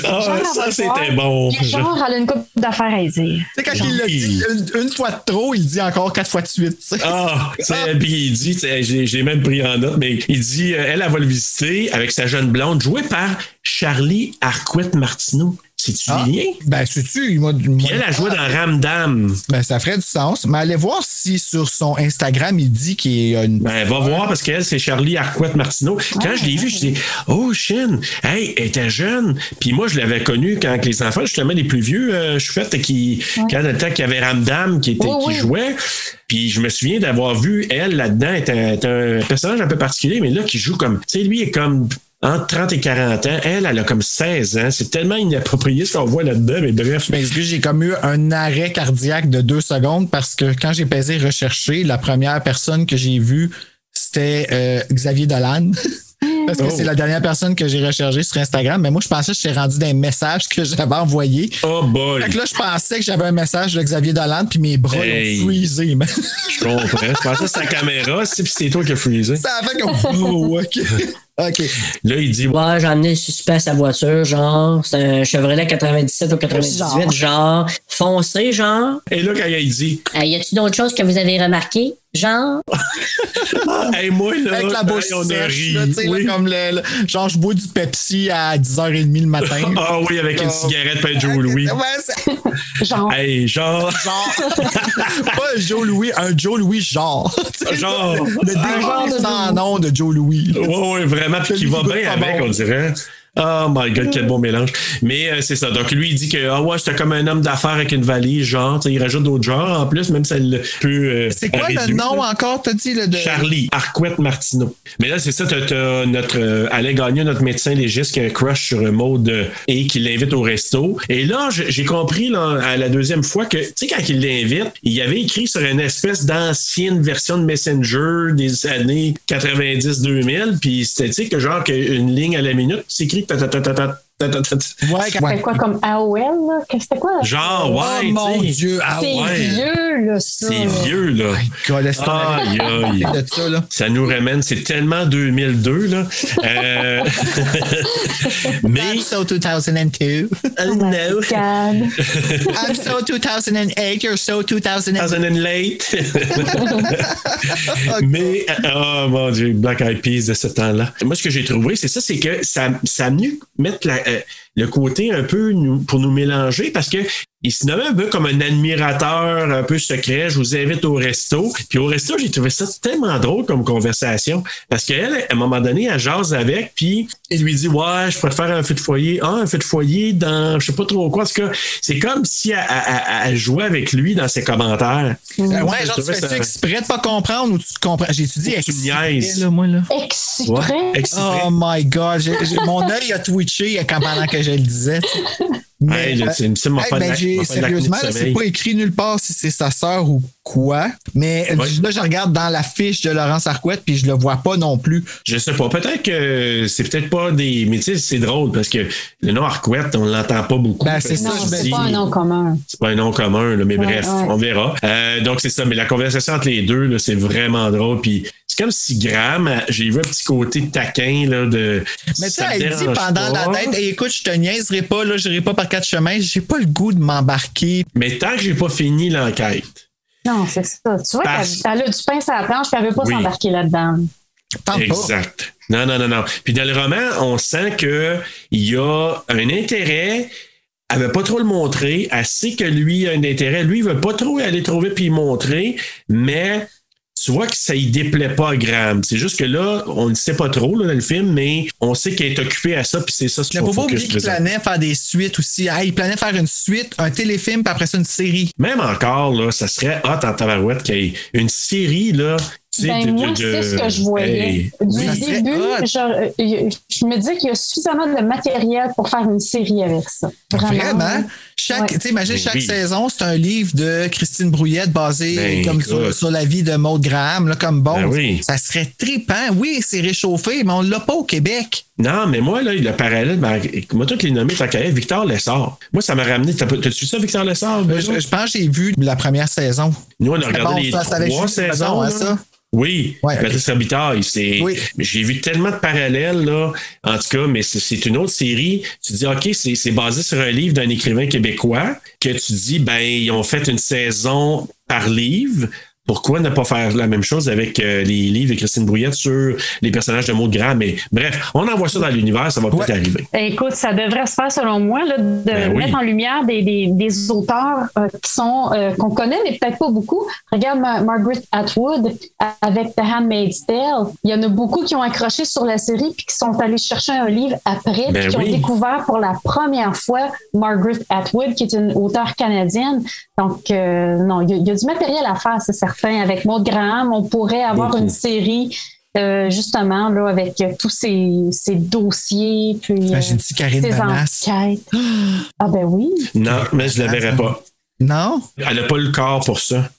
Speaker 6: Genre, elle va
Speaker 2: ça,
Speaker 6: le
Speaker 2: c'était
Speaker 6: voir.
Speaker 2: bon.
Speaker 6: Puis Genre, elle a une coupe d'affaires à dire.
Speaker 1: Tu sais, quand il le dit une, une fois de trop, il dit encore quatre fois de suite. t'sais.
Speaker 2: Ah, tu sais, puis il dit, tu sais, j'ai j'ai même pris en note, mais il dit, euh, elle, elle va le visiter avec sa jeune blonde, jouée par Charlie Arquette Martineau. C'est-tu
Speaker 1: Ah,
Speaker 2: lié?
Speaker 1: Ben, sais-tu, il m'a Puis
Speaker 2: elle, elle joué dans Ramdam.
Speaker 1: Ben, ça ferait du sens. Mais allez voir si sur son Instagram, il dit qu'il y a une.
Speaker 2: Ben, va voir parce qu'elle, c'est Charlie Arquette Martineau. Quand je l'ai vue, je dis Oh, Shin, hey, elle était jeune. Puis moi, je l'avais connue quand les enfants, justement, les plus vieux, euh, je faisais qui, quand le temps qu'il y avait Ramdam qui, était,
Speaker 6: Oui,
Speaker 2: qui
Speaker 6: oui.
Speaker 2: jouait. Puis je me souviens d'avoir vu elle là-dedans. Elle était un- était un personnage un peu particulier, mais là, qui joue comme. Tu sais, lui, il est comme. Entre 30 et 40 ans, elle, elle a comme 16 ans. C'est tellement inapproprié ce qu'on voit là-dedans, mais bref.
Speaker 1: Mais excuse, Ben, j'ai comme eu un arrêt cardiaque de deux secondes parce que quand j'ai pesé rechercher, la première personne que j'ai vue, c'était euh, Xavier Dolan. *laughs* Parce que
Speaker 2: Oh.
Speaker 1: c'est la dernière personne que j'ai recherchée sur Instagram. Mais moi, je pensais que j'étais rendu des messages que j'avais envoyés.
Speaker 2: Oh boy!
Speaker 1: Fait que là, je pensais que j'avais un message de Xavier Dolan, puis mes bras
Speaker 2: Hey.
Speaker 1: ont freezé. man. *laughs*
Speaker 2: Je comprends. Je pensais que c'était la caméra, c'est- puis c'est toi qui as freezé.
Speaker 1: Ça fait comme. Oh, OK. OK.
Speaker 2: Là, il dit
Speaker 14: Ouais, j'ai amené le suspect à sa voiture, genre, c'est un Chevrolet 97 ou 98, genre, foncé, genre.
Speaker 2: Et là, quand il dit
Speaker 1: *laughs*
Speaker 14: Euh, y a-tu d'autres choses que vous avez remarquées? Genre.
Speaker 2: Hey, moi, là,
Speaker 1: Avec la bouche
Speaker 2: hey, on a
Speaker 1: sèche,
Speaker 2: ri.
Speaker 1: là, tu sais, là,
Speaker 2: Oui.
Speaker 1: comme le, le- Genre, je bois du Pepsi à 10h30 le matin.
Speaker 2: *laughs* Ah oui, avec une cigarette, pas Joe Louis.
Speaker 6: Genre.
Speaker 2: Hey,
Speaker 1: *laughs*
Speaker 2: genre.
Speaker 1: Genre. pas Joe Louis, un Joe Louis genre. *laughs* Tu sais,
Speaker 2: Genre.
Speaker 1: Le dégenre sans nom de Joe Louis.
Speaker 2: Oui, oui, vraiment. Puis qui va
Speaker 1: goûte
Speaker 2: bien
Speaker 1: pas
Speaker 2: avec,
Speaker 1: bon.
Speaker 2: on dirait. Oh my god, quel bon mélange. Mais euh, c'est ça. Donc lui, il dit que ah ouais, c'était comme un homme d'affaires avec une valise, genre. Tu sais, Il rajoute d'autres genres en plus, même si elle peut. euh,
Speaker 1: C'est quoi le
Speaker 2: réduire.
Speaker 1: nom encore, t'as dit? Le de...
Speaker 2: Charlie Arquette Martineau. Mais là, c'est ça, t'as, t'as notre euh, Alain Gagnon, notre médecin légiste, qui a un crush sur Maude euh, et qui l'invite au resto. Et là, j- j'ai compris là, à la deuxième fois que, tu sais, quand il l'invite, il avait écrit sur une espèce d'ancienne version de Messenger des années 90-2000, puis c'était, tu sais, que genre qu'une ligne à la minute, c'est écrit ta ta ta ta ta ta ta ta ta.
Speaker 1: Ouais,
Speaker 6: C'était quoi comme AOL? là? Que- C'était quoi?
Speaker 2: Genre, ouais,
Speaker 1: Oh mon
Speaker 2: tu sais.
Speaker 1: Dieu, ah
Speaker 6: C'est
Speaker 2: ouais.
Speaker 6: vieux, là, ça.
Speaker 2: C'est vieux, là.
Speaker 1: God, est-ce qu'on avait
Speaker 2: Aïe, aïe.
Speaker 1: parlé de ça, là?
Speaker 2: Ça nous ramène, c'est tellement 2002, là. Euh, *laughs*
Speaker 1: I'm so *laughs* 2002.
Speaker 2: Oh no. *laughs*
Speaker 6: God.
Speaker 1: I'm so 2008. You're so 2008.
Speaker 2: 2000 and late. Mais, oh mon Dieu, Black Eyed Peas de ce temps-là. Moi, ce que j'ai trouvé, c'est ça, c'est que ça, ça a venu mettre la- euh, le côté un peu nous- pour nous mélanger parce que il se nommait un peu comme un admirateur un peu secret. Je vous invite au resto. Puis au resto, j'ai trouvé ça tellement drôle comme conversation parce qu'elle, à un moment donné, elle jase avec, puis il lui dit, ouais, je préfère un feu de foyer. Ah, un feu de foyer dans, je sais pas trop quoi. En tout cas, c'est comme si elle, elle- elle- elle jouait avec lui dans ses commentaires.
Speaker 1: Euh, ouais, genre, tu
Speaker 2: Ah, trouvais
Speaker 1: fais-tu
Speaker 2: ça-
Speaker 1: exprès de pas comprendre ou tu te comprends? J'ai-tu dit
Speaker 2: Ou tu me
Speaker 1: exprès,
Speaker 2: niaises.
Speaker 1: là, moi, là?
Speaker 6: Exprès.
Speaker 2: Ouais, exprès.
Speaker 1: Oh my God, j'ai- j'ai- mon œil a twitché quand, pendant que je le disais. tu sais.
Speaker 2: Hey, là, tu- il me semble
Speaker 1: eh,
Speaker 2: m'a fait de
Speaker 1: ben,
Speaker 2: la-
Speaker 1: j'ai-
Speaker 2: m'a fait de la clé de
Speaker 1: sérieusement, là, c'est
Speaker 2: sommeil.
Speaker 1: pas écrit nulle part si c'est sa sœur ou quoi. Mais
Speaker 2: Ouais.
Speaker 1: là, je regarde dans la fiche de Laurence Arquette puis je le vois pas non plus.
Speaker 2: Je sais pas. Peut-être que euh, c'est peut-être pas des. Mais tu sais, c'est drôle parce que le nom Arquette, on l'entend pas beaucoup.
Speaker 1: Ben, c'est
Speaker 2: Fait que
Speaker 1: ça,
Speaker 6: Non,
Speaker 2: tu
Speaker 1: je me
Speaker 6: c'est
Speaker 2: dis,
Speaker 6: pas un nom commun.
Speaker 2: C'est pas un nom commun, là, mais
Speaker 6: Ouais,
Speaker 2: bref,
Speaker 6: ouais.
Speaker 2: on verra. Euh, donc, c'est ça. Mais la conversation entre les deux, là, c'est vraiment drôle. Puis c'est comme si Graham, euh, j'ai vu un petit côté taquin là, de.
Speaker 1: Mais tu sais,
Speaker 2: ça me
Speaker 1: elle dit
Speaker 2: dérange pas.
Speaker 1: pendant la date, Hey, écoute, je te niaiserai pas, là, j'irai pas par quatre chemins, j'ai pas le goût de m'embarquer.
Speaker 2: Mais tant que j'ai pas fini l'enquête.
Speaker 6: Non, c'est ça. Tu vois qu'elle
Speaker 2: Parce-
Speaker 6: elle a du pain sur la planche, puis elle veut pas
Speaker 2: Oui.
Speaker 6: s'embarquer là-dedans.
Speaker 1: Tente pas.
Speaker 2: Exact. Non, non, non, non. Puis dans le roman, on sent qu'il y a un intérêt. Elle ne veut pas trop le montrer. Elle sait que lui a un intérêt. Lui, il ne veut pas trop aller trop vite puis le montrer, mais tu vois que ça ne déplaît pas à Graham. C'est juste que là, on ne le sait pas trop là, dans le film, mais on sait qu'elle est occupée à ça, puis c'est ça ce
Speaker 1: Mais
Speaker 2: qu'on
Speaker 1: faut pas
Speaker 2: faut que
Speaker 1: oublier
Speaker 2: je
Speaker 1: qu'il
Speaker 2: présente.
Speaker 1: planait faire des suites aussi. Ah, il planait faire une suite, un téléfilm, puis après ça, une série.
Speaker 2: Même encore, là, ça serait hot en tabarouette qu'il y ait une série, là. tu sais,
Speaker 6: Ben,
Speaker 2: de- de-
Speaker 6: moi,
Speaker 2: de-
Speaker 6: c'est ce que je voyais.
Speaker 2: Hey,
Speaker 6: Du
Speaker 2: oui.
Speaker 1: ça serait
Speaker 6: début,
Speaker 1: hot.
Speaker 6: je, euh, je me dis qu'il y a suffisamment de matériel pour faire une série avec ça. Vraiment.
Speaker 1: Vraiment? Chaque,
Speaker 6: Ouais.
Speaker 1: tu sais, imagine,
Speaker 2: Mais
Speaker 1: chaque
Speaker 2: Ben oui.
Speaker 1: saison, c'est un livre de Christine Brouillette basé
Speaker 2: Ben,
Speaker 1: comme
Speaker 2: écoute.
Speaker 1: sur, sur la vie de Maud Graham, là, comme bon.
Speaker 2: Ben oui.
Speaker 1: Ça serait trippant. Oui, c'est réchauffé, mais on l'a pas au Québec.
Speaker 2: Non, mais moi, là, le parallèle, ben, moi, toutes les nommés, tant qu'à elle, Victor Lessard. Moi, ça m'a ramené. T'as pas- T'as su ça, Victor Lessard?
Speaker 1: Euh, Je, je pense que j'ai vu la première saison.
Speaker 2: Nous, Ben on a
Speaker 1: C'était
Speaker 2: regardé
Speaker 1: bon,
Speaker 2: les
Speaker 1: ça, ça avait
Speaker 2: trois
Speaker 1: juste du bâton,
Speaker 2: saisons.
Speaker 1: hein,
Speaker 2: là.
Speaker 1: ça?
Speaker 2: Oui,
Speaker 1: Ouais,
Speaker 2: Patrice Robitaille, c'est.
Speaker 1: Oui.
Speaker 2: J'ai vu tellement de parallèles, là. En tout cas, mais c'est- c'est une autre série. Tu dis, OK, c'est c'est basé sur un livre d'un écrivain québécois que tu dis, ben, ils ont fait une saison par livre. Pourquoi ne pas faire la même chose avec euh, les livres de Christine Brouillette sur les personnages de Maud Graham? Mais bref, on envoie ça dans l'univers, ça va peut-être
Speaker 1: Ouais.
Speaker 2: arriver.
Speaker 6: Écoute, ça devrait se faire selon moi là, de
Speaker 2: Ben oui.
Speaker 6: mettre en lumière des, des- des auteurs euh, qui sont euh, qu'on connaît mais peut-être pas beaucoup. Regarde Ma- Margaret Atwood avec The Handmaid's Tale. Il y en a beaucoup qui ont accroché sur la série puis qui sont allés chercher un livre après
Speaker 2: Ben
Speaker 6: puis qui
Speaker 2: oui.
Speaker 6: ont découvert pour la première fois Margaret Atwood qui est une auteure canadienne. Donc euh, non, il y, a- il y a du matériel à faire, c'est certain. Avec Maud Graham, on pourrait avoir
Speaker 2: Beaucoup.
Speaker 6: une série. euh, justement, là, avec euh, tous ces, ces dossiers, puis
Speaker 2: Ah,
Speaker 6: euh,
Speaker 1: Imagine-tu Karine
Speaker 6: ces
Speaker 1: Damasse?
Speaker 6: enquêtes. Ah ben oui.
Speaker 2: Non, mais je ne
Speaker 1: Ah,
Speaker 2: la verrai pas.
Speaker 1: Non?
Speaker 2: Elle n'a pas le corps pour ça.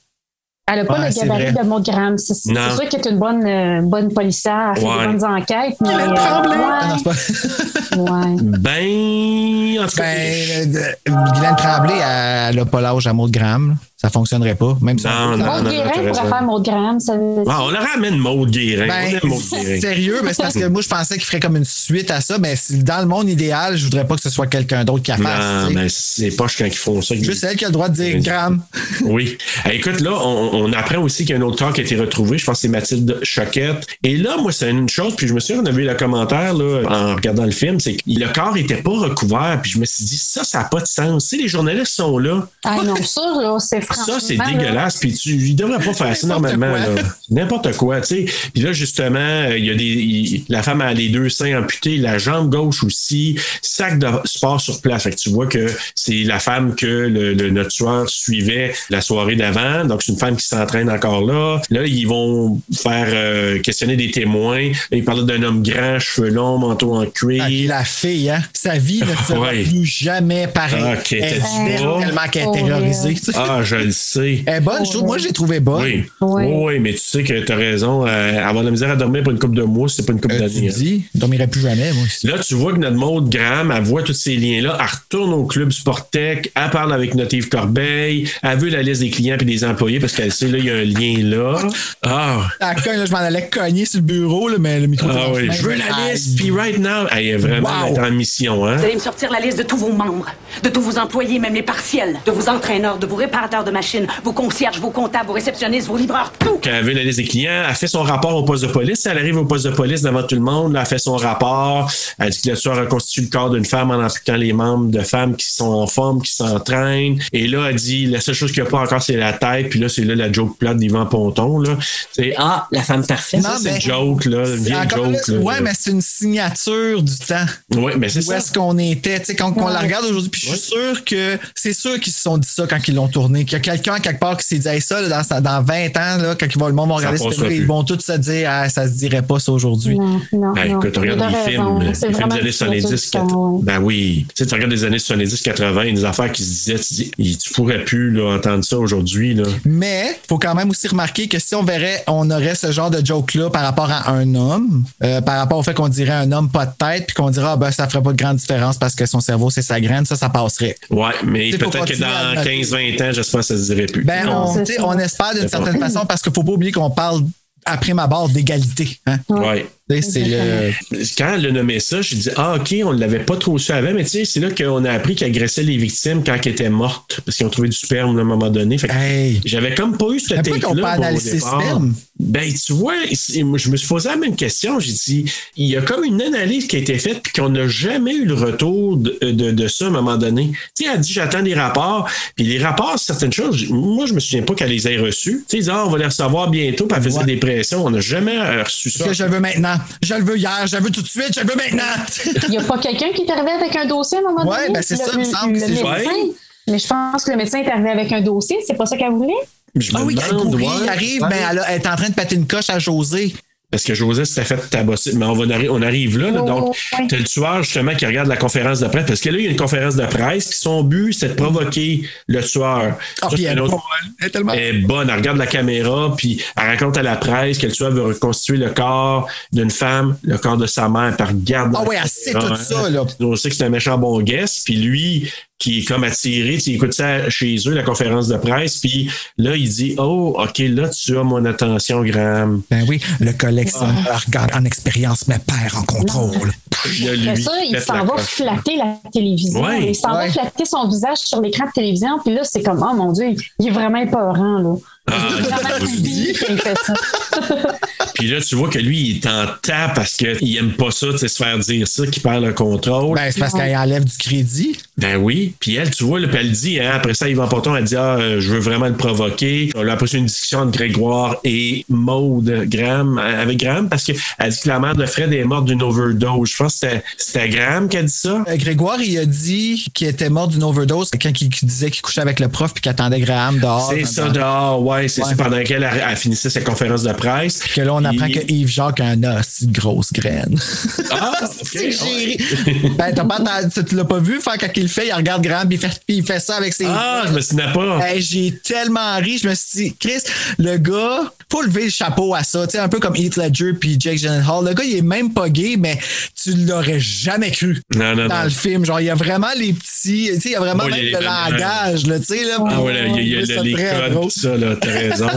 Speaker 6: Elle n'a pas
Speaker 1: Ouais,
Speaker 6: le
Speaker 1: c'est
Speaker 6: gabarit
Speaker 1: vrai.
Speaker 6: de Montgram. C'est c'est
Speaker 2: Non.
Speaker 6: sûr qu'elle est une bonne, euh, bonne policière, elle fait
Speaker 2: Ouais.
Speaker 6: des bonnes enquêtes. Mais,
Speaker 1: Elle
Speaker 6: euh,
Speaker 1: tremblait. Ah, non, c'est pas-
Speaker 6: ouais, ouais.
Speaker 2: Ben, en tout cas.
Speaker 1: *laughs* Ben, euh, Guylaine Tremblay, elle n'a pas l'âge à Maud Graham. Ça fonctionnerait pas, même si
Speaker 2: Non, Ah, non,
Speaker 6: Maud
Speaker 2: non,
Speaker 6: Guérin
Speaker 2: t'as
Speaker 6: pourrait
Speaker 2: raison.
Speaker 6: faire Maud Graham. Ça...
Speaker 2: Ah, on la ramène Maud Guérin.
Speaker 1: Ben,
Speaker 2: On hein. aime Maud Guérin.
Speaker 1: sérieux, mais c'est parce que moi, je pensais qu'il ferait comme une suite à ça, mais si- dans le monde idéal, je voudrais pas que ce soit quelqu'un d'autre qui la fasse.
Speaker 2: Non,
Speaker 1: tu sais.
Speaker 2: mais c'est poche quand ils font ça.
Speaker 1: Juste elle qui a le droit de dire gramme.
Speaker 2: Oui. Eh, Écoute, là, on, on apprend aussi qu'il y a un autre corps qui a été retrouvé. Je pense que c'est Mathilde Choquette. Et là, moi, c'est une chose, puis je me suis on a vu le commentaire là, en regardant le film, c'est que le corps n'était pas recouvert. Puis je me suis dit, ça, ça n'a pas de sens. Si les journalistes sont là,
Speaker 6: Ah non, ça, là, c'est
Speaker 2: ça,
Speaker 6: franchement...
Speaker 2: c'est
Speaker 6: là,
Speaker 2: dégueulasse. Puis tu, ils devraient pas faire ça normalement.
Speaker 6: *laughs*
Speaker 2: là. N'importe quoi, tu sais. Puis là, justement, euh, il y a des, il- la femme a les deux seins amputés, la jambe gauche aussi, sac de sport sur place. Fait que tu vois que c'est la femme que le, le- notre tueur suivait la soirée d'avant. Donc, c'est une femme qui s'entraîne encore là. Là, ils vont faire euh, questionner des témoins. Là, ils parlaient d'un homme grand, cheveux longs, manteau en cuir.
Speaker 1: Ah, La fille, hein, sa vie ne sera
Speaker 2: Ouais.
Speaker 1: plus jamais pareille.
Speaker 2: Ah, ok,
Speaker 1: elle
Speaker 2: t'as
Speaker 1: est
Speaker 2: dit
Speaker 1: belle
Speaker 2: ça?
Speaker 1: tellement qu'elle est terrorisée. tu sais.
Speaker 2: Ah, je le
Speaker 1: *laughs*
Speaker 2: sais.
Speaker 1: Elle est bonne, je trouve. Moi, je l'ai trouvée bonne.
Speaker 2: Oui.
Speaker 6: Oui.
Speaker 2: Oui. oui, mais tu sais que tu as raison. euh, avoir de la misère à dormir pour une coupe de mois, c'est pas une coupe
Speaker 1: Euh, tu
Speaker 2: d'années.
Speaker 1: me
Speaker 2: hein.
Speaker 1: dis, je dormirai plus jamais, moi.
Speaker 2: Là, tu vois que notre Maud Graham, elle voit tous ces liens-là, elle retourne au club Sportec, elle parle avec notre Yves Corbeil, elle veut la liste des clients et des employés parce qu'elle sait, là, il y a un lien là. Ah!
Speaker 1: La cogne, là, je m'en allais cogner sur le bureau, là, mais le micro.
Speaker 2: Ah oui, je veux la liste, puis right now, elle est vraiment elle est en mission, hein?
Speaker 15: Vous allez me sortir la liste de tous vos membres, de tous vos employés, même les partiels, de vos entraîneurs, de vos réparateurs de machines, vos concierges, vos comptables, vos réceptionnistes, vos livreurs, tout.
Speaker 2: Quand elle veut la liste des clients, elle fait son rapport au poste de police. Elle arrive au poste de police devant tout le monde, elle fait son rapport. Elle dit que le soir reconstitue le corps d'une femme en amputant les membres de femmes qui sont en forme, qui s'entraînent. Et là, elle dit la seule chose qu'il n'y a pas encore, c'est la tête. Puis là, c'est là la joke plate d'Yvan Ponton. Là. C'est Ah,
Speaker 14: la femme parfaite.
Speaker 2: Ça,
Speaker 1: Non,
Speaker 2: c'est
Speaker 1: mais-
Speaker 2: une joke, là. Une vieille
Speaker 1: Ah, Encore
Speaker 2: joke.
Speaker 1: là,
Speaker 2: là.
Speaker 1: ouais, mais c'est une signature du temps.
Speaker 2: Ouais, mais c'est
Speaker 1: Où
Speaker 2: ça.
Speaker 1: est-ce qu'on était? Tu sais, quand quand on la
Speaker 2: Ouais.
Speaker 1: regarde aujourd'hui, puis je suis sûr que c'est sûr qu'ils se sont dit ça quand ils l'ont tourné. Qu'il y a quelqu'un quelque part qui s'est dit Hey, ça là, dans, sa- dans 20 ans, là, quand ils vont, le monde va regarder ce
Speaker 2: passera
Speaker 1: film, ils
Speaker 2: plus.
Speaker 1: vont tous se dire Ah, ça se dirait pas ça aujourd'hui.
Speaker 6: Non, non,
Speaker 2: Ben,
Speaker 6: non.
Speaker 2: écoute, regarde
Speaker 6: T'as
Speaker 2: les
Speaker 6: raison,
Speaker 2: films, les
Speaker 6: c'est
Speaker 2: films
Speaker 6: vraiment
Speaker 2: des années
Speaker 6: une signature
Speaker 2: 70,
Speaker 6: du temps,
Speaker 2: *laughs*
Speaker 6: ouais.
Speaker 2: Ben oui. Tu sais, tu regardes les années 70-80, des affaires qui se disaient, tu dis, Il- tu pourrais plus là, entendre ça aujourd'hui. là.
Speaker 1: Mais faut quand même aussi remarquer que si on verrait, on aurait ce genre de joke-là par rapport à un homme, euh, par rapport au fait qu'on dirait un homme pas de tête, puis qu'on dirait ah, ben ça ferait pas de grande différence parce que son cerveau c'est sa graine, ça, ça passerait.
Speaker 2: Ouais, mais
Speaker 1: C'est pour
Speaker 2: peut-être que
Speaker 1: continuer à le
Speaker 2: dans
Speaker 1: noter.
Speaker 2: 15-20 ans, j'espère que ça se dirait plus.
Speaker 1: Ben,
Speaker 2: Non.
Speaker 1: on, tu sais, on espère d'une certaine façon parce qu'il faut pas oublier qu'on parle après ma barre d'égalité. Hein?
Speaker 2: Ouais.
Speaker 1: Tu sais, C'est le.
Speaker 2: Quand elle a nommé ça, j'ai dit Ah, OK, on ne l'avait pas trop su avant, mais tu sais, c'est là qu'on a appris qu'elle agressait les victimes quand elles étaient mortes, parce qu'ils ont trouvé du sperme là, à un moment donné. Fait que J'avais comme pas eu ce
Speaker 1: Mais pourquoi
Speaker 2: take-là.
Speaker 1: qu'on peut
Speaker 2: moi, au
Speaker 1: analyser le
Speaker 2: départ.
Speaker 1: sperme?
Speaker 2: Ben, tu vois, c'est- moi, je me suis posé la même question. J'ai dit Il y a comme une analyse qui a été faite, puis qu'on n'a jamais eu le retour de, de- de ça à un moment donné. Tu sais, elle dit J'attends des rapports, puis les rapports, certaines choses, j- moi, je me souviens pas qu'elle les ait reçus. Tu sais, ils disaient, Ah, on va les recevoir bientôt, puis elle faisait des pressions. On n'a jamais euh, reçu
Speaker 1: Ce
Speaker 2: ça.
Speaker 1: que je veux maintenant. Je le veux hier, je le veux tout de suite, je le veux
Speaker 2: *laughs*
Speaker 1: maintenant.
Speaker 6: Il n'y a pas quelqu'un qui est arrivé avec un dossier à un moment
Speaker 1: Ouais,
Speaker 6: donné?
Speaker 1: ben, c'est
Speaker 6: Le-
Speaker 1: ça, il me semble que
Speaker 6: le
Speaker 1: c'est-
Speaker 6: médecin.
Speaker 1: Ouais.
Speaker 6: Mais je pense que le médecin est arrivé avec un dossier, c'est pas ça qu'elle voulait?
Speaker 2: Je me
Speaker 1: ah oui,
Speaker 2: demande,
Speaker 1: elle courait,
Speaker 2: ouais.
Speaker 1: il arrive,
Speaker 2: Ouais.
Speaker 1: ben, elle, a- elle est en train de péter une coche à José.
Speaker 2: Parce que Joseph s'était fait tabasser. Mais on, va, arri- on arrive là. là.
Speaker 1: Oh,
Speaker 2: donc,
Speaker 1: ouais.
Speaker 2: t'as le tueur justement qui regarde la conférence de presse. Parce que là, il y a une conférence de presse qui son but, c'est de provoquer le tueur.
Speaker 1: Ah,
Speaker 2: c'est
Speaker 1: puis elle
Speaker 2: un
Speaker 1: est Eh,
Speaker 2: autre-
Speaker 1: bonne. Elle est tellement-
Speaker 2: Elle est bonne. Elle regarde la caméra, puis elle raconte à la presse que le tueur veut reconstituer le corps d'une femme, le corps de sa mère, par garde.
Speaker 1: Ah ouais, elle sait tout ça, là.
Speaker 2: hein. On sait que c'est un méchant bon guest. Puis lui, qui est comme attiré, tu sais, il écoute ça chez eux, la conférence de presse. Puis là, il dit Oh, OK, là, tu as mon attention, Graham.
Speaker 1: Ben oui, le collectionneur
Speaker 2: Ah.
Speaker 1: regarde en expérience, mais perd en contrôle.
Speaker 2: Là, lui,
Speaker 6: Après ça, il
Speaker 2: pète
Speaker 6: s'en
Speaker 2: la
Speaker 6: va
Speaker 2: coche.
Speaker 6: flatter la télévision.
Speaker 2: Ouais.
Speaker 6: Il s'en va
Speaker 2: Ouais.
Speaker 6: flatter son visage sur l'écran de télévision. Puis là, c'est comme, oh mon Dieu, il- il est vraiment épeurant, là.
Speaker 2: Ah,
Speaker 6: Il est vraiment
Speaker 2: oui.
Speaker 6: creepy, puis il fait ça.
Speaker 2: Puis là, tu vois que lui, il t'en tape parce qu'il aime pas ça, tu sais, se faire dire ça, qu'il perd le contrôle.
Speaker 1: Ben, c'est parce qu'elle enlève du crédit.
Speaker 2: Ben oui. Puis elle, tu vois, là, puis elle dit, hein, après ça, Yvan Porton, elle dit, ah, euh, je veux vraiment le provoquer. On a après ça, une discussion entre Grégoire et Maude Graham, euh, avec Graham, parce qu'elle dit que la mère de Fred est morte d'une overdose. Je pense que c'était- c'était Graham qui a dit ça.
Speaker 1: Euh, Grégoire, il a dit qu'il était mort d'une overdose quand il, qu'il disait qu'il couchait avec le prof puis qu'il attendait Graham dehors.
Speaker 2: C'est
Speaker 1: Dans-
Speaker 2: ça dehors, ouais, c'est ça, pendant qu'elle elle- elle finissait sa conférence de presse.
Speaker 1: Que là, on apprend que Yves Jacques a une hostie de grosse graine. *laughs*
Speaker 2: Ah,
Speaker 1: C'est géré. Ben, t'as pas entendu- tu- tu l'as pas vu faire quand il le fait, il regarde grand, puis il fait, puis il fait ça avec ses.
Speaker 2: Ah, je me souviens pas.
Speaker 1: Hey, J'ai tellement ri, je me suis dit, Chris, le gars, faut lever le chapeau à ça, tu sais, un peu comme Heath Ledger puis Jake Gyllenhaal. Le gars, il est même pas gay, mais tu l'aurais jamais cru
Speaker 2: Non, non,
Speaker 1: dans
Speaker 2: non.
Speaker 1: le film. Genre, il y a vraiment les petits, tu sais, il y a vraiment
Speaker 2: Oui,
Speaker 1: même
Speaker 2: les-
Speaker 1: le
Speaker 2: euh,
Speaker 1: langage, là, tu sais, là.
Speaker 2: Ah ouais, là, il y a- il y a,
Speaker 1: Je trouve ça
Speaker 2: les
Speaker 1: très
Speaker 2: codes,
Speaker 1: drôle.
Speaker 2: tout ça, là, t'as
Speaker 1: *laughs*
Speaker 2: raison.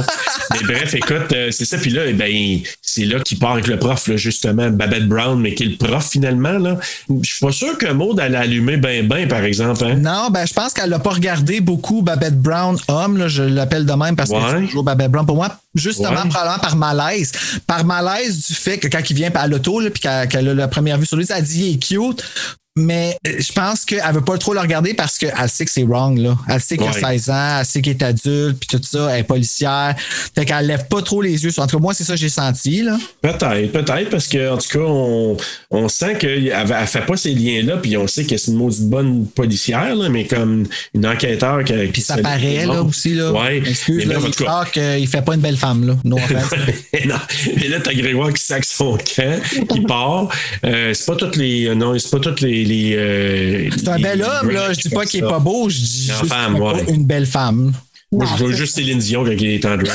Speaker 2: mais bref, écoute, euh, c'est ça. Puis là, eh ben, c'est là qu'il part avec le prof, là, justement, Babette Brown, mais qui est le prof finalement. là. Je suis pas sûr que Maud allait allumer ben ben, par exemple. hein.
Speaker 1: Non, ben, je pense qu'elle n'a pas regardé beaucoup Babette Brown homme. là, je l'appelle de même parce que
Speaker 2: Ouais.
Speaker 1: c'est toujours Babette Brown pour moi. Justement,
Speaker 2: Ouais.
Speaker 1: probablement par malaise. Par malaise du fait que quand il vient à l'auto, là, puis qu'elle qu'elle a la première vue sur lui, elle dit il est cute. Mais euh, je pense qu'elle veut pas trop le regarder parce qu'elle sait que c'est wrong. Là. Elle sait qu'il
Speaker 2: Ouais.
Speaker 1: a 16 ans, elle sait qu'il est adulte, puis tout ça, elle est policière. Fait qu'elle lève pas trop les yeux. sur- En tout cas, moi, c'est ça que j'ai senti. Là.
Speaker 2: Peut-être, peut-être, parce que en tout cas, on, on sent qu'elle ne fait pas ces liens-là, puis on sait que c'est une maudite bonne policière, là, mais comme une enquêteur qui. Puis
Speaker 1: Ça paraît là, aussi. Là.
Speaker 2: Ouais.
Speaker 1: Excuse,
Speaker 2: mais
Speaker 1: là,
Speaker 2: bref, en
Speaker 1: il
Speaker 2: tout cas,
Speaker 1: croit qu'il fait pas une belle femme. Là. No offense.
Speaker 2: Mais non. Mais là, t'as Grégoire qui sac son camp, qui part. Euh, c'est pas toutes les. euh, Non, c'est pas toutes les. les, euh,
Speaker 1: C'est un
Speaker 2: les-
Speaker 1: bel homme,
Speaker 2: les-
Speaker 1: là. Je dis pas qu'il est
Speaker 2: ça.
Speaker 1: pas beau, je dis
Speaker 2: Une
Speaker 1: juste
Speaker 2: femme,
Speaker 1: qu'il est
Speaker 2: ouais.
Speaker 1: pas une belle femme.
Speaker 2: Moi, je veux juste Céline Dion quand il est en drag.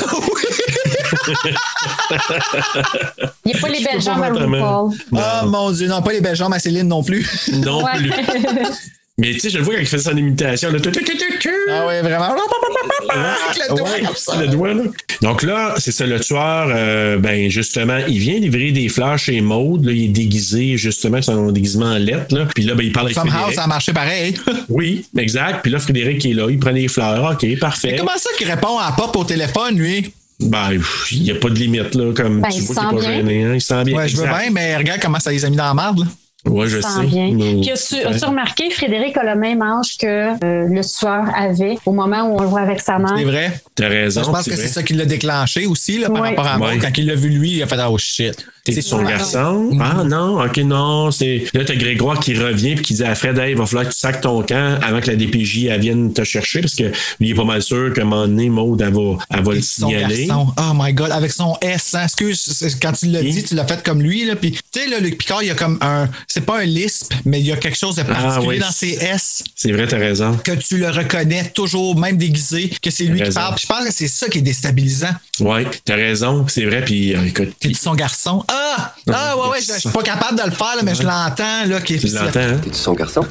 Speaker 6: Il n'y a pas les
Speaker 1: Je peux
Speaker 6: belles
Speaker 1: pas
Speaker 6: jambes à
Speaker 2: vraiment.
Speaker 6: RuPaul.
Speaker 1: Oh mon Dieu, non, pas les belles jambes à Céline non plus.
Speaker 2: *laughs* non
Speaker 6: Ouais.
Speaker 2: plus. Mais tu sais, je le vois quand il faisait son imitation. Là, tu- tu- tu- tu- tu-
Speaker 1: Ah ouais, vraiment. Ah, Avec le doigt
Speaker 2: Ouais,
Speaker 1: comme ça.
Speaker 2: le doigt, là. Donc là, c'est ça, le tueur, euh, ben justement, il vient livrer des fleurs chez Maude. Là, il est déguisé, justement, son déguisement en lettres. Là. Puis là, ben, il parle avec
Speaker 1: Somehow,
Speaker 2: Frédéric.
Speaker 1: ça a marché pareil.
Speaker 2: Oui, exact. Puis là, Frédéric est là, il prend les fleurs. OK, parfait.
Speaker 1: Mais *laughs* comment ça qu'il répond à Pop au téléphone, lui?
Speaker 2: Ben, pff, il n'y a pas de limite, là. Comme
Speaker 6: Ben,
Speaker 2: tu
Speaker 6: il
Speaker 2: vois
Speaker 6: sent
Speaker 2: qu'il est pas
Speaker 6: bien.
Speaker 2: gêné. hein. Il sent bien.
Speaker 1: Ouais, je veux
Speaker 2: exact.
Speaker 1: bien, mais regarde comment ça les a mis dans la marde. là.
Speaker 2: Ouais, je
Speaker 6: Ça en
Speaker 2: sais.
Speaker 6: vient.
Speaker 2: Mais-
Speaker 6: Puis as-tu,
Speaker 2: Ouais.
Speaker 6: as-tu remarqué, Frédéric a le même âge que euh, le tueur avait au moment où on le voit avec sa mère.
Speaker 1: C'est vrai.
Speaker 2: T'as raison.
Speaker 1: je pense
Speaker 2: c'est
Speaker 1: que
Speaker 2: vrai.
Speaker 1: c'est ça qui l'a déclenché aussi là, par
Speaker 6: Ouais.
Speaker 1: rapport à moi.
Speaker 2: Ouais.
Speaker 1: Quand il l'a vu lui, il a fait Mm-hmm. Oh shit.
Speaker 2: T'es son garçon? Ah non, ok, non. c'est Là, t'as Grégoire qui revient et qui dit à Fred, hey, il va falloir que tu sacs ton camp avant que la DPJ elle vienne te chercher parce que lui, il est pas mal sûr qu'à un moment donné, Maud, elle va, elle va le
Speaker 1: Son
Speaker 2: signaler.
Speaker 1: garçon. Oh my god, avec son S, hein. excuse, c'est- quand tu l'as dit, tu l'as fait comme lui, là. Puis, tu sais, là, Luc Picard, il y a comme un. C'est pas un lisp, mais il y a quelque
Speaker 2: Ah,
Speaker 1: chose de particulier
Speaker 2: oui.
Speaker 1: dans ses S.
Speaker 2: C'est vrai, t'as raison.
Speaker 1: que tu le reconnais toujours, même déguisé, que c'est lui qui
Speaker 2: Raison.
Speaker 1: parle. Puis je pense que c'est ça qui est déstabilisant.
Speaker 2: Ouais, t'as raison, c'est vrai. Puis euh, écoute,
Speaker 1: T'es son garçon. Ah! Ah, ouais, ouais, je, je suis pas capable de le faire, là, mais je l'entends, là. Qui,
Speaker 2: tu l'entends, hein?
Speaker 16: T'es-tu son garçon?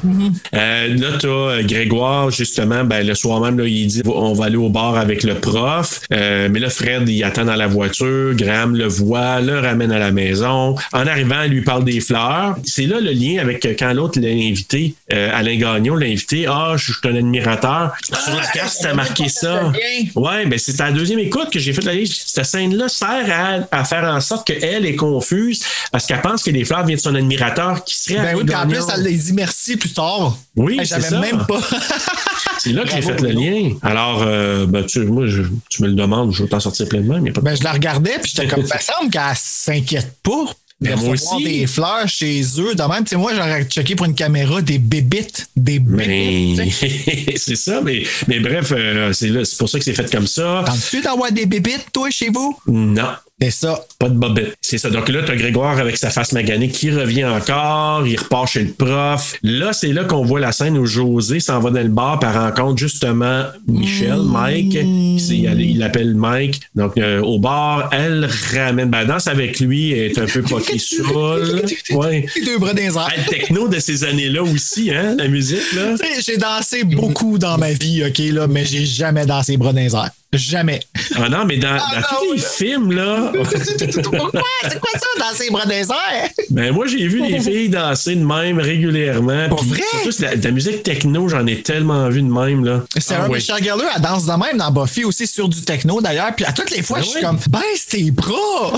Speaker 2: Euh, là, t'as euh, Grégoire, justement, ben, le soir même, là, il dit on va aller au bar avec le prof. Euh, mais là, Fred, il attend dans la voiture. Graham le voit, le ramène à la maison. En arrivant, il lui parle des fleurs. C'est là le lien avec euh, quand l'autre l'a invité, euh, Alain Gagnon l'a invité. Ah, je suis un admirateur. Sur la carte, t'as marqué ça. Ouais, ben c'est à la deuxième écoute que j'ai fait la liste. Cette scène-là sert à, à faire en sorte qu'elle est confuse parce qu'elle pense que les fleurs viennent de son admirateur qui serait
Speaker 1: Ben
Speaker 2: Alain
Speaker 1: oui, puis en plus,
Speaker 2: Gagnon.
Speaker 1: elle l'a dit merci plus tard.
Speaker 2: Oui,
Speaker 1: Hey,
Speaker 2: c'est ça.
Speaker 1: J'avais même pas. *laughs*
Speaker 2: C'est là que j'ai
Speaker 1: Bravo,
Speaker 2: fait le
Speaker 1: Bruno.
Speaker 2: lien. Alors, euh, ben, tu, moi, je- tu me le demandes, je vais t'en sortir pleinement, mais pas de
Speaker 1: Ben, je la regardais, puis j'étais comme, ça semble qu'elle s'inquiète pas.
Speaker 2: Ben,
Speaker 1: de
Speaker 2: moi
Speaker 1: recevoir
Speaker 2: aussi.
Speaker 1: des fleurs chez eux. De même, tu sais, moi, j'aurais checké pour une caméra des bébites. Des bébites.
Speaker 2: Mais
Speaker 1: Ben, tu sais.
Speaker 2: c'est ça, mais, *laughs* mais bref, euh, c'est là- c'est pour ça que c'est fait comme ça.
Speaker 1: T'entends-tu d'avoir des bébites, toi, chez vous?
Speaker 2: Non.
Speaker 1: C'est ça.
Speaker 2: Pas de bobette. C'est ça. Donc là, t'as Grégoire avec sa face maganée qui revient encore, il repart chez le prof. Là, c'est là qu'on voit la scène où José s'en va dans le bar par rencontre justement Michel,
Speaker 1: Mm.
Speaker 2: Mike. C'est- Il il l'appelle Mike. Donc euh, au bar, elle ramène. Ben, elle danse avec lui, elle est un
Speaker 1: *laughs*
Speaker 2: peu poquée saoule. Ouais.
Speaker 1: Les deux bras dans les airs.
Speaker 2: Ah, le techno de ces années-là aussi, hein, la musique, là.
Speaker 1: Tu sais, j'ai dansé beaucoup dans ma vie, OK, là, mais j'ai jamais dansé bras dans les airs. *laughs* Jamais.
Speaker 2: Ah non, mais dans, dans
Speaker 1: non,
Speaker 2: tous les
Speaker 1: oui.
Speaker 2: films, là.
Speaker 1: Pourquoi? C'est quoi ça, danser bras dans les airs?
Speaker 2: ben moi, j'ai vu
Speaker 1: *laughs*
Speaker 2: les filles danser de même régulièrement. Puis
Speaker 1: vrai?
Speaker 2: Surtout, c'est la, de la musique techno, j'en ai tellement vu de même, là.
Speaker 1: C'est
Speaker 2: Ah
Speaker 1: un
Speaker 2: ouais.
Speaker 1: Michel Gellar, elle danse de même dans Buffy aussi sur du techno d'ailleurs. Puis à toutes les fois,
Speaker 2: Ben
Speaker 1: je
Speaker 2: oui.
Speaker 1: suis comme baisse tes bras!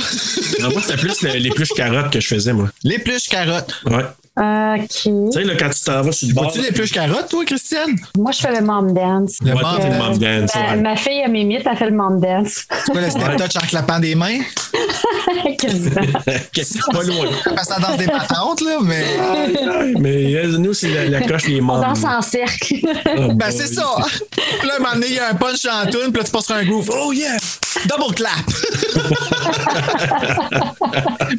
Speaker 2: Non, moi, c'était plus le- les plus carottes que je faisais, moi.
Speaker 1: les plus carottes.
Speaker 2: Ouais.
Speaker 6: OK.
Speaker 2: Tu sais, là, quand tu t'en vas sur le bord.
Speaker 1: Vois-tu les plus carottes, toi, Christiane?
Speaker 6: Moi, je fais le mom dance. Euh,
Speaker 2: Le Ouais, mom toi, t'es dance. mom dance,
Speaker 6: Ma-
Speaker 2: ouais.
Speaker 6: Ma fille, elle m'imite, elle fait le mom dance. *laughs*
Speaker 1: C'est quoi le step touch en clapant des mains?
Speaker 6: Quasiment.
Speaker 2: *laughs* Question pas loin.
Speaker 1: Parce que ça danse des patentes, là, mais.
Speaker 2: Mais euh, nous, c'est la, la coche, Ah, les
Speaker 6: On
Speaker 2: membres.
Speaker 6: danse en cercle.
Speaker 1: ben, c'est ça.
Speaker 2: *laughs*
Speaker 1: Là, à un moment donné, il y a un punch en tune, puis là, tu passes sur un groove. Oh, yeah! Double clap!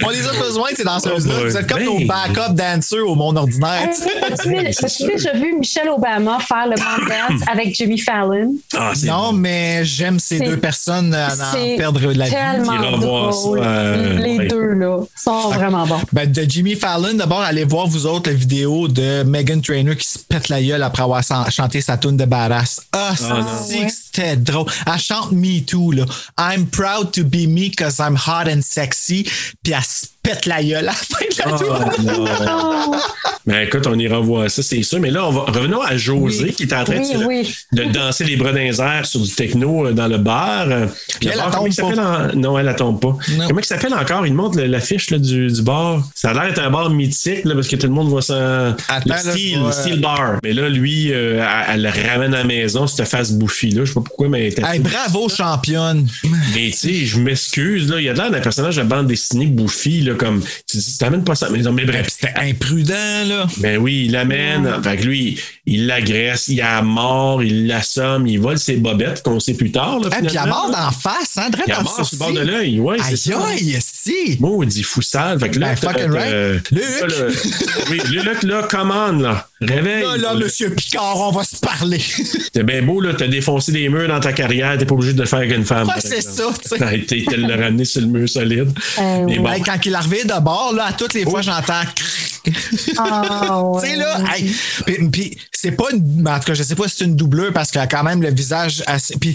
Speaker 1: On les a besoin, ces danseuses-là. Vous êtes comme nos backup dancers au monde ordinaire.
Speaker 6: Hey, As-tu as-tu déjà vu Michelle Obama faire le mom dance avec Jimmy Fallon?
Speaker 2: Ah,
Speaker 1: non, mais j'aime ces
Speaker 6: C'est-
Speaker 1: deux personnes à en
Speaker 6: c'est
Speaker 1: Ah perdre de la vie.
Speaker 6: tellement J'irai voir drôle. ça, euh, Les ouais. deux, là, sont vraiment bons.
Speaker 1: Ben, de Jimmy Fallon, d'abord, allez voir vous autres la vidéo de Megan Trainor qui se pète la gueule après avoir san- chanté sa tune de badass. Ah,
Speaker 2: Ah, non.
Speaker 1: c'est que c'était drôle. Elle chante Me Too, là. I'm proud to be me cause I'm hot and sexy. Puis elle se pète la gueule à la fin de
Speaker 2: Ah,
Speaker 1: la tune.
Speaker 2: non. *laughs* Mais écoute, on y revoit ça, c'est sûr. Mais là, on va... revenons à José qui est en train de-
Speaker 6: Oui,
Speaker 2: de,
Speaker 6: oui.
Speaker 2: de danser les bras dans les airs sur du techno euh, dans le bar. Euh,
Speaker 1: Puis
Speaker 2: le
Speaker 1: elle,
Speaker 2: bar,
Speaker 1: elle
Speaker 2: comment
Speaker 1: tombe
Speaker 2: il s'appelle
Speaker 1: pas.
Speaker 2: en- Non, elle la tombe pas.
Speaker 1: Non.
Speaker 2: Comment il s'appelle encore? Il montre le- l'affiche là, du, du bar. Ça a l'air d'être un bar mythique là, parce que tout le monde voit ça.
Speaker 1: Attends,
Speaker 2: le
Speaker 1: là,
Speaker 2: steel,
Speaker 1: je euh, vais-
Speaker 2: steel bar. Mais là, lui, euh, elle, elle le ramène à la maison, cette face bouffie là. Je sais pas pourquoi, mais elle était
Speaker 1: Hey, bravo, championne.
Speaker 2: mais tu sais, je m'excuse, là. Il y a de l'air d'un personnage de bande dessinée bouffi, là, comme tu dis, t'amènes pas ça à la maison. Mais bref.
Speaker 1: C'était imprudent, là.
Speaker 2: Ben oui, il l'amène.
Speaker 1: Ah.
Speaker 2: Fait que lui, il l'agresse, il a mort, il l'assomme, il vole ses bobettes qu'on sait plus tard. Là,
Speaker 1: Et Ah, puis elle
Speaker 2: finalement,
Speaker 1: mord
Speaker 2: là.
Speaker 1: d'en face, hein, direct
Speaker 2: Il a
Speaker 1: dans le
Speaker 2: mort sur
Speaker 1: sourcil.
Speaker 2: le bord de l'œil, ouais, c'est
Speaker 1: Aïe,
Speaker 2: ça.
Speaker 1: aïe, si.
Speaker 2: Maudit fou sale. Fait que là,
Speaker 1: Ben,
Speaker 2: t'as-
Speaker 1: fucking
Speaker 2: t'as-
Speaker 1: right.
Speaker 2: t'as- le- oui, Luc, là, commande, là. Réveille.
Speaker 1: Là, là, monsieur Picard, on va se parler.
Speaker 2: T'es bien beau, là. T'as défoncé des murs dans ta carrière. T'es pas obligé de le faire avec une femme.
Speaker 1: Ouais,
Speaker 2: par
Speaker 1: c'est
Speaker 2: exemple.
Speaker 1: ça,
Speaker 2: *laughs*
Speaker 1: tu sais.
Speaker 2: T'as- T'as t'as le ramené sur le mur solide. Mais bon.
Speaker 1: Hey, quand il arrivait de bord, là, à toutes les fois, j'entends.
Speaker 6: Ah, ouais.
Speaker 1: *laughs* Tu sais, là, hey, puis, puis c'est pas une. ben, En tout cas, je sais pas si c'est une doubleur parce qu'elle a quand même le visage assez. Puis,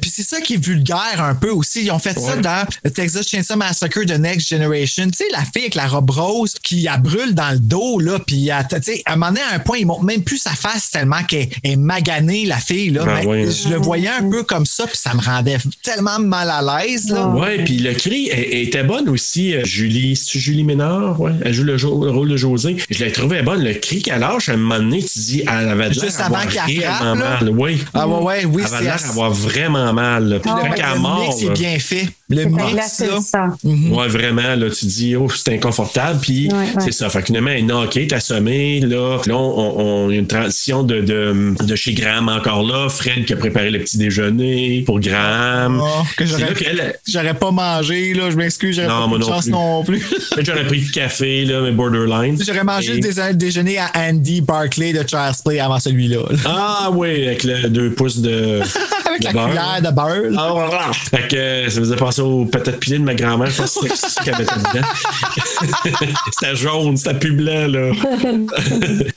Speaker 1: puis c'est ça qui est vulgaire un peu aussi. Ils ont fait ça dans le Texas Chainsaw Massacre de Next Generation. Tu sais, la fille avec la robe rose qui elle brûle dans le dos, là, puis elle- tu sais, à un moment donné, à un point, ils montrent même plus sa face tellement qu'elle est maganée, la fille, là.
Speaker 2: Ah,
Speaker 1: Mais
Speaker 2: ouais.
Speaker 1: Je le voyais un peu comme ça, puis ça me rendait tellement mal à l'aise, là.
Speaker 6: Ah.
Speaker 2: Ouais, puis le cri elle- elle était bonne aussi. euh, Julie, c'est Julie Ménard, ouais, elle joue le, jo- le rôle de José. Je l'ai trouvée bonne. Le cri qu'elle lâche, à un moment donné, tu dis, elle avait de
Speaker 1: Juste
Speaker 2: l'air
Speaker 1: avant
Speaker 2: avoir
Speaker 1: qu'elle frappe,
Speaker 2: réellement
Speaker 1: là.
Speaker 2: mal. Oui.
Speaker 1: Ah ouais, ouais, oui,
Speaker 2: Elle avait
Speaker 1: c'est
Speaker 2: l'air
Speaker 1: assez-
Speaker 2: d'avoir vraiment mal. là. Puis
Speaker 1: Ah, ben, Le,
Speaker 2: quand
Speaker 1: mec,
Speaker 2: elle
Speaker 1: le
Speaker 2: mord,
Speaker 1: mix
Speaker 2: là,
Speaker 1: est bien fait. Le
Speaker 6: C'est
Speaker 1: mix,
Speaker 6: glacé
Speaker 1: là.
Speaker 6: le sang.
Speaker 2: Ouais, vraiment, là, tu dis, oh, c'est inconfortable, puis
Speaker 6: Ouais, ouais.
Speaker 2: c'est ça. Fait que finalement, elle est knockée, t'as assommée, là. Là, on, on- on a une transition de, de, de chez Graham encore là. Fred qui a préparé le petit déjeuner pour Graham.
Speaker 1: Ah, que
Speaker 2: C'est
Speaker 1: j'aurais-
Speaker 2: là qu'elle-
Speaker 1: J'aurais pas mangé, là, je m'excuse, j'aurais
Speaker 2: Non,
Speaker 1: pas
Speaker 2: moi
Speaker 1: eu de
Speaker 2: non
Speaker 1: chance
Speaker 2: plus. *laughs*
Speaker 1: non plus.
Speaker 2: Peut-être j'aurais pris du café, là, mais borderline.
Speaker 1: j'aurais mangé
Speaker 2: Et-
Speaker 1: le dé- déjeuner à Andy Barclay de Charles Play avant celui-là.
Speaker 2: *laughs*
Speaker 1: là.
Speaker 2: Ah oui, avec le deux pouces
Speaker 1: *laughs*
Speaker 2: de.
Speaker 1: Avec
Speaker 2: de
Speaker 1: la
Speaker 2: beurre.
Speaker 1: cuillère de beurre. là.
Speaker 2: Ah, ouais, ouais. Fait que euh, ça faisait penser aux patates pilées de ma grand-mère. Je pense que c'est ça qu'elle mettait dedans. *laughs* c'était jaune, c'était plus blanc,
Speaker 1: *laughs*
Speaker 2: là.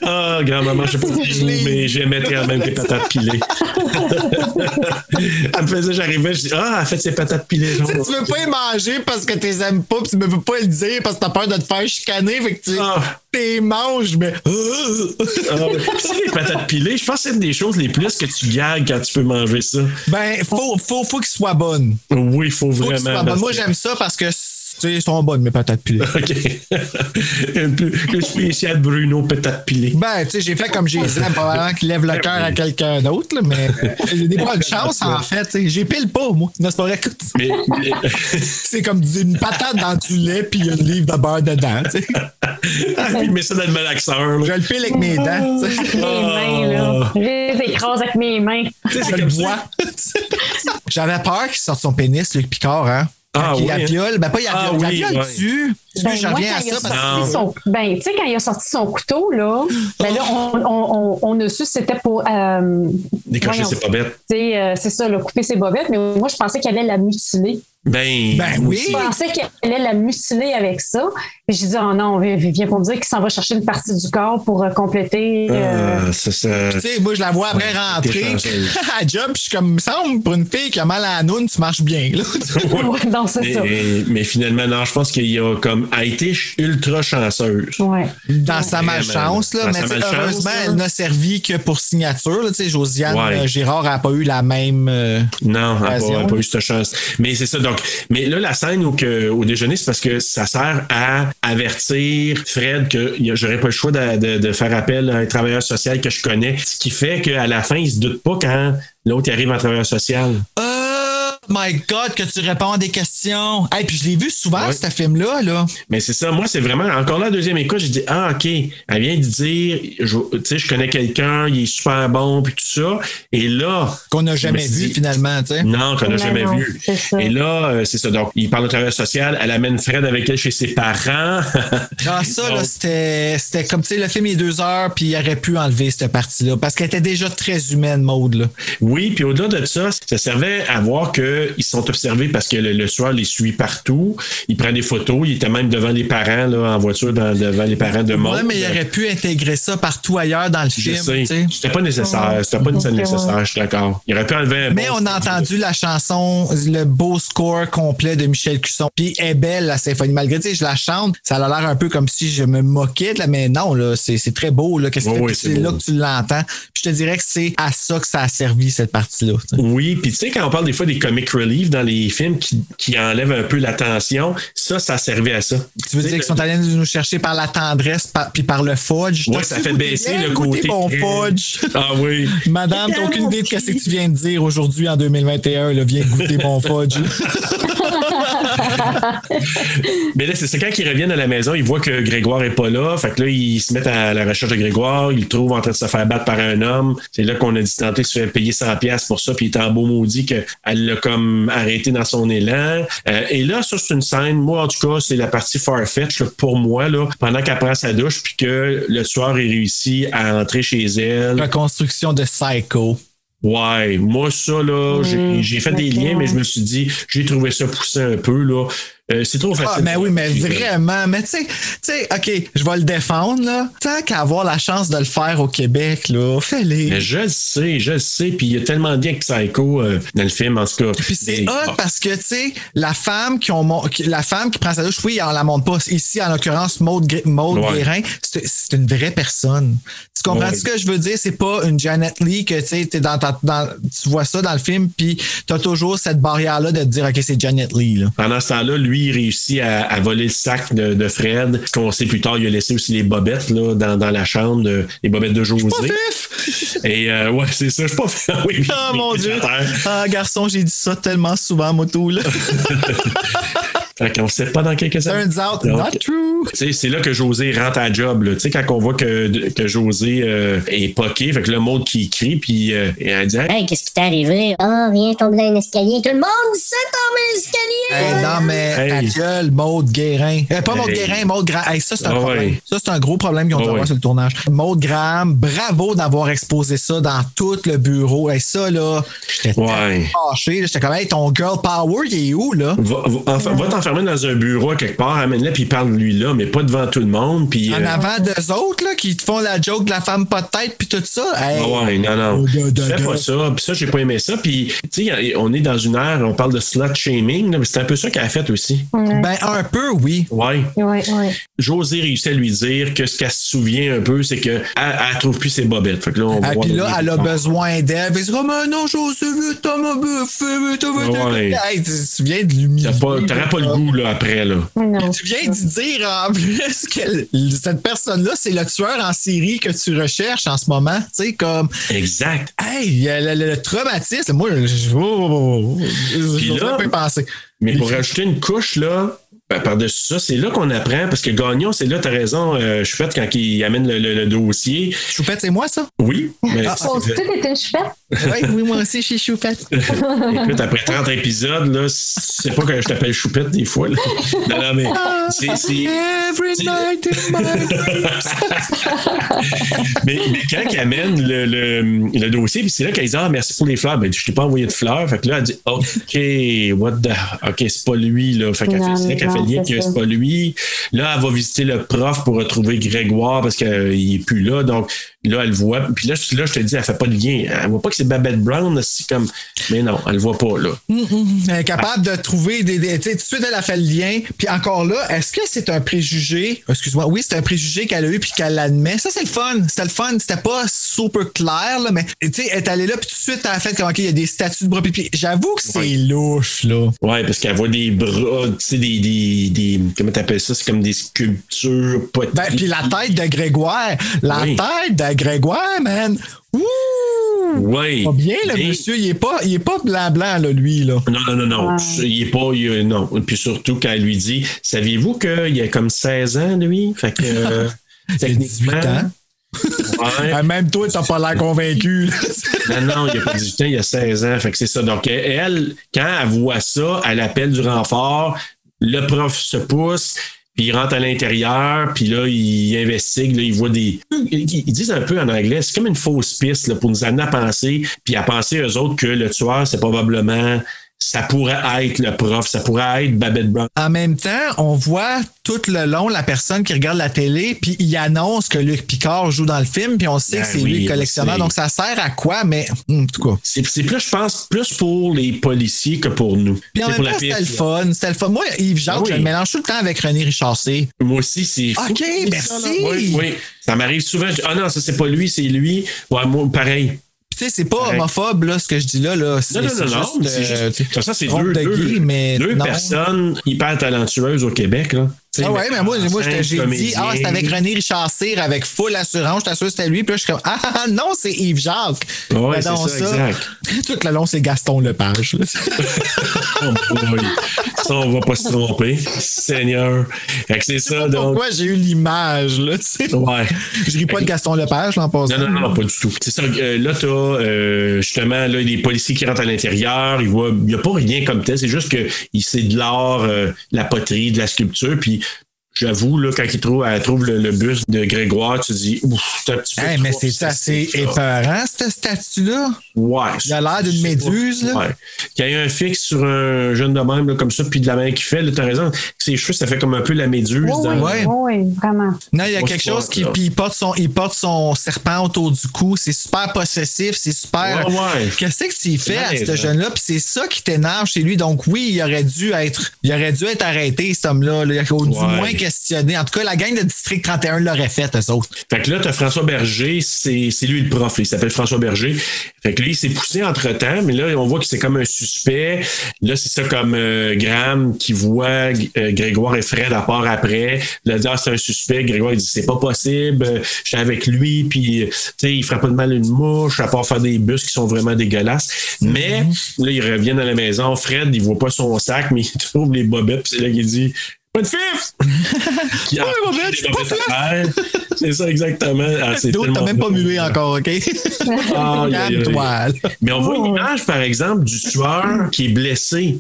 Speaker 2: Ah, grand-maman, je sais pas vous, mais j'aimais quand même les patates
Speaker 1: *laughs*
Speaker 2: pilées. elle me faisait, j'arrivais, je dis, ah, elle fait ses patates pilées
Speaker 1: Tu sais,
Speaker 2: jaunes.
Speaker 1: tu veux pas les manger parce que tu les aimes pas, pis tu ne veux pas le dire parce que t'as peur de te faire chicaner, fait que tu
Speaker 2: Ah.
Speaker 1: les manges, mais.
Speaker 2: Ah, ouais. Puis tu sais, les patates pilées, je pense que c'est une des choses les plus que tu gagues quand tu peux manger ça.
Speaker 1: Ben, faut, faut, faut qu'ils soient bonnes.
Speaker 2: Oui, il faut
Speaker 1: Faut qu'ils
Speaker 2: vraiment.
Speaker 1: soient bonnes.
Speaker 2: parce
Speaker 1: Moi,
Speaker 2: que- Ben,
Speaker 1: j'aime ça parce que, tu sais, ils sont bonnes, mes patates pilées.
Speaker 2: OK. Un peu- le spécial Bruno peut-être pilé.
Speaker 1: Ben, tu sais, j'ai fait comme
Speaker 2: *laughs*
Speaker 1: j'ai dit, probablement qu'il lève le cœur à quelqu'un d'autre, là, mais j'ai
Speaker 2: *laughs*
Speaker 1: des bonnes chances, en fait. tu sais. J'ai pile pas, moi. Non, c'est pas vrai. *laughs* Écoute,
Speaker 2: Mais, mais-
Speaker 1: C'est comme une patate dans du lait, puis il y a une livre de beurre dedans. tu sais.
Speaker 2: Ah, puis il met ça dans le malaxeur.
Speaker 1: Je
Speaker 2: là.
Speaker 1: le pile avec mes dents. tu
Speaker 2: *laughs*
Speaker 1: sais.
Speaker 6: Avec mes mains, là. Je les écrase avec mes mains.
Speaker 1: Je le bois. J'avais peur qu'il sorte son pénis, le Picard, hein?
Speaker 2: Ah,
Speaker 1: Quand il
Speaker 2: oui,
Speaker 1: la
Speaker 2: hein.
Speaker 1: viole. Ben, pas il la
Speaker 2: Ah,
Speaker 1: viole.
Speaker 2: oui,
Speaker 1: la viole
Speaker 2: ouais.
Speaker 1: dessus.
Speaker 6: Ben,
Speaker 1: J'en
Speaker 6: moi,
Speaker 1: reviens à
Speaker 6: quand il a
Speaker 1: ça. parce
Speaker 6: sorti
Speaker 2: que-
Speaker 6: son- ben, tu sais, quand il a sorti son couteau, là, ben là, on, on, on, on a su que c'était pour. euh,
Speaker 2: Décocher,
Speaker 6: voyons,
Speaker 2: c'est pas bête.
Speaker 6: tu sais, euh, c'est ça, le couper ses bobettes, mais moi, je pensais qu'elle allait la mutiler.
Speaker 2: Ben,
Speaker 1: Ben
Speaker 2: moi
Speaker 1: oui.
Speaker 2: aussi.
Speaker 6: Je pensais qu'elle allait la mutiler avec ça. Puis j'ai dit, oh non, vi- vi- viens pour me dire qu'il s'en va chercher une partie du corps pour euh, compléter. euh,
Speaker 2: Ah, ça, ça-
Speaker 1: que, Tu sais, moi, je la vois après
Speaker 2: Ouais,
Speaker 1: rentrer.
Speaker 2: t'es chanceuse.
Speaker 1: à job, je suis comme, me semble, pour une fille qui a mal à la noune, tu marches bien.
Speaker 2: *laughs*
Speaker 1: Là.
Speaker 6: *laughs* ouais, non, c'est ça.
Speaker 2: mais, mais finalement, non, je pense qu'il y a comme a été ultra chanceuse.
Speaker 6: Ouais.
Speaker 1: Dans sa malchance, là,
Speaker 2: Dans
Speaker 1: mais
Speaker 2: sa
Speaker 1: tu sais,
Speaker 2: malchance,
Speaker 1: heureusement,
Speaker 2: là.
Speaker 1: elle n'a servi que pour signature. Là, Tu sais, Josiane
Speaker 2: Ouais.
Speaker 1: euh, Gérard n'a pas eu la même. euh,
Speaker 2: Non, elle n'a pas,
Speaker 1: Occasion.
Speaker 2: elle a pas eu cette chance. Mais c'est ça, donc Donc, mais là, la scène où que- au déjeuner, c'est parce que ça sert à avertir Fred que y a- j'aurais pas le choix de, de- de faire appel à un travailleur social que je connais. Ce qui fait qu'à la fin, il se doute pas quand l'autre arrive en travailleur social.
Speaker 1: Oh my God, que tu réponds à des questions. Hey, puis je l'ai vu souvent, ce film-là. Là.
Speaker 2: Mais c'est ça, moi, c'est vraiment, encore là, la deuxième écoute, j'ai dit, ah, OK, elle vient de dire, je- tu sais, je connais quelqu'un, il est super bon, puis tout ça. Et là.
Speaker 1: Qu'on n'a jamais vu, finalement, tu sais.
Speaker 2: Non, qu'on n'a
Speaker 1: Non,
Speaker 2: jamais
Speaker 1: non,
Speaker 2: vu.
Speaker 1: c'est ça.
Speaker 2: Et là, euh, c'est ça. Donc, il parle de travail social, elle amène Fred avec elle chez ses parents. *laughs*
Speaker 1: Ah, ça, là, c'était c'était comme, tu sais, le film est deux heures, puis il aurait pu enlever cette partie-là, parce qu'elle était déjà très humaine, Maude, là.
Speaker 2: Oui, puis au-delà de ça, ça servait à voir qu'ils sont observés parce que le, le soir, il les suit partout. Il prend des photos. Il était même devant les parents, là, en voiture, dans- devant les parents de Maud. Euh,
Speaker 1: Ouais, mais il aurait pu intégrer ça partout ailleurs dans le
Speaker 2: Je
Speaker 1: film, tu
Speaker 2: sais.
Speaker 1: sais.
Speaker 2: C'était pas nécessaire. C'était pas une scène
Speaker 1: Ok, ouais.
Speaker 2: nécessaire, je suis d'accord. Il aurait pu enlever un
Speaker 1: Mais on a entendu la chanson, le beau score complet de Michel Cusson. Puis elle est belle, la symphonie. Malgré, tu sais, je la chante, ça a l'air un peu comme si je me moquais de la, mais non, là, c'est c'est très beau, là. Qu'est-ce que
Speaker 2: Ouais,
Speaker 1: fait que
Speaker 2: ouais,
Speaker 1: c'est
Speaker 2: c'est beau.
Speaker 1: là que tu l'entends? Puis Je te dirais que c'est à ça que ça a servi, cette partie-là. tu sais.
Speaker 2: Oui, puis tu sais, quand on parle des fois des comic relief dans les films qui, qui enlèvent un peu la tension, ça, ça servait à ça.
Speaker 1: Tu veux dire qu'ils sont allés nous chercher par la tendresse, par- puis par le fudge?
Speaker 2: Ouais,
Speaker 1: T'as-tu
Speaker 2: ça fait
Speaker 1: goûté
Speaker 2: baisser
Speaker 1: bien
Speaker 2: le côté.
Speaker 1: goûté mon fudge?
Speaker 2: Ah oui.
Speaker 1: Madame, t'as aucune idée de ce que tu viens de dire aujourd'hui en 2021, là, viens goûter mon
Speaker 2: *laughs*
Speaker 1: fudge.
Speaker 2: Mais là, c'est ça, quand ils reviennent à la maison, ils voient que Grégoire est pas là. Fait que là, ils se mettent à la recherche de Grégoire. Ils le trouvent en train de se faire battre par un homme. C'est là qu'on a dit tenter de se faire payer 100 pièces pour ça. Puis il est en beau maudit qu'elle l'a comme arrêté dans son élan. Euh, et là, ça, c'est une scène. Moi, en tout cas, c'est la partie farfetch là, pour moi. Là, pendant qu'elle prend sa douche, puis que le soir, il réussit à entrer chez
Speaker 1: Ah.
Speaker 2: elle.
Speaker 1: Reconstruction de Psycho.
Speaker 2: Ouais, moi, ça, là, j'ai- j'ai fait des liens, mais je me suis dit, j'ai trouvé ça poussé un peu, là. Euh, c'est trop facile.
Speaker 1: Ah, mais oui, mais
Speaker 2: Puis, euh,
Speaker 1: vraiment. Mais tu sais, tu sais, OK, je vais le défendre, là. Tant qu'à avoir la chance de le faire au Québec, là, fais-les.
Speaker 2: Mais je le sais, je le sais. Puis il y a tellement de liens avec Psycho euh, dans le film, en tout cas. Puis
Speaker 1: C'est hot parce que, tu sais, la femme qui ont mon- qui- la femme qui prend sa douche, oui, on la montre pas. Ici, en l'occurrence, Maude, Gr- Maude
Speaker 2: Ouais.
Speaker 1: Guérin, c'est c'est une vraie personne. Tu comprends
Speaker 2: Ouais.
Speaker 1: ce que je veux dire? C'est pas une Janet Lee que, tu sais, t'es dans, ta- dans- tu vois ça dans le film, puis t'as toujours cette barrière-là de te dire, OK, c'est Janet Lee, là.
Speaker 2: Pendant ce temps-là, lui, il réussit à, à voler le sac de, de Fred. Ce qu'on sait plus tard, il a laissé aussi les bobettes là, dans, dans la chambre, de- les bobettes de José.
Speaker 1: *laughs*
Speaker 2: Et euh, ouais, c'est ça, je suis pas fait. *laughs* Oui,
Speaker 1: Ah, mon Dieu.
Speaker 2: à terre.
Speaker 1: Ah, garçon, j'ai dit ça tellement souvent, moto,
Speaker 2: *laughs*
Speaker 1: là.
Speaker 2: Fait qu'on sait pas dans quelques années.
Speaker 1: Turns out,
Speaker 2: Donc,
Speaker 1: not true.
Speaker 2: Tu sais, c'est là que José rentre à job. là. Tu sais, quand on voit que, que José euh, est poqué, fait que le monde qui crie, puis euh, et elle dit Hey,
Speaker 9: Hey, qu'est-ce qui t'est arrivé? Oh, viens tomber dans un escalier. Tout le monde sait tomber dans l'escalier!
Speaker 1: Hey, non, mais ta gueule, Maude Guérin. Euh, pas Maude
Speaker 2: Hey.
Speaker 1: Guérin, Maude Graham. Hey, ça, c'est un
Speaker 2: Ah
Speaker 1: problème.
Speaker 2: ouais.
Speaker 1: Ça, c'est un gros problème qu'ils ont dû
Speaker 2: Ah
Speaker 1: avoir
Speaker 2: ouais.
Speaker 1: sur le tournage. Maude Graham, bravo d'avoir exposé ça dans tout le bureau. Hey, ça, là, j'étais
Speaker 2: Ouais.
Speaker 1: fâché. là. J'étais comme, hey, ton girl power, il est où, là?
Speaker 2: Va, va- enf- va t'enfermer dans un bureau à quelque part, amène-le, puis parle lui là, mais pas devant tout le monde. Puis,
Speaker 1: En
Speaker 2: euh,
Speaker 1: avant d'eux autres, là, qui te font la joke de la femme pas de tête, puis tout ça. Hey.
Speaker 2: ah ouais, non, non.
Speaker 1: Oh, da, da,
Speaker 2: Fais
Speaker 1: da.
Speaker 2: pas ça. Puis ça, j'ai pas aimé ça. Puis, tu sais, on est dans une ère, on parle de slut shaming, là, mais c'est un peu ça qu'elle a fait aussi.
Speaker 1: Ben, un peu, oui.
Speaker 2: Ouais.
Speaker 6: Ouais, ouais.
Speaker 2: José réussit à lui dire que ce qu'elle se souvient un peu, c'est qu'elle elle trouve plus ses bobettes. Fait que là, on va
Speaker 1: Ah,
Speaker 2: voir
Speaker 1: puis là,
Speaker 2: le-
Speaker 1: elle a besoin d'elle. Puis c'est comme, Ah, non, José, veux t'as ma buffet, t'as ma
Speaker 2: Ah Ouais.
Speaker 1: Hey, tu tu viens de l'humilier.
Speaker 2: T'as pas- T'aurais pas le goût, là, après, là.
Speaker 1: Tu viens de dire en plus que l- cette personne-là, c'est le tueur en série que tu recherches en ce moment. Tu sais, comme,
Speaker 2: Exact.
Speaker 1: hey, le, le- le traumatisme, moi, je- je oh,
Speaker 2: Puis
Speaker 1: je
Speaker 2: là-
Speaker 1: pas y penser.
Speaker 2: Mais pour rajouter une couche, là, ben, par-dessus ça, c'est là qu'on apprend, parce que Gagnon, c'est là, t'as raison, euh, Choupette, quand il amène le, le- le dossier.
Speaker 1: Choupette, c'est moi, ça?
Speaker 2: *laughs* Oui. mais-
Speaker 6: Oh, tu t'étais une choupette?
Speaker 1: Ouais, oui, moi aussi, je suis choupette.
Speaker 2: Écoute, après 30 épisodes, là, c'est pas que je t'appelle Choupette des fois. Là. Non, non, mais c'est- c'est-
Speaker 1: Ah, Every night in my
Speaker 2: mais, mais quand il amène le, le- le dossier, puis c'est là qu'elle dit Ah, merci pour les fleurs. Ben, je t'ai pas envoyé de fleurs. Fait que là, elle dit OK, what the. OK, c'est pas lui, là. Fait qu'elle
Speaker 6: Non,
Speaker 2: fait- c'est là qu'elle
Speaker 6: non,
Speaker 2: fait le lien
Speaker 6: c'est
Speaker 2: que
Speaker 6: ça.
Speaker 2: c'est pas lui. Là, elle va visiter le prof pour retrouver Grégoire parce qu'il euh, est plus là. Donc, Là, elle voit. Puis là, je- là, je te dis, elle fait pas de lien. Elle voit pas que c'est Babette Brown, c'est comme. Mais non, elle le voit pas, là.
Speaker 1: Elle est Euh, capable de trouver des. des- tu sais, tout de suite, elle a fait le lien. Puis encore là, est-ce que c'est un préjugé? Excuse-moi, oui, c'est un préjugé qu'elle a eu puis qu'elle l'admet. Ça, c'est le fun. C'était le fun. C'était pas super clair, là, mais tu sais, elle est allée là, puis tout de suite, elle a fait comme, OK, il y a des statues de bras pipi. J'avoue que c'est louche, là.
Speaker 2: Ouais, parce qu'elle voit des bras, tu sais, des, des, des- Comment t'appelles ça? C'est comme des sculptures, poteries.
Speaker 1: Ben, puis la tête de Grégoire. La
Speaker 2: Oui.
Speaker 1: tête de Grégoire, man. Ouh!
Speaker 2: Oui.
Speaker 1: Pas bien, le
Speaker 2: Bien.
Speaker 1: monsieur. Ah. Il est pas, il est pas blanc, blanc, là, lui, là.
Speaker 2: Non, non, non, non. Il est pas. il est- non. Puis surtout quand elle lui dit Saviez-vous qu'il a comme 16 ans, lui Fait
Speaker 1: *laughs*
Speaker 2: que. euh, techniquement. 18
Speaker 1: ans. Ben, même toi, t'as pas l'air convaincu, là.
Speaker 2: Non, non, il a pas 18 ans, il a 16 ans. Fait que c'est ça. Donc, elle, quand elle voit ça, elle appelle du renfort. Le prof se pousse, puis il rentre à l'intérieur, puis là, il investigue, là, il voit des. Ils ils disent un peu en anglais, c'est comme une fausse piste là, pour nous amener à penser, puis à penser eux autres que le tueur, c'est probablement. Ça pourrait être le prof, ça pourrait être Babette Brown.
Speaker 1: En même temps, on voit tout le long la personne qui regarde la télé, puis il annonce que Luc Picard joue dans le film, puis on sait
Speaker 2: Ben
Speaker 1: que c'est
Speaker 2: oui,
Speaker 1: lui le collectionneur.
Speaker 2: on sait.
Speaker 1: Donc, ça sert à quoi? Mais, hum, en tout cas.
Speaker 2: C'est c'est plus, je pense, plus pour les policiers que pour nous.
Speaker 1: Puis en
Speaker 2: C'est
Speaker 1: même
Speaker 2: pour
Speaker 1: temps,
Speaker 2: piste,
Speaker 1: c'était le
Speaker 2: là. Ah
Speaker 1: fun. C'était le fun. Moi, Yves Jacques,
Speaker 2: Oui.
Speaker 1: je le mélange tout le temps avec René Richardcé.
Speaker 2: Moi aussi, c'est fou.
Speaker 1: OK,
Speaker 2: Oui,
Speaker 1: merci.
Speaker 2: ça, là. Oui, oui. Ça m'arrive souvent. je dis, Ah non, ça, c'est pas lui, c'est lui. Ouais, moi, pareil.
Speaker 1: Tu sais, c'est pas
Speaker 2: Correct.
Speaker 1: homophobe, là, ce que je dis là. là. C'est-
Speaker 2: Non, non,
Speaker 1: c'est
Speaker 2: non, non. mais
Speaker 1: euh,
Speaker 2: C'est juste.
Speaker 1: tu sais,
Speaker 2: ça, c'est
Speaker 1: trompe
Speaker 2: deux,
Speaker 1: de
Speaker 2: deux,
Speaker 1: gay, mais
Speaker 2: deux
Speaker 1: non.
Speaker 2: personnes hyper talentueuses au Québec, là. Tu sais,
Speaker 1: Ah ouais, mais moi, moi j'étais- j'ai dit,
Speaker 2: comédien.
Speaker 1: ah, c'était avec René Richard Cyr, avec full assurance, je t'assure que c'était lui. Puis là, je suis comme, ah, ah, ah, non, c'est Yves Jacques.
Speaker 2: Ouais,
Speaker 1: Ben,
Speaker 2: c'est
Speaker 1: donc
Speaker 2: ça, exact.
Speaker 1: *laughs* Tout le long, c'est Gaston Lepage. là.
Speaker 2: *laughs* Oh boy. ça, on va pas se tromper. Seigneur. Fait que c'est ça, donc.
Speaker 1: Pourquoi j'ai eu l'image, là, tu sais?
Speaker 2: Ouais.
Speaker 1: Je ris pas de Gaston Lepage, l'en passant.
Speaker 2: Non, non, non, pas du tout. C'est ça. euh, là, t'as euh, justement là, les policiers qui rentrent à l'intérieur. Ils voient, il n'y a pas rien comme tel. C'est juste que il- c'est de l'art, euh, de la poterie, de la sculpture. Puis j'avoue, là, quand ils trouvent, elle trouve le, le bus de Grégoire, tu dis, ouf, c'est un petit peu.
Speaker 1: Hey,
Speaker 2: trop
Speaker 1: mais c'est assez
Speaker 2: obsessif, là.
Speaker 1: épeurant, cette statue-là.
Speaker 2: Ouais.
Speaker 1: Il a l'air d'une méduse, là.
Speaker 2: Ouais. Qu'il y ait un fixe sur un jeune de même, là, comme ça, puis de la main qui fait, là, t'as raison. Ses cheveux, ça fait comme un peu la méduse.
Speaker 6: Oui, oui,
Speaker 2: dans-
Speaker 6: oui, oui, vraiment.
Speaker 1: Non, il y a
Speaker 2: Moi,
Speaker 1: quelque
Speaker 2: je
Speaker 1: chose
Speaker 2: pense,
Speaker 1: qui.
Speaker 2: là.
Speaker 1: Puis il porte, son, il porte son serpent autour du cou. C'est super possessif, c'est super.
Speaker 2: Ouais, ouais. hein.
Speaker 1: Qu'est-ce que tu
Speaker 2: C'est
Speaker 1: fais à
Speaker 2: malaisant.
Speaker 1: ce jeune-là? Puis c'est ça qui t'énerve chez lui. Donc oui, il aurait dû être. Il aurait dû être arrêté, cet homme-là. là. Ou du
Speaker 2: Ouais.
Speaker 1: moins questionné. En tout cas, la gang de District 31 l'aurait fait, eux autres.
Speaker 2: Fait que là, t'as François Berger, c'est c'est lui le prof, il s'appelle François Berger. Fait que lui, il s'est poussé entre-temps, mais là, on voit que c'est comme un suspect. Là, c'est ça comme euh, Graham qui voit euh, Grégoire et Fred à part après. Là, il dit, ah, c'est un suspect. Grégoire, il dit, c'est pas possible, euh, j'étais avec lui, puis, euh, tu sais, il fera pas de mal à une mouche, à part faire des bus qui sont vraiment dégueulasses. Mais là, il revient à la maison. Fred, il voit pas son sac, mais il trouve les bobettes, puis c'est là qu'il dit, pas de fif! Qui
Speaker 1: Ouais,
Speaker 2: en-
Speaker 1: Robert, je suis pas
Speaker 2: des bobettes à terre. *laughs* C'est ça, exactement. Ah, c'est
Speaker 1: D'autres, t'as
Speaker 2: tellement
Speaker 1: même pas
Speaker 2: bon.
Speaker 1: mué encore, hein, OK?
Speaker 2: Ah, aïe, aïe, aïe.
Speaker 1: Calme-toi. là.
Speaker 2: Mais on voit une image, par exemple, du tueur qui est blessé.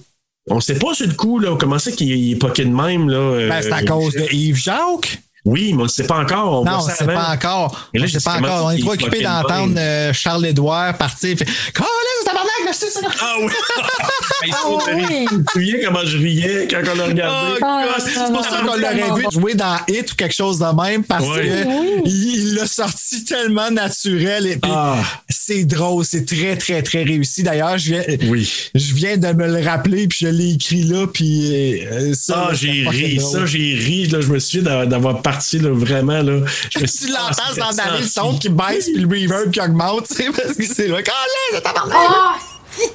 Speaker 2: On sait pas sur le coup, là, comment c'est qu'il il est poqué de même. Là, euh,
Speaker 1: Ben, c'est à cause de Yves Jacques?
Speaker 2: Oui, mais on ne sait pas encore. On
Speaker 1: Non,
Speaker 2: voit
Speaker 1: on
Speaker 2: ça
Speaker 1: sait
Speaker 2: avant.
Speaker 1: pas encore.
Speaker 2: Et là,
Speaker 1: on
Speaker 2: je
Speaker 1: sait
Speaker 2: sais
Speaker 1: pas
Speaker 2: comment
Speaker 1: encore. On est
Speaker 2: il
Speaker 1: trop
Speaker 2: est
Speaker 1: occupé
Speaker 2: fucking
Speaker 1: d'entendre
Speaker 2: bien.
Speaker 1: euh, Charles-Édouard partir. Fait, Colin, c'est tabarnak, je sais ça.
Speaker 2: Ah oui! *laughs* Hey,
Speaker 1: Ah
Speaker 2: ça,
Speaker 1: oui.
Speaker 2: Tu te souviens comment je riais quand on l'a
Speaker 1: Oh,
Speaker 2: regardé? Ah,
Speaker 1: God, c'est pour ça qu'on l'aurait vu jouer dans Hit ou quelque chose de même parce
Speaker 2: Ouais.
Speaker 1: que il il l'a sorti tellement naturel et puis
Speaker 2: Ah.
Speaker 1: c'est drôle, c'est très très très réussi. D'ailleurs, je viens,
Speaker 2: Oui.
Speaker 1: je viens de me le rappeler puis je l'ai écrit là puis euh, ça.
Speaker 2: Ah,
Speaker 1: là,
Speaker 2: j'ai
Speaker 1: c'est
Speaker 2: ri,
Speaker 1: fucking
Speaker 2: ça,
Speaker 1: drôle.
Speaker 2: j'ai ri. Là, je me souviens d'a- d'avoir parti là, vraiment. Là,
Speaker 1: *laughs*
Speaker 2: je me suis
Speaker 1: Tu
Speaker 2: dit, ah,
Speaker 1: l'entends
Speaker 2: c'est
Speaker 1: s'en aller, le
Speaker 2: senti.
Speaker 1: son qui baisse puis le reverb qui augmente, *laughs* tu sais, parce que c'est là. Colin, c'est tabarnak!
Speaker 11: Ah, si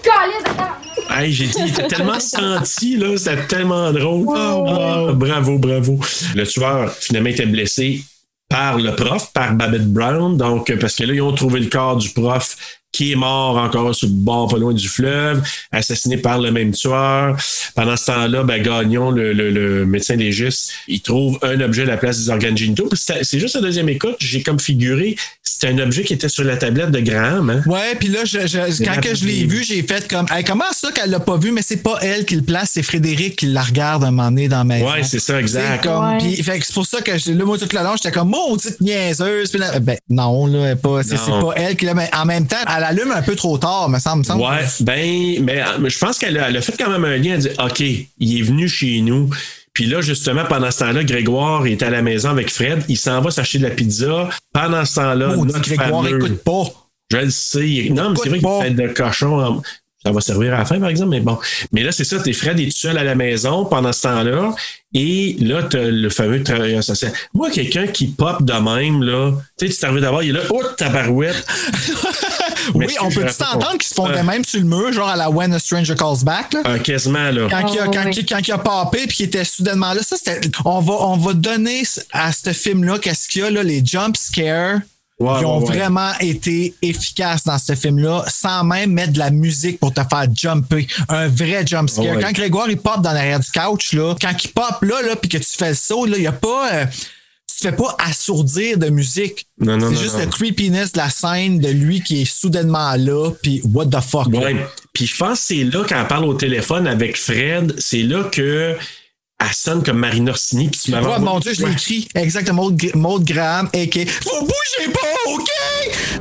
Speaker 2: Hey, j'ai dit, il était tellement senti, là, c'était tellement drôle. Ah, bravo, bravo. Le tueur, finalement, était blessé par le prof, par Babette Brown. Donc, euh, parce que là, ils ont trouvé le corps du prof qui est mort encore sur le bord pas loin du fleuve, assassiné par le même tueur. Pendant ce temps-là, ben, Gagnon, le, le- le médecin légiste, il trouve un objet à la place des organes génitaux. Puis C'est c'est juste la deuxième écoute, j'ai comme figuré, c'était un objet qui était sur la tablette de Graham. hein.
Speaker 1: Ouais, puis là, je, je-
Speaker 2: Mais
Speaker 1: quand que je l'ai
Speaker 2: rapidement.
Speaker 1: vu, j'ai fait comme, Hey, comment ça qu'elle l'a pas vu, mais c'est pas elle qui le place, c'est Frédéric qui la regarde un moment donné dans ma
Speaker 2: Ouais, c'est ça, exact.
Speaker 1: C'est comme- puis- fait que c'est pour ça que je- là, moi, tout le long, j'étais comme, maudite niaiseuse. Puis là, ben, non, là, elle est pas, c'est,
Speaker 2: Non.
Speaker 1: c'est pas elle qui l'a, mais en même temps, elle allume un peu trop tard, me semble. me semble.
Speaker 2: ben, Ouais, ben, mais euh, je pense qu'elle a, elle a fait quand même un lien. Elle a dit OK, il est venu chez nous. Puis là, justement, pendant ce temps-là, Grégoire est à la maison avec Fred. Il s'en va s'acheter de la pizza. Pendant ce temps-là,
Speaker 1: Maudit Grégoire, écoute pas. *laughs*
Speaker 2: Je le sais. Il- Non, mais c'est vrai qu'il fait de cochon. en- Ça va servir à la fin, par exemple, mais bon. Mais là, c'est ça, t'es Fred est tout seul à la maison pendant ce temps-là. Et là, t'as le fameux travailleur social. Moi, quelqu'un qui pop de même, là, tu sais, tu t'arrives d'abord, il est là, oh, ta barouette. Mais
Speaker 1: Oui,
Speaker 2: est-ce
Speaker 1: on
Speaker 2: que
Speaker 1: peut
Speaker 2: je-
Speaker 1: s'entendre qu'ils se font
Speaker 2: Euh,
Speaker 1: de même sur le mur, genre à la When a Stranger Calls Back. là?
Speaker 2: euh, quasiment, là.
Speaker 1: Quand, il a, quand, il- quand il a popé puis qu'il était soudainement là, ça c'était. On va, on va donner à ce film-là qu'est-ce qu'il y a, là, les jump scares.
Speaker 2: Ouais,
Speaker 1: ils ont
Speaker 2: ouais, ouais.
Speaker 1: vraiment été efficaces dans ce film-là, sans même mettre de la musique pour te faire jumper. Un vrai jump scare.
Speaker 2: Ouais.
Speaker 1: Quand Grégoire il pop dans l'arrière du couch, là, quand il pop là, là puis que tu fais le saut, là, il n'y a pas. euh, tu te fais pas assourdir de musique.
Speaker 2: Non, non,
Speaker 1: C'est
Speaker 2: non,
Speaker 1: juste
Speaker 2: non.
Speaker 1: le creepiness de la scène de lui qui est soudainement là, puis what the fuck.
Speaker 2: Ouais. Puis je pense que c'est là, quand elle parle au téléphone avec Fred, c'est là que elle sonne comme Marina Orsini. Puis tu m'avais
Speaker 1: Ouais,
Speaker 2: envoyé-
Speaker 1: mon Dieu, je l'ai écrit. Exactement, Maud Gr- Maud Graham, a.k.a. Vous bougez pas, OK?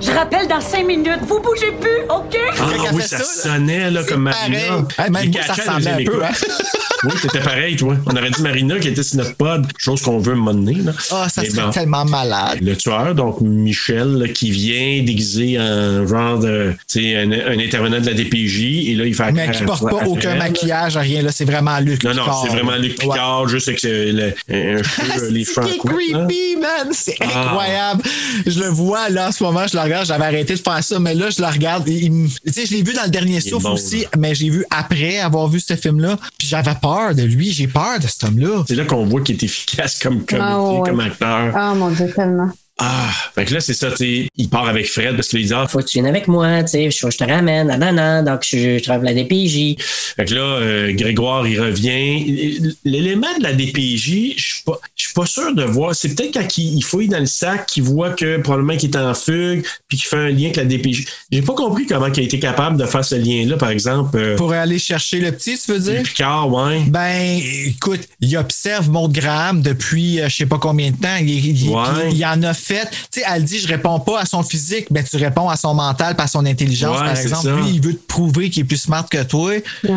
Speaker 15: Je rappelle dans cinq minutes. Vous bougez plus, OK?
Speaker 2: Ah oui, ça, sonnait là, comme Marina. Ah,
Speaker 1: pareil. Hey, même
Speaker 2: J'ai
Speaker 1: moi, ça
Speaker 2: catché à
Speaker 1: ressemblait
Speaker 2: la
Speaker 1: un peu, hein.
Speaker 2: deuxième écoute. oui, t'étais pareil, toi. On aurait dit Marina qui était sur notre pod, chose qu'on veut mener. Là.
Speaker 1: Ah, ça
Speaker 2: Mais
Speaker 1: serait
Speaker 2: bon.
Speaker 1: tellement malade.
Speaker 2: Le tueur, donc Michel, là, qui vient déguisé en genre de. Tu sais, un, un intervenant de la DPJ, et là, il fait
Speaker 1: Mais qui porte pas
Speaker 2: à- à
Speaker 1: aucun
Speaker 2: Fred.
Speaker 1: maquillage, rien, là. C'est vraiment Luc.
Speaker 2: Euh, Non, non,
Speaker 1: Picard.
Speaker 2: c'est vraiment Luc Picard, juste avec euh, le- un cheveu, les
Speaker 1: Ah, C'est
Speaker 2: cheveux en couette, là.
Speaker 1: creepy, man! C'est
Speaker 2: Ah.
Speaker 1: incroyable! Je le vois, là, en ce moment, je le regarde. J'avais arrêté de faire ça, mais là, je le regarde. Il- il me- tu sais, je l'ai vu dans le dernier
Speaker 2: est
Speaker 1: souffle
Speaker 2: bon,
Speaker 1: aussi, mais j'ai vu après avoir vu ce film-là. Puis j'avais peur de lui. J'ai peur de cet homme-là.
Speaker 2: C'est là qu'on voit qu'il est efficace comme comédien,
Speaker 6: Ah, ouais.
Speaker 2: comme acteur.
Speaker 6: Ah mon Dieu, tellement.
Speaker 2: Ah! Fait que là, c'est ça, tu sais, il part avec Fred parce qu'il dit ah,
Speaker 14: Faut que tu viennes avec moi, tu sais, je, je te ramène, nanana, donc je, je travaille à la DPJ.
Speaker 2: Fait que là, euh, Grégoire, il revient. L'élément de la DPJ, je suis pas, je suis pas sûr de voir. C'est peut-être quand il, il fouille dans le sac qu'il voit que probablement qu'il est en fugue, puis qu'il fait un lien avec la DPJ. J'ai pas compris comment il a été capable de faire ce lien-là, par exemple. euh,
Speaker 1: Pour aller chercher le petit, tu veux dire?
Speaker 2: Picard, ouais.
Speaker 1: Ben, écoute, il observe mon gramme depuis euh, je sais pas combien de temps. Il, il-
Speaker 2: Ouais.
Speaker 1: il- il en a fait. Tu sais, elle dit je réponds pas à son physique, ben tu réponds à son mental, pas à son intelligence,
Speaker 2: Ouais,
Speaker 1: par
Speaker 2: c'est
Speaker 1: exemple.
Speaker 2: ça.
Speaker 1: Lui, il veut te prouver qu'il est plus smart que toi. Tu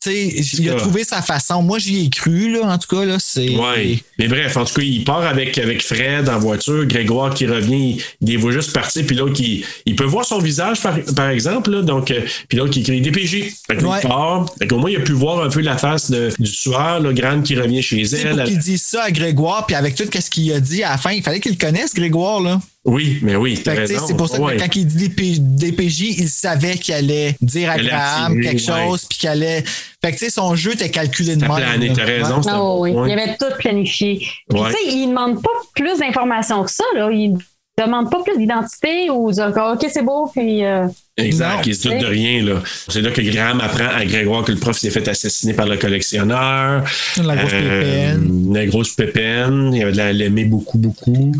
Speaker 1: sais, il a
Speaker 2: ça.
Speaker 1: trouvé sa façon. Moi, j'y ai cru, là, en tout cas, là. C'est.
Speaker 2: Ouais. Mais bref, en tout cas, il part avec, avec Fred en voiture, Grégoire qui revient, il les voit juste partir, puis l'autre, il, il peut voir son visage, par, par exemple, là, donc, euh, puis l'autre qui crie DPJ. Fait que lui,
Speaker 1: Ouais.
Speaker 2: il part. Fait qu'au moins, il a pu voir un peu la face de- du tueur, le Grande qui revient chez
Speaker 1: Tu sais,
Speaker 2: elle.
Speaker 1: pour
Speaker 2: Elle-
Speaker 1: qu'il dise ça à Grégoire, puis avec tout ce qu'il a dit à la fin, il fallait qu'il le connaisse, Grégoire, là.
Speaker 2: Oui, mais oui, t'as
Speaker 1: Fait que, tu sais,
Speaker 2: raison.
Speaker 1: c'est pour ça que
Speaker 2: Ben Ouais.
Speaker 1: quand il dit DP- DPJ, il savait qu'il allait dire à
Speaker 2: Elle allait
Speaker 1: Graham
Speaker 2: attirer,
Speaker 1: quelque
Speaker 2: ouais.
Speaker 1: chose, puis qu'il allait. Fait que tu sais, son jeu était calculé de
Speaker 2: T'as
Speaker 1: même.
Speaker 2: plané,
Speaker 1: là.
Speaker 2: t'as raison, c'est un
Speaker 6: Ah
Speaker 2: bon
Speaker 6: oui,
Speaker 2: point.
Speaker 6: Il avait tout planifié. Puis,
Speaker 2: Ouais.
Speaker 6: tu sais, il ne demande pas plus d'informations que ça. Là. Il ne demande pas plus d'identité ou dire que, OK, c'est beau. Puis, euh,
Speaker 2: Exact,
Speaker 6: Non.
Speaker 2: il se doute de rien, là. C'est là que Graham apprend à Grégoire que le prof s'est fait assassiner par le collectionneur.
Speaker 1: La grosse
Speaker 2: Euh,
Speaker 1: pépine.
Speaker 2: La grosse pépine. Il avait de la- l'aimait beaucoup, beaucoup.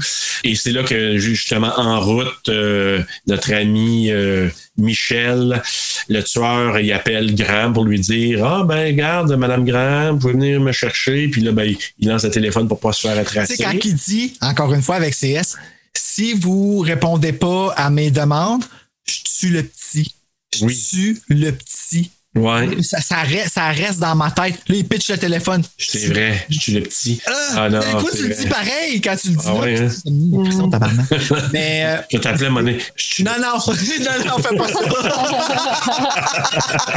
Speaker 2: Et c'est là que, justement, en route, euh, notre ami euh, Michel, le tueur, il appelle Graham pour lui dire Ah, ben, garde, Madame Graham, vous pouvez venir me chercher. Puis là, ben, il- il lance le téléphone pour pas se faire
Speaker 1: Tu
Speaker 2: attraper.
Speaker 1: sais, quand il dit, encore une fois avec CS, si vous répondez pas à mes demandes, je tue le petit. Je tue le petit.
Speaker 2: Ouais.
Speaker 1: Ça, ça reste, ça reste dans ma tête. Là, il pitch le téléphone. Je
Speaker 2: C'est
Speaker 1: tue.
Speaker 2: vrai, je suis le petit.
Speaker 1: Ah,
Speaker 2: non,
Speaker 1: d'un coup,
Speaker 2: c'est
Speaker 1: tu le
Speaker 2: vrai.
Speaker 1: dis pareil quand tu le dis
Speaker 2: Ah
Speaker 1: là.
Speaker 2: ouais, hein?
Speaker 1: Ça me met une pression,
Speaker 2: *laughs*
Speaker 1: tabarnak. Mais euh,
Speaker 2: Je t'appelais Monet. Je suis
Speaker 1: Non,
Speaker 2: *laughs*
Speaker 1: non, non, non, fais pas ça.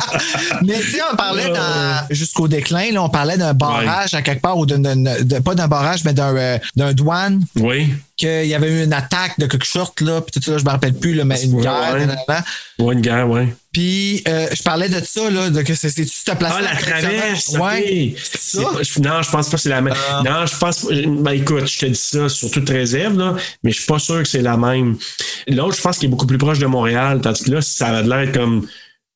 Speaker 1: *laughs* Mais tu sais, on parlait
Speaker 2: Euh.
Speaker 1: dans- jusqu'au déclin, là, on parlait d'un barrage à quelque part, ou d'une- d'une- de- pas d'un barrage, mais d'un euh, d'un douane,
Speaker 2: Oui.
Speaker 1: qu'il y avait eu une attaque de quelque sorte, là, puis tout ça, je me rappelle plus, là, mais une
Speaker 2: Ouais,
Speaker 1: guerre.
Speaker 2: ouais.
Speaker 1: nanana.
Speaker 2: Ouais, une guerre, ouais.
Speaker 1: Puis euh, je parlais de ça, là, de que c'est c'est- tu te places.
Speaker 2: Ah, la traverse!
Speaker 1: Ouais.
Speaker 2: Ouais. Non, je pense pas que c'est la même.
Speaker 1: Ah.
Speaker 2: Non, je pense. Ben, écoute, je te dis ça sur toute réserve, là, mais je suis pas sûr que c'est la même. L'autre, je pense qu'il est beaucoup plus proche de Montréal, tandis que là, ça va de l'air comme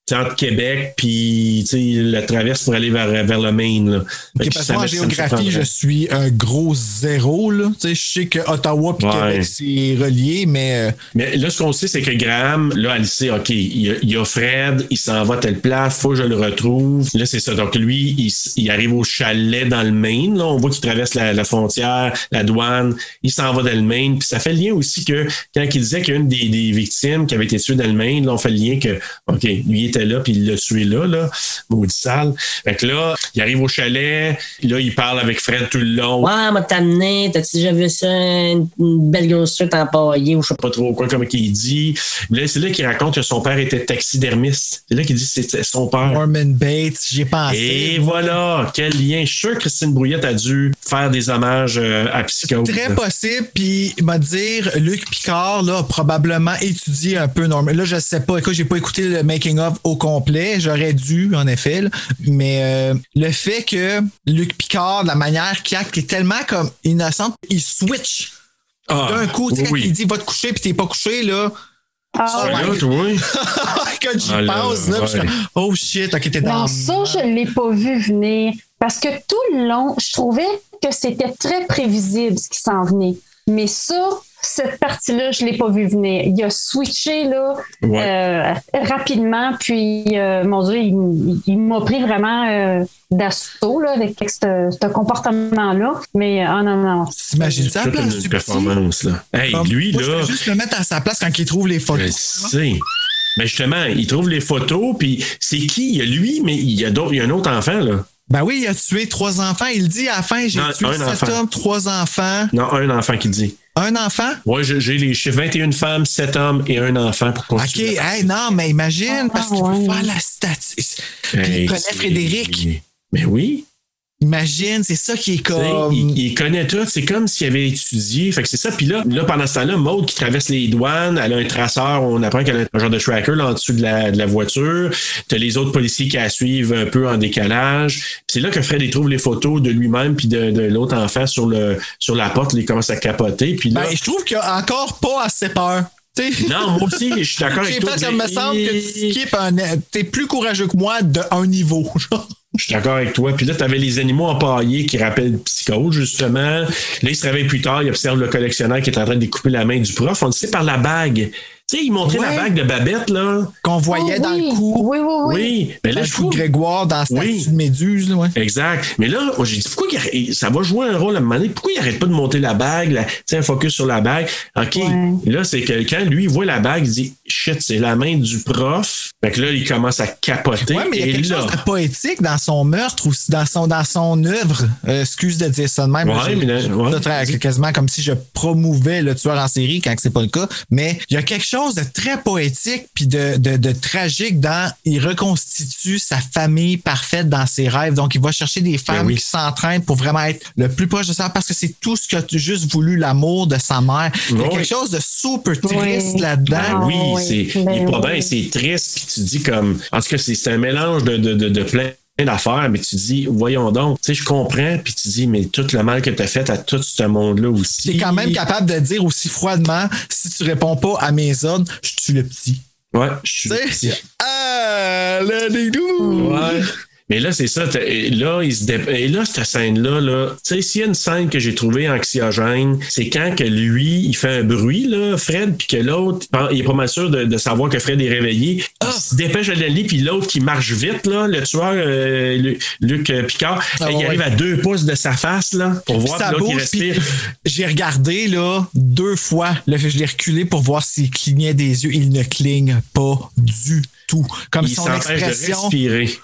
Speaker 2: tu sais, entre Québec, puis tu sais, la traverse pour aller vers, vers le Maine. Là. Fait
Speaker 1: Ok,
Speaker 2: que
Speaker 1: parce
Speaker 2: ça
Speaker 1: que moi, en
Speaker 2: me- ça me surprendrait.
Speaker 1: géographie, je suis un gros zéro. Là. Tu sais, Je sais que Ottawa et
Speaker 2: Ouais.
Speaker 1: Québec, c'est relié, mais euh,
Speaker 2: Mais là, ce qu'on sait, c'est que Graham, là, elle sait, OK, il y a, il y a Fred, il s'en va à telle place, faut que je le retrouve. Là, c'est ça. Donc, lui, il, s- il arrive au chalet dans le Maine. Là, on voit qu'il traverse la, la frontière, la douane, il s'en va dans le Maine. Puis ça fait le lien aussi que quand il disait qu'une des, des victimes qui avait été tuée dans le Maine, là, on fait le lien que, OK, lui était était là, puis il l'a tué là, là, maudit sale. Fait que là, il arrive au chalet, là, il parle avec Fred tout le long.
Speaker 14: Ouais, m'a t'amener, t'as-tu déjà vu ça, une une belle grosse suite empaillée ou je sais
Speaker 2: pas trop quoi, comme qu'il dit. Là, c'est là qu'il raconte que son père était taxidermiste. C'est là qu'il dit que c'était son père.
Speaker 1: Norman Bates, j'ai pensé.
Speaker 2: Et voilà, quel lien. Je suis sûr que Christine Brouillette a dû faire des hommages euh, à Psycho.
Speaker 1: Très possible, puis il m'a dire, Luc Picard là, a probablement étudié un peu Norman. Là, je sais pas, écoute, j'ai pas écouté le making of au complet, j'aurais dû en effet, là. mais euh, le fait que Luc Picard, la manière qu'il acte, qui est tellement comme innocente, il switch
Speaker 2: Ah,
Speaker 1: d'un coup, tu sais,
Speaker 2: oui,
Speaker 1: quand
Speaker 2: oui.
Speaker 1: il dit va te coucher puis t'es pas couché là. *laughs*
Speaker 6: Ah,
Speaker 2: Ouais,
Speaker 1: my
Speaker 2: là,
Speaker 1: God.
Speaker 2: toi, oui.
Speaker 1: quand j'y
Speaker 2: Ah, là,
Speaker 1: pense
Speaker 2: ouais.
Speaker 1: là, puis je suis comme, oh shit, ok t'es dans.
Speaker 6: Non, ça, je ne l'ai pas vu venir. Parce que tout le long, je trouvais que c'était très prévisible ce qui s'en venait. Mais ça, cette partie-là, je ne l'ai pas vu venir. Il a switché là,
Speaker 2: Ouais.
Speaker 6: euh, rapidement, puis euh, mon Dieu, il, il- il m'a pris vraiment euh, d'assaut là, avec ce, ce comportement-là. Mais ah non, non.
Speaker 1: T'imagines ça à la
Speaker 2: Toute
Speaker 1: place
Speaker 2: une
Speaker 1: du
Speaker 2: performance, là. Hey,
Speaker 1: petit?
Speaker 2: lui,
Speaker 1: Moi, je
Speaker 2: là.
Speaker 1: vais juste le mettre à sa place quand il trouve les
Speaker 2: Je
Speaker 1: photos.
Speaker 2: sais. Mais justement, il trouve les photos, puis c'est qui? Il y a lui, mais il y a, d'autres- il y a un autre enfant, là.
Speaker 1: Ben oui, il a tué trois enfants. Il dit à la fin, j'ai
Speaker 2: Non,
Speaker 1: tué
Speaker 2: un
Speaker 1: sept
Speaker 2: enfant.
Speaker 1: hommes, trois enfants,
Speaker 2: Non, un enfant qui dit.
Speaker 1: un enfant.
Speaker 2: Ouais, je- j'ai les chiffres 21 femmes, 7 hommes et un enfant pour
Speaker 1: OK,
Speaker 2: construire.
Speaker 1: hey, non, mais imagine,
Speaker 6: Ah,
Speaker 1: parce qu'il veut faire la statue. Puis
Speaker 2: Hey,
Speaker 1: il connaît
Speaker 2: c'est-
Speaker 1: Frédéric.
Speaker 2: Mais oui.
Speaker 1: Imagine, c'est ça qui est
Speaker 2: Tu sais,
Speaker 1: comme.
Speaker 2: Il, il connaît tout. C'est comme s'il avait étudié. Fait que c'est ça. Puis là, là, pendant ce temps-là, Maude qui traverse les douanes, elle a un traceur. On apprend qu'elle a un genre de tracker là, en dessous de la, de la voiture. T'as les autres policiers qui la suivent un peu en décalage. Puis c'est là que Fred il trouve les photos de lui-même puis de, de l'autre enfant sur le sur la porte. Il commence à capoter. Puis là,
Speaker 1: Ben, je trouve qu'il a encore pas assez peur. Tu sais.
Speaker 2: non, moi aussi, je suis d'accord
Speaker 1: *laughs* J'ai
Speaker 2: avec toi.
Speaker 1: fait, ça
Speaker 2: mais-
Speaker 1: me semble que tu skippes un. T'es plus courageux que moi de un niveau. *laughs* genre.
Speaker 2: Je suis d'accord avec toi. Puis là, tu avais les animaux empaillés qui rappellent Psycho, justement. Là, il se réveille plus tard, il observe le collectionneur qui est en train de découper la main du prof. On le sait par la bague. Tu sais, il montrait la
Speaker 1: Ouais.
Speaker 2: bague de Babette, là.
Speaker 1: Qu'on voyait
Speaker 6: Oh,
Speaker 1: dans
Speaker 6: oui.
Speaker 1: le cou.
Speaker 6: Oui, oui, oui.
Speaker 2: Oui. Mais là,
Speaker 1: dans le
Speaker 2: je
Speaker 1: cou
Speaker 2: trouve.
Speaker 1: de Grégoire, dans la statue
Speaker 2: Oui.
Speaker 1: de Méduse. là, ouais.
Speaker 2: Exact. Mais là, moi, j'ai dit, pourquoi il arr- il- ça va jouer un rôle à un moment donné? Pourquoi il arrête pas de monter la bague? la- Tu sais, un focus sur la bague. OK. Là, c'est quelqu'un, lui, il voit la bague, il dit, shit, c'est la main du prof. Fait que là, il commence à capoter.
Speaker 1: Ouais, mais il y a
Speaker 2: et
Speaker 1: quelque
Speaker 2: là,
Speaker 1: chose de poétique dans son meurtre ou dans son, dans son œuvre. Euh, excuse de dire ça de même.
Speaker 2: Ouais,
Speaker 1: J'ai-
Speaker 2: mais là,
Speaker 1: j'ai-
Speaker 2: ouais.
Speaker 1: ça traite quasiment comme si je promouvais le tueur en série quand c'est pas le cas. Mais il y a quelque chose de très poétique puis de, de- de tragique dans il reconstitue sa famille parfaite dans ses rêves. Donc, il va chercher des femmes
Speaker 2: Ben oui.
Speaker 1: qui s'entraînent pour vraiment être le plus proche de ça parce que c'est tout ce que tu juste voulu l'amour de sa mère. Il y a
Speaker 2: Ouais.
Speaker 1: quelque chose de super triste
Speaker 6: Ouais.
Speaker 1: là-dedans.
Speaker 2: Ben oui,
Speaker 6: Ah oui,
Speaker 2: c'est
Speaker 6: ben
Speaker 2: il est pas
Speaker 6: oui.
Speaker 2: bien, c'est triste, puis tu dis comme. En tout cas, c'est c'est un mélange de, de, de, de plein d'affaires, mais tu dis, voyons donc, tu sais, je comprends, puis tu dis, mais tout le mal que tu as fait à tout ce monde-là aussi.
Speaker 1: T'es quand même capable de dire aussi froidement si tu réponds pas à mes ordres, je tue le petit.
Speaker 2: Ouais, je suis.
Speaker 1: Tu sais? Ah, le didou!
Speaker 2: Ouais. Mais là, c'est ça. t'as- et Là, il se dé- Et là, cette scène-là, là, tu sais, s'il y a une scène que j'ai trouvée anxiogène, c'est quand que lui, il fait un bruit, là, Fred, puis que l'autre, il est pas mal sûr de, de savoir que Fred est réveillé. Ah, Il se dépêche à le lit, puis l'autre qui marche vite, là, le tueur, euh, Lu- Luc euh, Picard,
Speaker 1: Ah,
Speaker 2: il
Speaker 1: ouais.
Speaker 2: arrive à deux pouces de sa face, là, pour
Speaker 1: Puis
Speaker 2: voir,
Speaker 1: ça
Speaker 2: puis l'autre, il
Speaker 1: bouge,
Speaker 2: respire.
Speaker 1: puis j'ai regardé là deux fois. Là, je l'ai reculé pour voir s'il clignait des yeux. Il ne cligne pas du tout. Comme
Speaker 2: il
Speaker 1: son
Speaker 2: s'empêche de
Speaker 1: expression.
Speaker 2: respirer.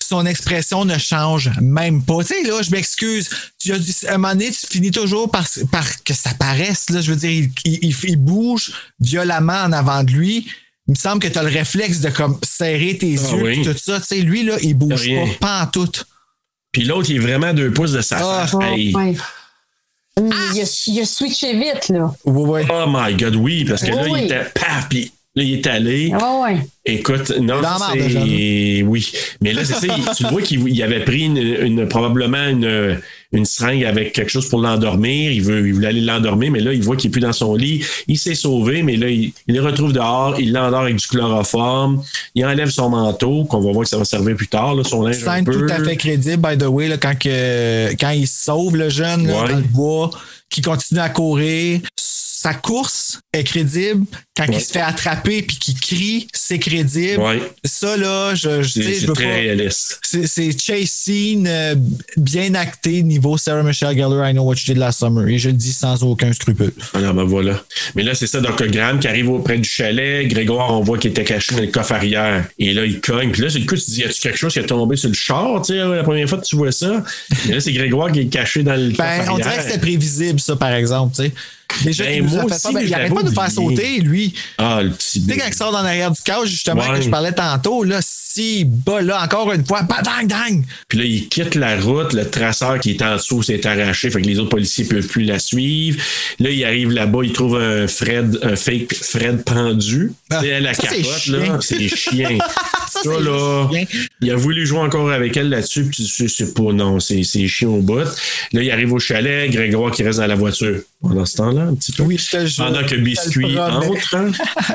Speaker 1: son expression ne change même pas. Tu sais, là, je m'excuse. Tu as dit, à un moment donné, tu finis toujours par, par que ça paraisse. Là, je veux dire, il, il- il- il bouge violemment en avant de lui. Il me semble que tu as le réflexe de comme serrer tes
Speaker 2: Ah
Speaker 1: yeux
Speaker 2: oui.
Speaker 1: puis tout ça. Tu sais, lui, là, il bouge
Speaker 2: Rien.
Speaker 1: pas, pas en tout.
Speaker 2: Puis l'autre, il est vraiment à deux pouces de sa
Speaker 1: Ah,
Speaker 2: face. Hey.
Speaker 6: Ouais. Mais Il, a, il a switché vite, là.
Speaker 1: Ouais, ouais.
Speaker 2: Oh my God, oui, parce que
Speaker 6: Oui,
Speaker 2: là,
Speaker 6: oui.
Speaker 2: il était paf, puis là, il est allé.
Speaker 6: Ouais, ouais.
Speaker 2: Écoute, non,
Speaker 1: Dans la merde,
Speaker 2: c'est... Oui, mais là, c'est ça, il- tu vois qu'il il avait pris une, une- probablement une, une seringue avec quelque chose pour l'endormir. Il, veut, il voulait aller l'endormir, mais là, il voit qu'il est plus dans son lit. Il s'est sauvé, mais là, il, il le retrouve dehors. Il l'endort avec du chloroforme. Il enlève son manteau, qu'on va voir que ça va servir plus tard, là, son linge un
Speaker 1: Scène
Speaker 2: peu.
Speaker 1: tout à fait crédible, by the way, là, quand, que- quand il sauve le jeune là,
Speaker 2: Ouais.
Speaker 1: dans le bois, qui continue à courir. Ça sa course est crédible. Quand il se fait attraper puis qu'il crie, c'est crédible.
Speaker 2: Ouais.
Speaker 1: Ça, là, je, je, tu sais,
Speaker 2: C'est
Speaker 1: je veux
Speaker 2: très
Speaker 1: pas-
Speaker 2: réaliste.
Speaker 1: C'est- C'est chase scene euh, bien acté niveau Sarah Michelle Gellar, I know what you did last summer. Et je le dis sans aucun scrupule.
Speaker 2: Ah non, ben voilà. Mais là, c'est ça. Donc, Graham qui arrive auprès du chalet. Grégoire, on voit qu'il était caché dans le coffre arrière. Et là, il cogne. Puis là, c'est le coup, tu te dis, y a-tu quelque chose qui est tombé sur le char? Tu sais, hein, la première fois que tu vois ça. Mais là, c'est Grégoire qui est caché dans le coffre
Speaker 1: Ben,
Speaker 2: arrière.
Speaker 1: on dirait que c'était prévisible, ça, par exemple. tu sais. Déjà,
Speaker 2: Ben,
Speaker 1: il nous a
Speaker 2: moi
Speaker 1: fait
Speaker 2: aussi,
Speaker 1: peur, ben,
Speaker 2: je
Speaker 1: il arrête pas
Speaker 2: l'avais
Speaker 1: de nous faire
Speaker 2: oublié.
Speaker 1: sauter, lui.
Speaker 2: Ah, le petit
Speaker 1: Tu sais, quand il sort dans l'arrière du couch, justement,
Speaker 2: Ouais.
Speaker 1: que je parlais tantôt, là, si bas, là, encore une fois, badang, dang! *laughs*
Speaker 2: Puis là, il quitte la route. Le traceur qui est en dessous s'est arraché. Fait que les autres policiers ne peuvent plus la suivre. Là, il arrive là-bas. Il trouve un Fred, un fake Fred pendu.
Speaker 1: Ah,
Speaker 2: c'est la
Speaker 1: ça, c'est
Speaker 2: capote, là.
Speaker 1: chien.
Speaker 2: C'est chien.
Speaker 1: *laughs* Ça,
Speaker 2: Ça, là, il a voulu jouer encore avec elle là-dessus, puis tu sais, c'est pas non, c'est c'est chiant au bout. Là, il arrive au chalet, Grégoire qui reste dans la voiture. Pendant ce temps-là, un petit peu.
Speaker 1: Oui, je te jure.
Speaker 2: Pendant que
Speaker 1: je te le
Speaker 2: Biscuit
Speaker 1: promets.
Speaker 2: entre. hein.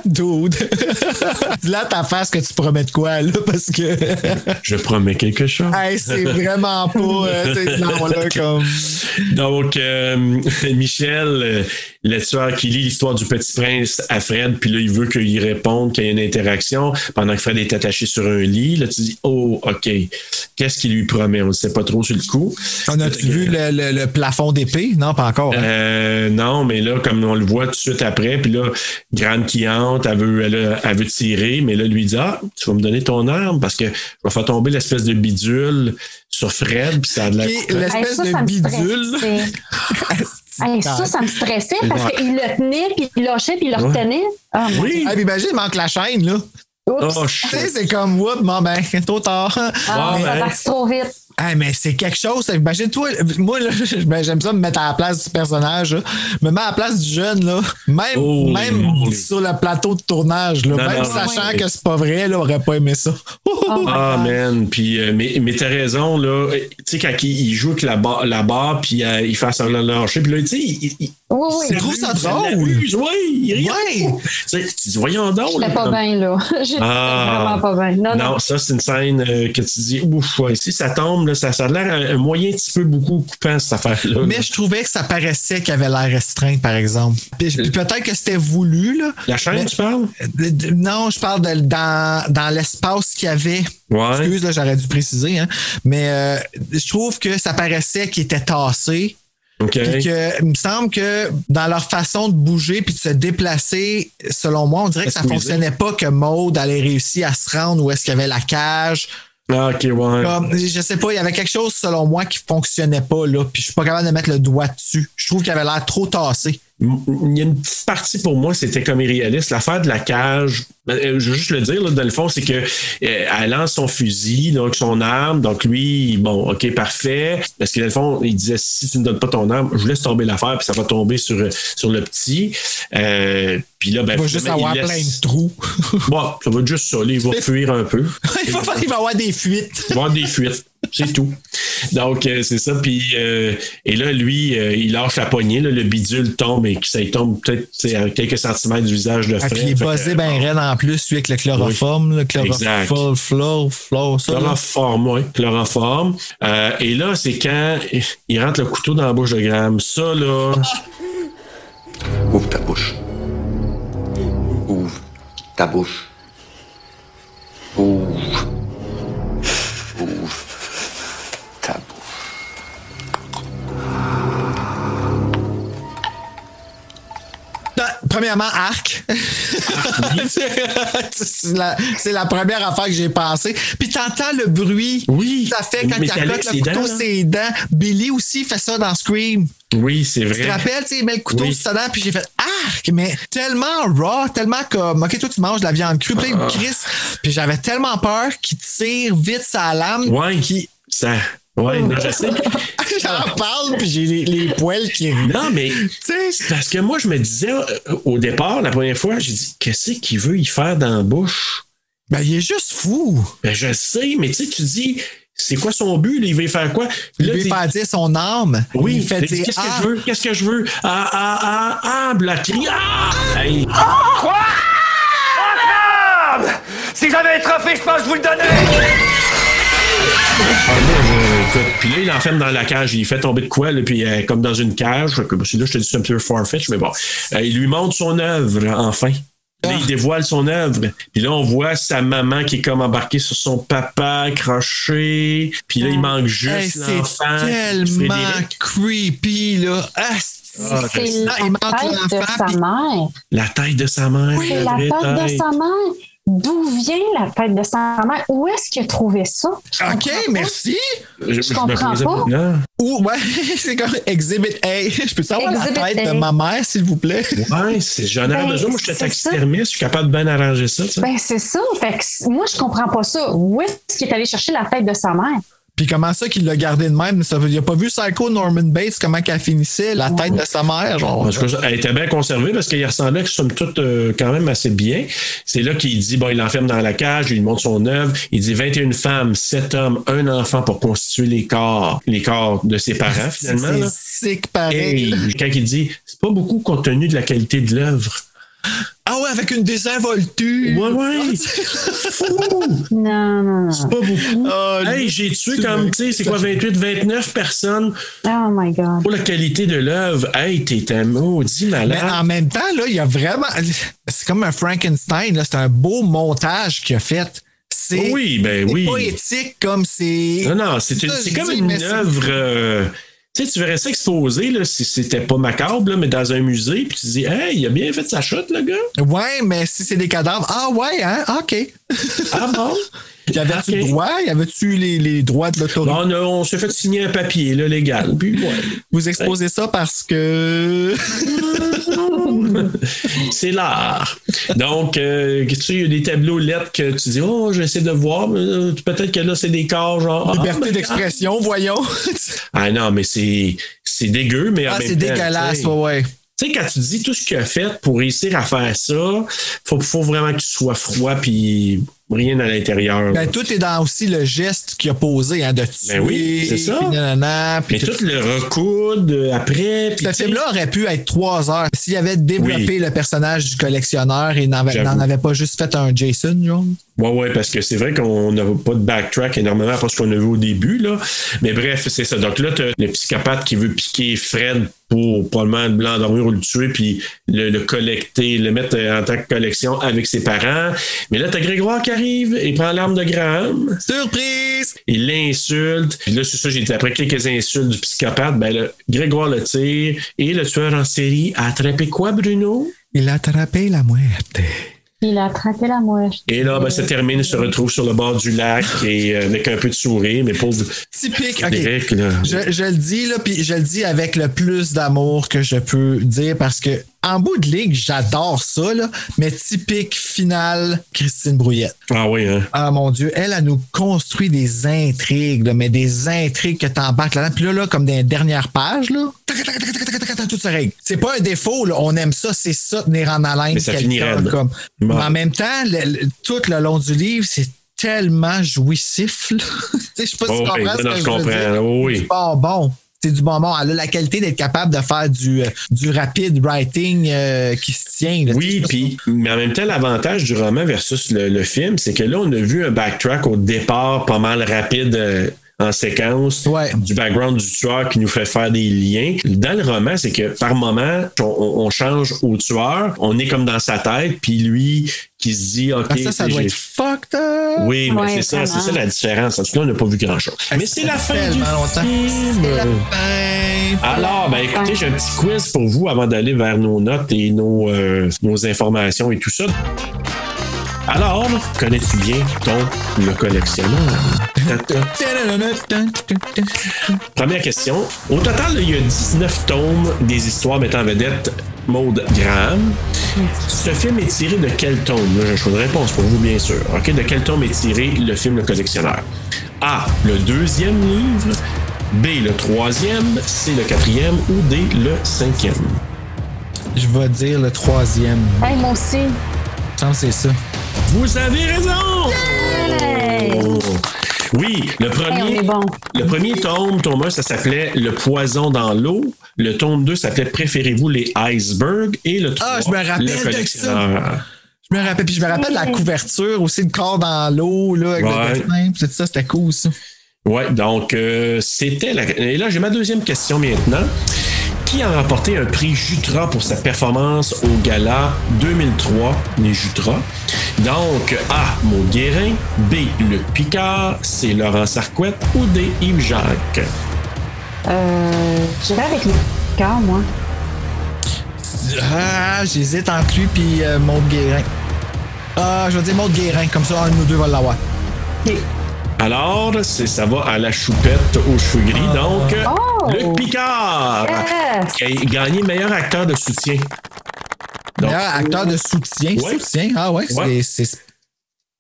Speaker 1: Dude. *laughs* Dis-là ta face que tu promets de quoi, là, parce que.
Speaker 2: *laughs* Je promets quelque chose.
Speaker 1: hey, c'est vraiment pas.
Speaker 2: *laughs*
Speaker 1: euh, c'est- non, là, comme.
Speaker 2: Donc, euh, *laughs* Michel, euh, le tueur qui lit l'histoire du petit prince à Fred, puis là, il veut qu'il réponde, qu'il y ait une interaction, pendant que Fred est attaché sur un lit. Là, tu dis, oh, OK. Qu'est-ce qu'il lui promet? On ne sait pas trop sur le coup.
Speaker 1: On a-tu vu le, le- le plafond d'épée? Non, pas encore. hein.
Speaker 2: Euh, non, mais là, comme on le voit tout de suite après, puis là, Grande qui entre, elle veut, elle, a- elle veut tirer, mais là, lui dit Ah, tu vas me donner ton arme parce que je vais faire tomber l'espèce de bidule sur Fred, puis ça a de la.
Speaker 1: Puis l'espèce
Speaker 6: Hey, ça, ça
Speaker 1: de *laughs*
Speaker 6: me
Speaker 1: bidule.
Speaker 6: stressait. Hey, ça, ça me stressait parce
Speaker 2: Ouais.
Speaker 6: qu'il le tenait, puis il le lâchait, puis il le
Speaker 2: Ouais.
Speaker 6: retenait. Ah, mon
Speaker 2: Oui!
Speaker 1: Ah, mais imagine, il manque la chaîne, là.
Speaker 6: Oups.
Speaker 2: Oh,
Speaker 1: Tu
Speaker 2: shit.
Speaker 1: sais, c'est comme, whoop, bon, ben, *laughs* trop tard.
Speaker 6: Ah,
Speaker 2: Ouais,
Speaker 6: ça
Speaker 2: ouais.
Speaker 6: passe trop vite.
Speaker 1: Ah, mais c'est quelque chose. Imagine-toi, moi, là, *laughs* ben, j'aime ça me mettre à la place du personnage. là. Me mettre à la place du jeune, là. Même,
Speaker 2: Oh,
Speaker 1: même
Speaker 2: moly.
Speaker 1: sur le plateau de tournage, là.
Speaker 2: Non,
Speaker 1: même
Speaker 2: non,
Speaker 1: sachant
Speaker 2: oui.
Speaker 1: que c'est pas vrai, là, aurait pas aimé ça. *laughs*
Speaker 2: Ah, man. Puis, euh, mais, mais t'as raison, là. Tu sais, quand il, il joue avec la, ba- la barre, puis euh, il fait semblant de lâcher, puis là, tu sais, il, il,
Speaker 6: Oui,
Speaker 1: Tu
Speaker 6: oui.
Speaker 1: trouves ça
Speaker 2: il
Speaker 1: drôle?
Speaker 2: l'abuse, ouais, il rigole.
Speaker 1: Ouais.
Speaker 2: Tu sais, tu dis, voyons donc. Oh, là,
Speaker 6: J'étais pas
Speaker 2: comme-
Speaker 6: bien, là. *laughs* J'étais
Speaker 2: Ah.
Speaker 6: vraiment pas bien. Non, Ah non.
Speaker 2: Non, ça, c'est une scène euh, que tu dis, ouf, ouais, si ça tombe, là, ça, ça a l'air un, un moyen un petit peu beaucoup coupant, cette affaire-là.
Speaker 1: Mais je trouvais que ça paraissait qu'il avait l'air restreint, par exemple. Puis, puis peut-être que c'était voulu, là.
Speaker 2: La chaîne,
Speaker 1: Mais-
Speaker 2: tu parles?
Speaker 1: De- de- Non, je parle de- dans, dans l'espace qu'il y avait.
Speaker 2: Ouais.
Speaker 1: Excuse, là, j'aurais dû préciser. hein. Mais euh, je trouve que ça paraissait qu'il était tassé.
Speaker 2: OK.
Speaker 1: Puis que, il me semble que dans leur façon de bouger puis de se déplacer, selon moi, on dirait que ça
Speaker 2: Squeezer.
Speaker 1: fonctionnait pas que Maude allait réussir à se rendre où est-ce qu'il y avait la cage.
Speaker 2: Ah, OK, ouais.
Speaker 1: Comme, je sais pas, il y avait quelque chose, selon moi, qui fonctionnait pas, là. Puis je suis pas capable de mettre le doigt dessus. Je trouve qu'il avait l'air trop tassé.
Speaker 2: M- Il y a une petite partie pour moi, c'était comme irréaliste. L'affaire de la cage, ben, euh, je veux juste le dire, là, dans le fond, c'est que euh, elle lance son fusil, donc son arme. Donc lui, bon, OK, parfait. Parce que dans le fond, il disait si tu ne donnes pas ton arme, je vous laisse tomber l'affaire, puis ça va tomber sur, euh, sur le petit. Euh, puis là, ben,
Speaker 1: Il va juste
Speaker 2: finalement, il
Speaker 1: avoir
Speaker 2: laisse-
Speaker 1: plein de trous. *laughs*
Speaker 2: Bon, ça va être juste ça, là, il va fuir un peu.
Speaker 1: il, va, il va avoir des fuites.
Speaker 2: voir des fuites. C'est tout. Donc, euh, c'est ça. Puis, euh, et là, lui, euh, il lâche la poignée. là, le bidule tombe et que ça il tombe peut-être tu sais, à quelques centimètres du visage de
Speaker 1: Ah,
Speaker 2: Fred.
Speaker 1: puis il est
Speaker 2: Fait que,
Speaker 1: buzzé ben raide en plus, lui, avec le chloroforme, le
Speaker 2: Exact.
Speaker 1: chloroforme, flore, flore, ça. là.
Speaker 2: Chloroforme, oui, chloroforme. Euh, et là, c'est quand il rentre le couteau dans la bouche de Graham. Ça, là,
Speaker 16: Ouvre ta bouche. Ouvre ta bouche. Ouvre. Ouvre ta bouche.
Speaker 1: Non, Bah, Premièrement, *laughs* arc. c'est la, c'est la première affaire que j'ai pensée. Puis t'entends le bruit.
Speaker 2: Oui.
Speaker 1: Ça fait quand
Speaker 2: Le
Speaker 1: il accote
Speaker 2: métallique,
Speaker 1: le
Speaker 2: ses
Speaker 1: couteau,
Speaker 2: dents, là.
Speaker 1: ses dents. Billy aussi fait ça dans Scream.
Speaker 2: oui, c'est
Speaker 1: Tu te
Speaker 2: vrai.
Speaker 1: rappelles, tu sais, il met le couteau
Speaker 2: Oui.
Speaker 1: sur sa dent, puis j'ai fait arc, mais tellement raw, tellement comme, ok, toi tu manges de la viande crue, puis là, il
Speaker 2: Ah.
Speaker 1: me crisse. Puis j'avais tellement peur qu'il tire vite sa lame.
Speaker 2: Ouais, qui. Ça. Ouais, non, je sais.
Speaker 1: *laughs* J'en parle, puis j'ai les, les poils
Speaker 2: *laughs*
Speaker 1: qui. Tu
Speaker 2: Non, mais
Speaker 1: sais,
Speaker 2: C'est Parce que moi, je me disais euh, au départ, la première fois, j'ai dit, qu'est-ce qu'il veut y faire dans la bouche?
Speaker 1: ben il est juste fou.
Speaker 2: Ben, je sais, mais tu sais, tu dis, c'est quoi son but? là? il veut faire quoi? Puis
Speaker 1: Il
Speaker 2: là,
Speaker 1: veut
Speaker 2: t'es-
Speaker 1: faire dire son âme.
Speaker 2: Oui,
Speaker 1: il fait
Speaker 2: t'es-
Speaker 1: dire
Speaker 2: qu'est-ce que
Speaker 1: ah,
Speaker 2: je veux? Qu'est-ce que je veux? Ah, ah, ah, ah, Blacky, ah! Hey.
Speaker 12: Si j'avais un trophée, je pense que je vous le donnais!
Speaker 2: Ah, moi, je- écoute, puis là, il l'enferme dans la cage, il fait tomber de quoi, là, puis euh, comme dans une cage. Fait que, bah, c'est là, je te dis, c'est un peu farfetch, mais bon. Euh, il lui montre son œuvre, enfin. Là,
Speaker 1: Ah.
Speaker 2: il dévoile son œuvre. Puis là, on voit sa maman qui est comme embarquée sur son papa, accroché. Puis là, il manque juste
Speaker 1: Ah. Hey,
Speaker 2: l'enfant.
Speaker 1: c'est tellement
Speaker 2: Frédéric.
Speaker 1: creepy, là. Asti,
Speaker 2: Ah,
Speaker 6: C'est
Speaker 2: reste-
Speaker 6: la tête de sa mère.
Speaker 2: La taille de sa mère.
Speaker 6: C'est la
Speaker 2: vraie
Speaker 6: tête de
Speaker 2: taille.
Speaker 6: sa mère. D'où vient la tête de sa mère? Où est-ce qu'il a trouvé ça?
Speaker 1: OK, merci.
Speaker 2: Je- je me
Speaker 6: comprends
Speaker 2: posais
Speaker 6: pas.
Speaker 2: maintenant.
Speaker 1: Ou, ouais, *laughs* c'est comme Exhibit A. Je peux savoir la
Speaker 6: Exhibit
Speaker 1: tête
Speaker 6: A.
Speaker 1: de ma mère, s'il vous plaît?
Speaker 2: Ouais, c'est j'en ai
Speaker 6: Ben,
Speaker 2: besoin. Moi, je suis
Speaker 6: c'est ça.
Speaker 2: taxidermiste, je suis capable de bien arranger ça. tu sais.
Speaker 6: Ben, c'est ça. Fait que c- moi, je comprends pas ça. Où est-ce qu'il est allé chercher la tête de sa mère?
Speaker 1: Puis comment ça qu'il l'a gardé de même? Ça veut, il a pas vu Psycho Norman Bates, comment qu'elle finissait la tête de sa mère? Genre.
Speaker 2: Parce que ça- elle était bien conservée parce qu'il ressemblait que somme toute euh, quand même assez bien. C'est là qu'il dit bon, il l'enferme dans la cage, il lui montre son œuvre, il dit 21 femmes, 7 hommes, un enfant pour constituer les corps, les corps de ses parents finalement.
Speaker 1: C'est
Speaker 2: là.
Speaker 1: sick pareil.
Speaker 2: Et quand il dit c'est pas beaucoup compte tenu de la qualité de l'œuvre.
Speaker 1: Ah ouais, avec une désinvolture.
Speaker 2: Ouais, *laughs* ouais.
Speaker 6: Non, non, non.
Speaker 2: C'est pas beaucoup.
Speaker 1: Ah,
Speaker 2: Hey,
Speaker 1: lui,
Speaker 2: j'ai tué comme, tu sais, c'est quoi, 28, 29 personnes
Speaker 6: Oh my God.
Speaker 2: pour la qualité de l'œuvre. Hey, t'es un maudit
Speaker 1: Mais
Speaker 2: malade.
Speaker 1: en même temps, là, il y a vraiment. C'est comme un Frankenstein, là. C'est un beau montage qu'il a fait. C'est
Speaker 2: Oui, ben
Speaker 1: c'est
Speaker 2: oui.
Speaker 1: poétique comme c'est.
Speaker 2: Non, non, c'est une-
Speaker 1: Ça,
Speaker 2: c'est
Speaker 1: je
Speaker 2: comme
Speaker 1: dis,
Speaker 2: une
Speaker 1: mais c'est-
Speaker 2: œuvre. euh, tu sais, tu verrais ça exposé, là, si c'était pas macabre, là, mais dans un musée, puis tu dis, hey, il a bien fait sa chute, le gars.
Speaker 1: Ouais, mais si c'est des cadavres. Ah ouais, hein? OK.
Speaker 2: Ah
Speaker 1: *laughs*
Speaker 2: bon?
Speaker 1: Y avait-tu
Speaker 2: Ok.
Speaker 1: le droit? Y avait-tu les, les droits de l'autorité?
Speaker 2: Bon, on, a- on s'est fait signer un papier, là, légal. Puis, ouais.
Speaker 1: Vous exposez ça parce que.
Speaker 2: Ah, C'est l'art. Donc, euh, tu sais, il y a des tableaux lettres que tu dis, oh, j'essaie de voir, mais, euh, peut-être que là, c'est des corps, genre. ah,
Speaker 1: *laughs* Liberté
Speaker 2: ben,
Speaker 1: d'expression, voyons. *laughs*
Speaker 2: Ah non, mais c'est c'est dégueu, mais en
Speaker 1: ah,
Speaker 2: même
Speaker 1: c'est
Speaker 2: temps,
Speaker 1: dégueulasse,
Speaker 2: tu sais.
Speaker 1: ouais, ouais.
Speaker 2: Tu sais, quand tu dis tout ce qu'il a fait pour réussir à faire ça, faut, faut vraiment que tu sois froid puis rien à l'intérieur. là.
Speaker 1: Ben, tout est dans aussi le geste qu'il a posé, hein, de tuer.
Speaker 2: Ben oui, c'est ça.
Speaker 1: puis nanana, puis
Speaker 2: mais tout le recoude euh, après. puis
Speaker 1: Ce
Speaker 2: tu sais,
Speaker 1: film-là aurait pu être trois heures s'il avait développé
Speaker 2: Oui.
Speaker 1: le personnage du collectionneur et n'en avait-
Speaker 2: J'avoue.
Speaker 1: n'en avait pas juste fait un Jason, genre.
Speaker 2: Ouais, ouais, parce que c'est vrai qu'on n'a pas de backtrack énormément parce qu'on a vu au début, là. Mais bref, c'est ça. Donc là, t'as le psychopathe qui veut piquer Fred pour probablement l'endormir ou le tuer, puis le, le collecter, le mettre en tant que collection avec ses parents. Mais là, t'as Grégoire qui arrive et prend l'arme de Graham.
Speaker 1: Surprise!
Speaker 2: Il l'insulte. Puis là, c'est ça, j'ai dit, après quelques insultes du psychopathe, ben là, Grégoire le tire. Et le tueur en série a attrapé quoi, Bruno?
Speaker 1: Il a attrapé la muerte.
Speaker 6: Il a attrapé la mouche.
Speaker 2: Et là, ben, ça termine, il se retrouve sur le bord du lac et euh, avec un peu de sourire, mais pauvre
Speaker 1: Typique. ok.
Speaker 2: Frédéric, là.
Speaker 1: Je, je le dis, là, puis je le dis avec le plus d'amour que je peux dire parce que, en bout de ligue, j'adore ça, là, mais typique finale, Christine Brouillette.
Speaker 2: Ah oui, hein?
Speaker 1: Ah mon Dieu, elle, elle nous construit des intrigues, là, mais des intrigues que t'embarques là-dedans. Puis là, là, comme dans les dernières pages, là, tac, tac, tac, tac, tac, tac, tac, tout se règle. C'est pas un défaut, là. on aime ça, c'est ça, tenir en haleine.
Speaker 2: Mais ça
Speaker 1: quelqu'un,
Speaker 2: finit raide.
Speaker 1: comme.
Speaker 2: Ouais.
Speaker 1: Mais en même temps, le- le- tout le long du livre, c'est tellement jouissif. là. *laughs* Tu sais, Je sais pas si
Speaker 2: Oh,
Speaker 1: tu comprends
Speaker 2: oui,
Speaker 1: ce
Speaker 2: non,
Speaker 1: que
Speaker 2: je
Speaker 1: je veux
Speaker 2: comprends,
Speaker 1: dire.
Speaker 2: oh oui.
Speaker 1: C'est du bonbon. C'est du bonbon. Elle a la qualité d'être capable de faire du, euh, du rapide writing euh, qui se tient. là. Tu sais,
Speaker 2: Oui,
Speaker 1: je sais pas
Speaker 2: puis, mais en même temps, l'avantage du roman versus le, le film, c'est que là, on a vu un backtrack au départ pas mal rapide euh, en séquence
Speaker 1: Ouais.
Speaker 2: du background du tueur qui nous fait faire des liens. Dans le roman, c'est que par moment, on, on- on change au tueur, on est comme dans sa tête, puis lui qui se dit, OK,
Speaker 1: Ah, ça, ça
Speaker 2: tu sais,
Speaker 1: doit
Speaker 2: j'ai-
Speaker 1: être fucked up.
Speaker 2: Oui, mais
Speaker 6: Ouais,
Speaker 2: c'est ça,
Speaker 6: vraiment.
Speaker 2: c'est ça la différence. En tout cas, on n'a pas vu grand-chose. Mais c'est la fin du
Speaker 1: tellement longtemps.
Speaker 2: film.
Speaker 1: C'est la fin.
Speaker 2: Alors, ben écoutez, j'ai un petit quiz pour vous avant d'aller vers nos notes et nos, euh, nos informations et tout ça. Alors, connais-tu bien ton le collectionneur? Tata. Première question. Au total, il y a 19 tomes des histoires mettant en vedette Maud Graham. Ce film est tiré de quel tome? Là, j'ai un choix de réponse pour vous, bien sûr. OK, de quel tome est tiré le film Le Collectionneur? A, le deuxième livre. B, le troisième. C, le quatrième. Ou D, le cinquième.
Speaker 1: Je vais dire le troisième.
Speaker 6: Hey, moi aussi.
Speaker 1: Je pense que c'est ça.
Speaker 2: Vous avez raison!
Speaker 6: Hey!
Speaker 2: Oh. Oui, le
Speaker 6: Hey, on
Speaker 2: premier,
Speaker 6: est bon.
Speaker 2: le premier tome, tome 1, ça s'appelait Le poison dans l'eau. Le tome 2 s'appelait Préférez-vous les icebergs? Et le
Speaker 1: Ah,
Speaker 2: 3,
Speaker 1: je me rappelle
Speaker 2: Le
Speaker 1: de ça.
Speaker 2: collectionneur.
Speaker 1: Je Je me rappelle, puis je me rappelle la couverture aussi, le corps dans l'eau, là, avec
Speaker 2: Ouais.
Speaker 1: le dessin, puis tout ça, c'était cool, ça.
Speaker 2: Ouais, donc euh, c'était la... Et là, j'ai ma deuxième question maintenant. Qui a remporté un prix Jutra pour sa performance au gala 2003 des Jutras? Donc, A. Maud Guérin, B. Luc Picard, C. Laurent Sarquette ou D. Yves Jacques?
Speaker 6: Euh, J'irai avec le car, moi.
Speaker 1: Ah, j'hésite entre lui puis euh, Maud Guérin. Ah, je vais dire Maud Guérin, comme ça, un de nous deux va l'avoir.
Speaker 2: Alors, c'est- ça va à la choupette aux cheveux gris. Donc, Luc Picard
Speaker 6: Ah,
Speaker 2: qui a gagné meilleur acteur de soutien. Donc-
Speaker 1: D'ailleurs, Ah, acteur de soutien,
Speaker 2: Ouais.
Speaker 1: soutien, ah ouais,
Speaker 2: Ouais.
Speaker 1: c'est- c'est-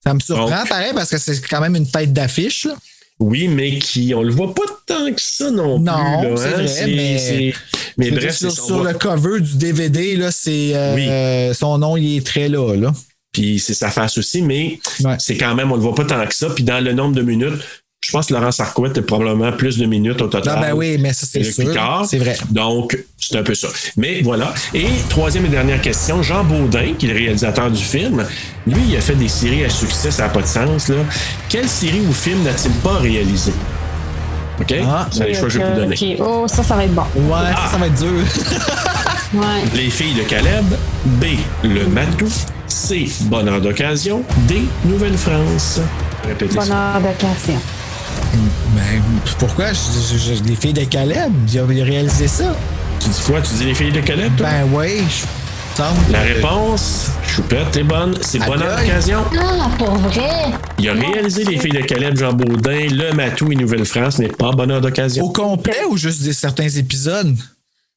Speaker 1: ça me surprend pareil parce que c'est quand même une tête d'affiche. là.
Speaker 2: Oui, mais qui, on le voit pas tant que ça non,
Speaker 1: Non,
Speaker 2: plus. là,
Speaker 1: c'est
Speaker 2: hein.
Speaker 1: vrai,
Speaker 2: C'est-
Speaker 1: mais-
Speaker 2: c'est- mais
Speaker 1: Je veux
Speaker 2: bref,
Speaker 1: dire, sur,
Speaker 2: c'est- on
Speaker 1: sur
Speaker 2: voit-
Speaker 1: le cover du DVD, là, c'est euh, son nom, il est très là, là.
Speaker 2: puis c'est sa face aussi, mais c'est quand même, on le voit pas tant que ça. Puis dans le nombre de minutes, je pense que Laurent Sarcouette a probablement plus de minutes au total.
Speaker 1: Ah, ben oui, mais ça, c'est
Speaker 2: que
Speaker 1: sûr.
Speaker 2: Picard.
Speaker 1: C'est vrai.
Speaker 2: Donc, c'est un peu ça. Mais voilà. Et troisième et dernière question, Jean Baudin, qui est le réalisateur du film, lui, il a fait des séries à succès, ça n'a pas de sens. Là. Quelle série ou film n'a-t-il pas réalisé? OK? c'est les choix que je vais vous donner.
Speaker 6: Ok, oh, ça, ça va être bon.
Speaker 1: Ouais, ça, ça va être dur.
Speaker 6: ouais.
Speaker 2: Les filles de Caleb, B, le matou, C, bonheur d'occasion, D, Nouvelle-France. Répétez ça.
Speaker 6: Bonheur d'occasion.
Speaker 1: *laughs* Ben, pourquoi? Je, je- je- les filles de Caleb, il a, il a réalisé ça.
Speaker 2: Tu dis quoi? Tu dis les filles de Caleb, toi?
Speaker 1: Ben oui, je semble.
Speaker 2: La réponse, Choupette, est bonne. C'est bonheur d'occasion.
Speaker 6: Ah, pour vrai?
Speaker 2: Il a réalisé les filles de Caleb, Jean Baudin, le matou et Nouvelle-France, mais pas bonheur d'occasion.
Speaker 1: Au complet ou juste des, certains épisodes?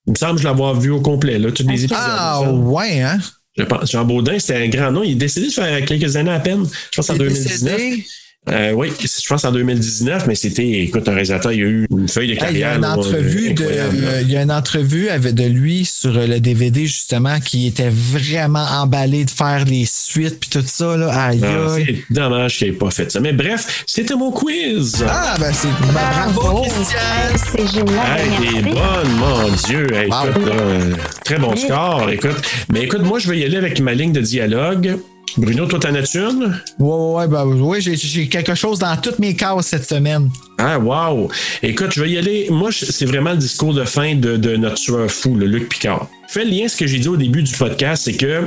Speaker 2: Il me semble que je l'avoir vu au complet, là, tous les épisodes.
Speaker 1: Ah,
Speaker 2: il me semble.
Speaker 1: ouais, hein?
Speaker 2: Je pense. Jean Baudin, c'était un grand nom. Il est décédé, ça fait quelques années à peine. Je pense en
Speaker 1: Il est
Speaker 2: 2019.
Speaker 1: décédé?
Speaker 2: Euh, oui, je pense en 2019, mais c'était, écoute, un réalisateur, il y a eu une feuille de
Speaker 1: Hey, il y
Speaker 2: carrière.
Speaker 1: a une
Speaker 2: là,
Speaker 1: entrevue de,
Speaker 2: incroyable, là.
Speaker 1: euh, il y a une entrevue avec de lui sur euh, le DVD justement qui était vraiment emballé de faire les suites puis tout ça là. Aïe,
Speaker 2: Ah,
Speaker 1: aïe.
Speaker 2: c'est dommage qu'il n'ait pas fait ça. Mais bref, c'était mon quiz.
Speaker 1: Ah ben c'est bravo Christiane.
Speaker 6: C'est génial.
Speaker 2: Hey, t'es bonne, mon Dieu. Hey, écoute, là, euh, très bon score. Écoute, mais écoute, moi, je vais y aller avec ma ligne de dialogue. Bruno, toi, t'en as-tu une?
Speaker 1: Ouais ouais ouais, ben, ouais, j'ai- j'ai quelque chose dans toutes mes cases cette semaine.
Speaker 2: Ah, wow! Écoute, je vais y aller. Moi, je- c'est vraiment le discours de fin de, de notre tueur fou, le Luc Picard. Fais le lien, ce que j'ai dit au début du podcast, c'est que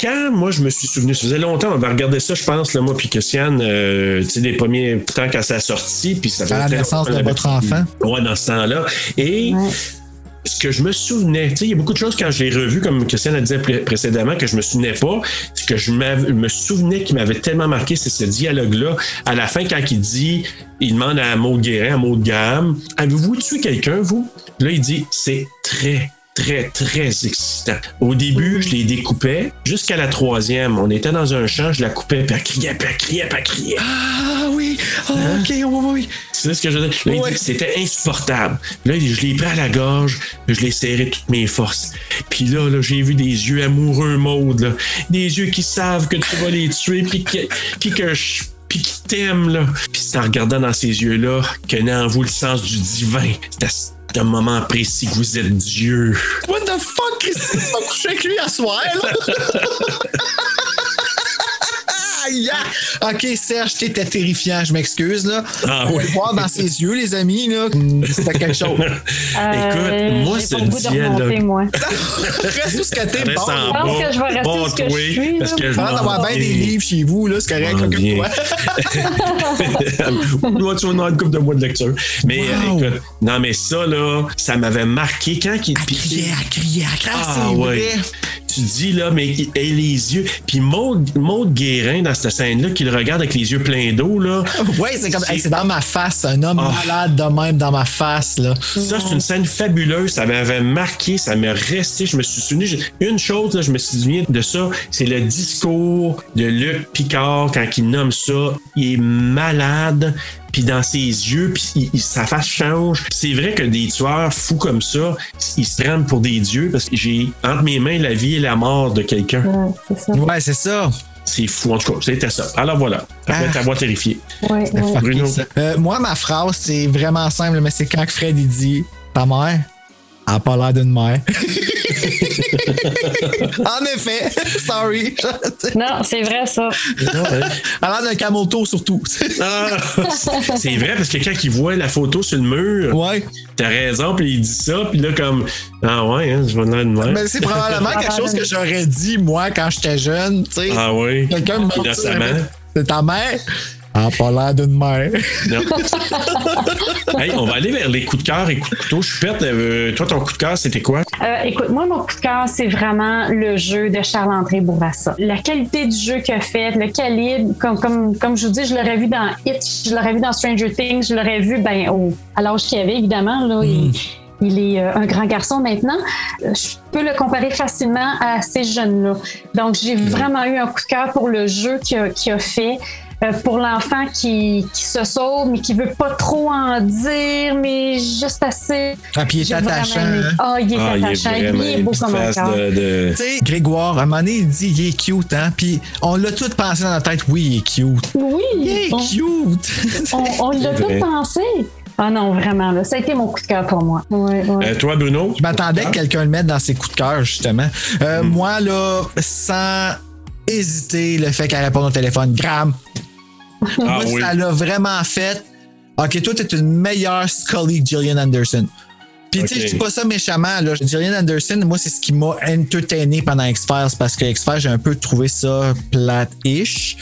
Speaker 2: quand moi, je me suis souvenu, ça faisait longtemps, on va regarder ça, je pense, le mois, puis Christiane, euh, tu sais, des premiers temps qu'à sa sortie, puis ça
Speaker 1: À la
Speaker 2: fait très
Speaker 1: naissance
Speaker 2: longtemps
Speaker 1: de
Speaker 2: qu'on
Speaker 1: votre
Speaker 2: l'avait-
Speaker 1: enfant.
Speaker 2: Ouais, dans ce temps-là. Et ce que je me souvenais, tu sais, il y a beaucoup de choses quand je l'ai revu, comme Christiane le disait pré- précédemment, que je me souvenais pas. Ce que je m'av- me souvenais qui m'avait tellement marqué, c'est ce dialogue-là. À la fin, quand il dit, il demande à Maud Guérin, à Maud Gamme, avez-vous tué quelqu'un, vous? Là, il dit, c'est très, très, très excitant. Au début, je les découpais. Jusqu'à la troisième, on était dans un champ, je la coupais, puis elle criait, puis elle criait, puis elle criait. Ah oui, ah, ok, oui, oui, oui. C'est ce que je veux dire. Là, il dit que c'était insupportable. Là, il dit, je l'ai pris à la gorge, je l'ai serré de toutes mes forces. Puis là, là, j'ai vu des yeux amoureux, Maude, là. des yeux qui savent que tu vas les tuer, puis que, puis que je- puis qui t'aiment, là. Puis c'est en regardant dans ces yeux-là que naît en vous le sens du divin. C'est à ce moment précis que vous êtes Dieu.
Speaker 1: What the fuck
Speaker 2: *laughs*
Speaker 1: Christine va coucher avec lui à soir là. *laughs* Aïe, aïe. Ok Serge, t'étais terrifiant, je m'excuse là.
Speaker 2: Ah,
Speaker 1: Faut
Speaker 2: ouais.
Speaker 1: le voir dans ses yeux les amis là, hum, c'était
Speaker 2: *laughs*
Speaker 1: quelque chose.
Speaker 6: Euh,
Speaker 2: Écoute, moi, ce dialogue. *laughs*
Speaker 6: moi.
Speaker 1: Reste où ce que t'es,
Speaker 2: Reste
Speaker 1: bon.
Speaker 2: en Je pense bas. que je vais rester Bon, où ce que je toi, suis, parce là. que je
Speaker 1: Pendant
Speaker 2: m'en
Speaker 1: d'avoir bien
Speaker 2: viens.
Speaker 1: des livres chez vous, là, c'est correct.
Speaker 2: M'en viens.
Speaker 1: occupe-toi.
Speaker 2: *laughs* Moi, tu vas avoir une couple de mois de lecture. Mais euh, écoute, non, mais ça, là, ça m'avait marqué quand il
Speaker 1: criait, elle criait, elle criait,
Speaker 2: Ah
Speaker 1: c'est
Speaker 2: ouais.
Speaker 1: vrai.
Speaker 2: Tu dis là, mais il- et les yeux. Puis Maud, Maud Guérin, dans cette scène-là, qui le regarde avec les yeux pleins d'eau, là.
Speaker 1: Ouais, c'est comme. hey, c'est dans ma face, un homme
Speaker 2: Ah.
Speaker 1: malade de même dans ma face, là.
Speaker 2: Ça, c'est une scène fabuleuse. Ça m'avait marqué, ça m'est resté. Je me suis souvenu. j'ai- Une chose, là, je me suis souvenu de ça, c'est le discours de Luc Picard quand il nomme ça. Il est malade, puis dans ses yeux, puis il- il- sa face change. Puis C'est vrai que des tueurs fous comme ça, ils se prennent pour des dieux parce que j'ai entre mes mains la vie et la mort de quelqu'un.
Speaker 1: Ouais, c'est ça.
Speaker 2: C'est fou, en tout cas. C'était ça. Alors voilà. Après
Speaker 1: Ah.
Speaker 2: t'avoir terrifié.
Speaker 6: Ouais,
Speaker 1: C'était fucké,
Speaker 2: Bruno.
Speaker 1: ça. Euh, moi, ma phrase, c'est vraiment
Speaker 6: *laughs*
Speaker 1: simple, mais c'est quand Fred il dit Ta mère, elle a pas l'air d'une mère. en effet, sorry.
Speaker 6: non, c'est vrai ça.
Speaker 2: hein.
Speaker 1: Alors d'un camoto
Speaker 2: *laughs*
Speaker 1: surtout.
Speaker 2: Ah! c'est vrai parce que quand il voit la photo sur le mur,
Speaker 1: ouais.
Speaker 2: t'as raison, puis il dit ça, puis là comme ah ouais, hein, je vais en avoir de même.
Speaker 1: Mais c'est probablement quelque chose que j'aurais dit moi quand j'étais jeune, tu sais.
Speaker 2: Ah oui.
Speaker 1: Quelqu'un me dit
Speaker 2: Innocemment.
Speaker 1: c'est ta mère. Ah, pas l'air d'une mère.
Speaker 2: Non.
Speaker 1: *laughs*
Speaker 2: Hey, on va aller vers les coups de cœur et coups de couteau. Je suis pète. euh, toi, ton coup de cœur, c'était quoi?
Speaker 6: Euh, écoute, moi, mon coup de cœur, c'est vraiment le jeu de Charles-André Bourassa. La qualité du jeu qu'il a fait, le calibre, comme, comme, comme je vous dis, je l'aurais vu dans It, je l'aurais vu dans Stranger Things, je l'aurais vu ben, au, à l'âge qu'il avait, évidemment. Là, il, il est euh, un grand garçon maintenant. Euh, Je peux le comparer facilement à ces jeunes-là. Donc, j'ai vraiment eu un coup de cœur pour le jeu qu'il a, qu'il a fait. Euh, pour l'enfant qui, qui se sauve, mais qui veut pas trop en dire, mais juste assez.
Speaker 1: Ah, puis il est
Speaker 6: J'ai vraiment
Speaker 1: attachant,
Speaker 6: aimé.
Speaker 1: hein?
Speaker 6: Ah, il est
Speaker 2: Ah, il est
Speaker 6: attachant. Il est,
Speaker 2: vraiment une
Speaker 6: beau
Speaker 2: petite
Speaker 6: comme un
Speaker 2: face
Speaker 6: cœur.
Speaker 2: de- de-
Speaker 1: Tu sais, Grégoire, à un moment donné, il dit il est cute, hein? Puis on l'a tout pensé dans la tête, oui, il est cute.
Speaker 6: Oui,
Speaker 1: Il est
Speaker 6: on-
Speaker 1: cute!
Speaker 6: on, on l'a
Speaker 2: C'est vrai.
Speaker 6: tout pensé. Ah non, vraiment, là, ça a été mon coup de cœur pour moi. Ouais, ouais.
Speaker 2: Euh, toi, Bruno?
Speaker 1: Je m'attendais que quelqu'un le mette dans ses coups de cœur, justement. Euh, Moi, là, sans hésiter, le fait qu'elle réponde au téléphone, Gram,
Speaker 2: Ah
Speaker 1: moi,
Speaker 2: oui.
Speaker 1: ça l'a vraiment fait. Ok, toi, t'es une meilleure Scully que Gillian Anderson. Puis, tu
Speaker 2: Ok.
Speaker 1: sais, je dis pas ça méchamment. Là. Gillian Anderson, moi, c'est ce qui m'a entertainé pendant X-Files parce que X-Files, j'ai un peu trouvé ça plate-ish.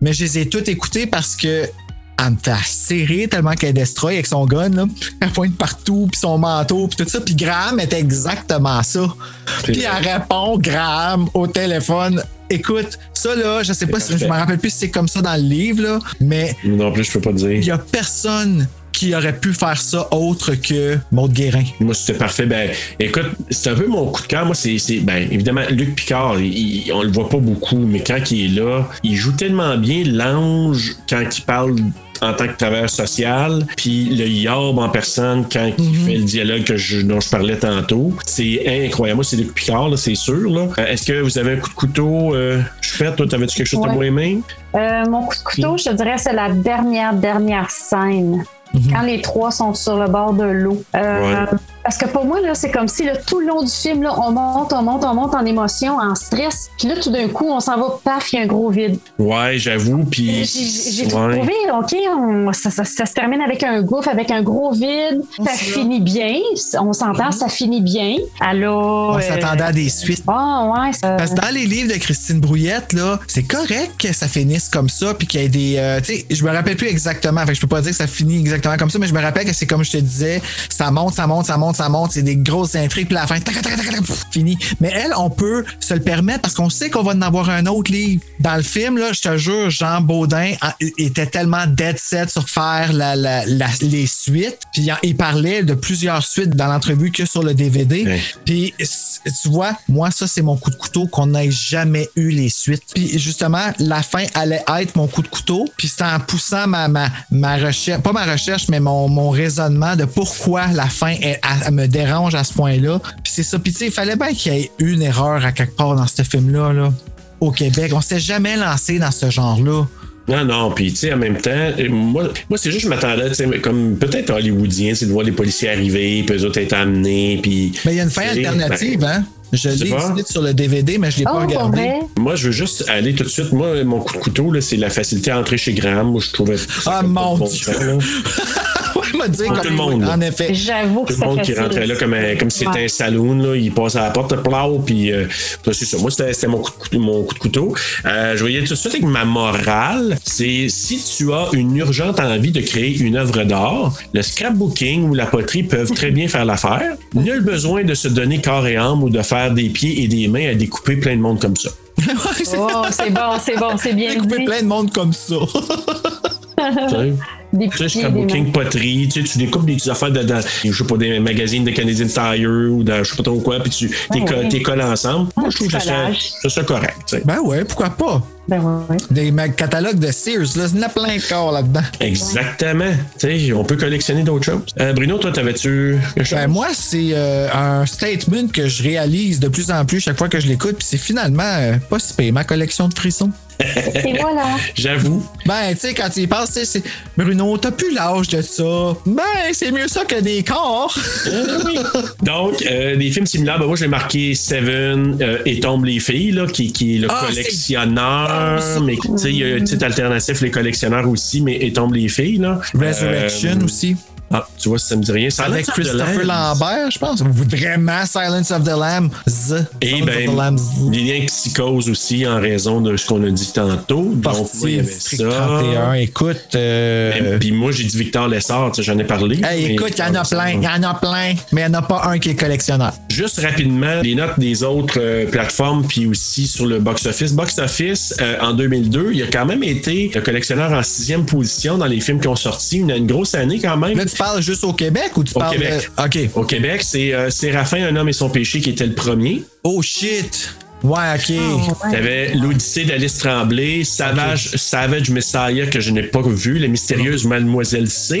Speaker 1: Mais je les ai toutes écoutées parce que elle me fait serrer tellement qu'elle destroy avec son gun. Là. Elle pointe partout, puis son manteau, puis tout ça. Puis Graham était exactement ça.
Speaker 2: C'est
Speaker 1: Puis
Speaker 2: vrai.
Speaker 1: elle répond, Graham, au téléphone. Écoute, ça là, je sais pas si je
Speaker 2: parfait.
Speaker 1: me rappelle plus si c'est comme ça dans le livre, là, mais
Speaker 2: Non plus, je peux pas te
Speaker 1: il y
Speaker 2: dire.
Speaker 1: a personne qui aurait pu faire ça autre que Maud Guérin.
Speaker 2: Moi, c'était parfait. Ben, écoute, c'est un peu mon coup de cœur. Moi, c'est, c'est- ben, évidemment, Luc Picard, il- il- on le voit pas beaucoup, mais quand il est là, il joue tellement bien l'ange quand il parle en tant que travailleur social, puis le Yob en personne quand il
Speaker 6: Mhm.
Speaker 2: fait le dialogue que je, dont je parlais tantôt. C'est incroyable. Moi, c'est Luc Picard, là, c'est sûr. là. Euh, est-ce que vous avez un coup de couteau? euh, je suis prêt. Toi, t'avais-tu quelque chose à
Speaker 6: Ouais.
Speaker 2: moi aimé?
Speaker 6: Euh, mon coup de couteau, je te dirais, c'est la dernière, dernière scène.
Speaker 1: Mhm.
Speaker 6: Quand les trois sont sur le bord de l'eau. Euh,
Speaker 2: Ouais.
Speaker 6: Parce que pour moi, là, c'est comme si là, tout le long du film, là, on monte, on monte, on monte en émotion, en stress. Puis là, tout d'un coup, on s'en va, paf, il y a un gros vide.
Speaker 2: Ouais, j'avoue. Puis.
Speaker 6: J'ai- J'ai tout
Speaker 2: Ouais.
Speaker 6: trouvé, OK, on- ça, ça- ça se termine avec un gouffre, avec un gros vide. Ça finit bien. On s'entend, ça finit bien.
Speaker 1: Mhm.
Speaker 6: Allô? Euh,
Speaker 1: On s'attendait à des suites.
Speaker 6: Ah, ouais. ça-
Speaker 1: Parce que dans les livres de Christine Brouillette, là, c'est correct que ça finisse comme ça, puis qu'il y ait des. euh, tu sais, je me rappelle plus exactement, fait que je peux pas dire que ça finit exactement comme ça, mais je me rappelle que c'est comme je te disais, ça monte, ça monte, ça monte, ça monte, c'est des grosses intrigues, puis la fin, tac, tac, tac, tac, tac, pff, fini. Mais elle, on peut se le permettre parce qu'on sait qu'on va en avoir un autre livre. Dans le film, là, je te jure, Jean Baudin a- était tellement dead set sur faire la- la- la- les suites, puis il en- il parlait de plusieurs suites dans l'entrevue que sur le DVD.
Speaker 2: Ouais.
Speaker 1: Puis, c- tu vois, moi, ça, c'est mon coup de couteau qu'on n'ait jamais eu les suites. Puis, justement, la fin allait être mon coup de couteau. Puis, c'est en poussant ma, ma, ma recherche, pas ma recherche, mais mon, mon raisonnement de pourquoi la fin elle- elle- elle me dérange à ce point-là. Puis, c'est ça. Puis, tu sais, il fallait bien qu'il y ait une erreur à quelque part dans ce film-là, là, au Québec. On s'est jamais lancé dans ce genre-là.
Speaker 2: Non, non, puis tu sais, en même temps, euh, moi, moi c'est juste, je m'attendais, tu sais, comme peut-être hollywoodien, c'est de voir les policiers arriver, puis eux autres être amenés, puis.
Speaker 1: Mais il y a une fin
Speaker 2: Tu sais,
Speaker 1: alternative,
Speaker 2: ben,
Speaker 1: hein? Je
Speaker 2: je sais
Speaker 1: l'ai
Speaker 2: pas.
Speaker 1: écrit sur le DVD, mais je l'ai
Speaker 6: oh,
Speaker 1: pas
Speaker 6: pour
Speaker 1: regardé.
Speaker 6: vrai?
Speaker 2: Moi, je veux juste aller tout de suite. Moi, mon coup de couteau, là, c'est la facilité à entrer chez Graham. Moi, je trouvais. ça
Speaker 1: Ah,
Speaker 2: comme
Speaker 1: mon
Speaker 2: pas de bon
Speaker 1: Dieu.
Speaker 2: sens, là.
Speaker 1: Ouais, il m'a dit
Speaker 2: Tout
Speaker 1: comme-
Speaker 2: le monde, là.
Speaker 1: En
Speaker 6: *laughs*
Speaker 1: effet.
Speaker 6: J'avoue que
Speaker 2: Tout le monde qui rentrait là comme, un- comme si c'était un saloon, là, il passait à la porte, plau, puis euh, ça, c'est ça. Moi, c'était c'était mon coup de couteau. Mon coup de couteau. Euh, je voyais tout de suite avec ma morale. C'est si tu as une urgente envie de créer une œuvre d'art, le scrapbooking ou la poterie peuvent très bien faire l'affaire. Nul besoin de se donner corps et âme ou de faire des pieds et des mains à découper plein de monde comme ça.
Speaker 6: Oh, c'est bon, c'est bon, c'est bien
Speaker 1: J'ai coupé
Speaker 6: dit.
Speaker 1: plein de monde comme *laughs* ça.
Speaker 2: Tu sais?
Speaker 6: Des
Speaker 2: Tu sais,
Speaker 6: pieds, des mains.
Speaker 2: scrapbooking, poterie, tu sais, tu découpes des petites affaires dans, dans, je sais pas, des magazines de Canadian Tire ou dans je sais pas trop quoi, puis tu t'es
Speaker 6: ouais.
Speaker 2: colles ensemble. Moi, je trouve que c'est ça,
Speaker 6: collage.
Speaker 2: c'est ça correct. tu sais.
Speaker 1: ben ouais, pourquoi pas?
Speaker 6: Ben ouais.
Speaker 1: Des mag- catalogues de Sears, là, il y en a plein de corps là-dedans.
Speaker 2: Exactement. Tu sais, on peut collectionner d'autres choses. Euh, Bruno, toi, t'avais-tu quelque chose?
Speaker 1: Ben, moi, c'est euh, un statement que je réalise de plus en plus chaque fois que je l'écoute, puis c'est finalement euh, pas si pire, ma collection de frissons.
Speaker 6: Et voilà.
Speaker 2: J'avoue.
Speaker 1: Ben, tu sais, quand il pense, c'est Bruno, t'as plus l'âge de ça. Ben, c'est mieux ça que des corps.
Speaker 2: Donc, euh, des films similaires, ben moi j'ai marqué Seven euh, et Tombe les filles, là, qui, qui est le
Speaker 1: Ah,
Speaker 2: collectionneur, mais tu sais, il y a un titre alternatif, les collectionneurs aussi, mais et Tombe les filles. Là.
Speaker 1: Resurrection
Speaker 2: Euh,
Speaker 1: aussi.
Speaker 2: Ah, tu vois, ça me dit rien. Silence
Speaker 1: Avec
Speaker 2: of the
Speaker 1: Christopher
Speaker 2: Lambs.
Speaker 1: Lambert, je pense. Vraiment, Silence of the Lambs.
Speaker 2: Et ben, les liens psychose aussi en raison de ce qu'on a dit tantôt. Donc, moi, il y avait
Speaker 1: District
Speaker 2: ça.
Speaker 1: 31, écoute. euh,
Speaker 2: Mais- Puis moi, j'ai dit Victor Lessard, tu sais, j'en ai parlé.
Speaker 1: Hey,
Speaker 2: mais- euh,
Speaker 1: écoute, il y en a plein, il y en a plein, mais il n'y en a pas un qui est collectionneur.
Speaker 2: Juste rapidement, les notes des autres euh, plateformes, puis aussi sur le box-office. Box-office, euh, en 2002, il a quand même été le collectionneur en sixième position dans les films qui ont sorti. Une, une grosse année quand même.
Speaker 1: Là, tu parles juste au Québec ou tu
Speaker 2: Au
Speaker 1: parles.
Speaker 2: Québec.
Speaker 1: de- OK.
Speaker 2: Au Québec, c'est euh, Séraphin, un homme et son péché qui était le premier.
Speaker 1: Oh shit! Oh, Ouais, OK.
Speaker 2: T'avais l'Odyssée d'Alice Tremblay, Savage, Savage Messiah que je n'ai pas vu, La mystérieuse Mademoiselle C,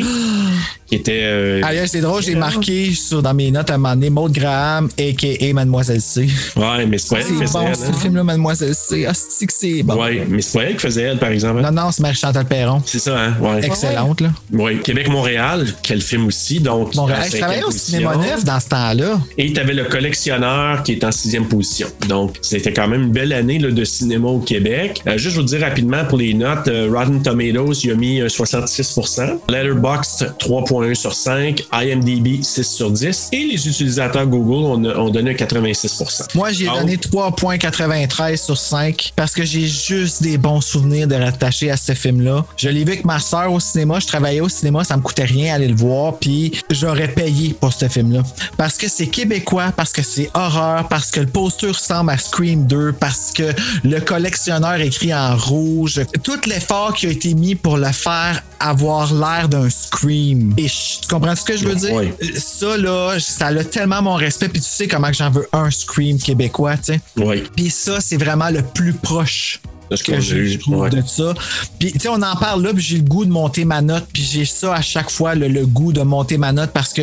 Speaker 2: qui était. euh,
Speaker 1: Ailleurs, Ah, c'est drôle, j'ai marqué sur, dans mes notes à un moment donné Maud Graham, a.k.a. Mademoiselle C.
Speaker 2: ouais, mais *laughs* c'est pas elle qui
Speaker 1: Ah, C'est
Speaker 2: faisait
Speaker 1: bon,
Speaker 2: elle,
Speaker 1: ce
Speaker 2: hein.
Speaker 1: film-là, Mademoiselle C. Hostie que c'est bon.
Speaker 2: Ouais, mais c'est pas elle qui faisait elle, par exemple. hein.
Speaker 1: Non, non, c'est Marie-Chantal Perron.
Speaker 2: C'est ça, hein? Ouais.
Speaker 1: Excellente, là.
Speaker 2: Oui, Québec-Montréal, quel film aussi. Donc, euh,
Speaker 1: Bon,
Speaker 2: en
Speaker 1: hey, je
Speaker 2: cinquième
Speaker 1: travaillais au
Speaker 2: position.
Speaker 1: cinéma neuf dans ce temps-là.
Speaker 2: Et tu avais le collectionneur qui est en sixième position. Donc, c'était quand même une belle année là, de cinéma au Québec. Euh, juste vous dire rapidement pour les notes, euh, Rotten Tomatoes, il a mis euh, 66%. Letterboxd, 3.1 sur 5. IMDb, 6 sur 10. Et les utilisateurs Google ont, ont donné 86%.
Speaker 1: Moi, j'ai
Speaker 2: Ah oui?
Speaker 1: donné 3.93 sur 5 parce que j'ai juste des bons souvenirs de rattacher à ce film-là. Je l'ai vu avec ma soeur au cinéma, je travaillais au cinéma, ça me coûtait rien aller le voir, puis j'aurais payé pour ce film-là. Parce que c'est québécois, parce que c'est horreur, parce que le poster ressemble à Scream 2, parce que le collectionneur écrit en rouge. Tout l'effort qui a été mis pour le faire avoir l'air d'un Scream. Et tu comprends ce que je veux dire?
Speaker 2: Oui.
Speaker 1: ça là, ça a tellement mon respect puis tu sais comment que j'en veux un scream québécois, tu sais.
Speaker 2: Oui,
Speaker 1: Puis ça c'est vraiment le plus proche
Speaker 2: c'est ce
Speaker 1: que
Speaker 2: qu'on a
Speaker 1: je
Speaker 2: eu.
Speaker 1: trouve
Speaker 2: Ouais.
Speaker 1: de ça. Puis tu sais on en parle là, puis j'ai le goût de monter ma note, puis j'ai ça à chaque fois le, le goût de monter ma note parce que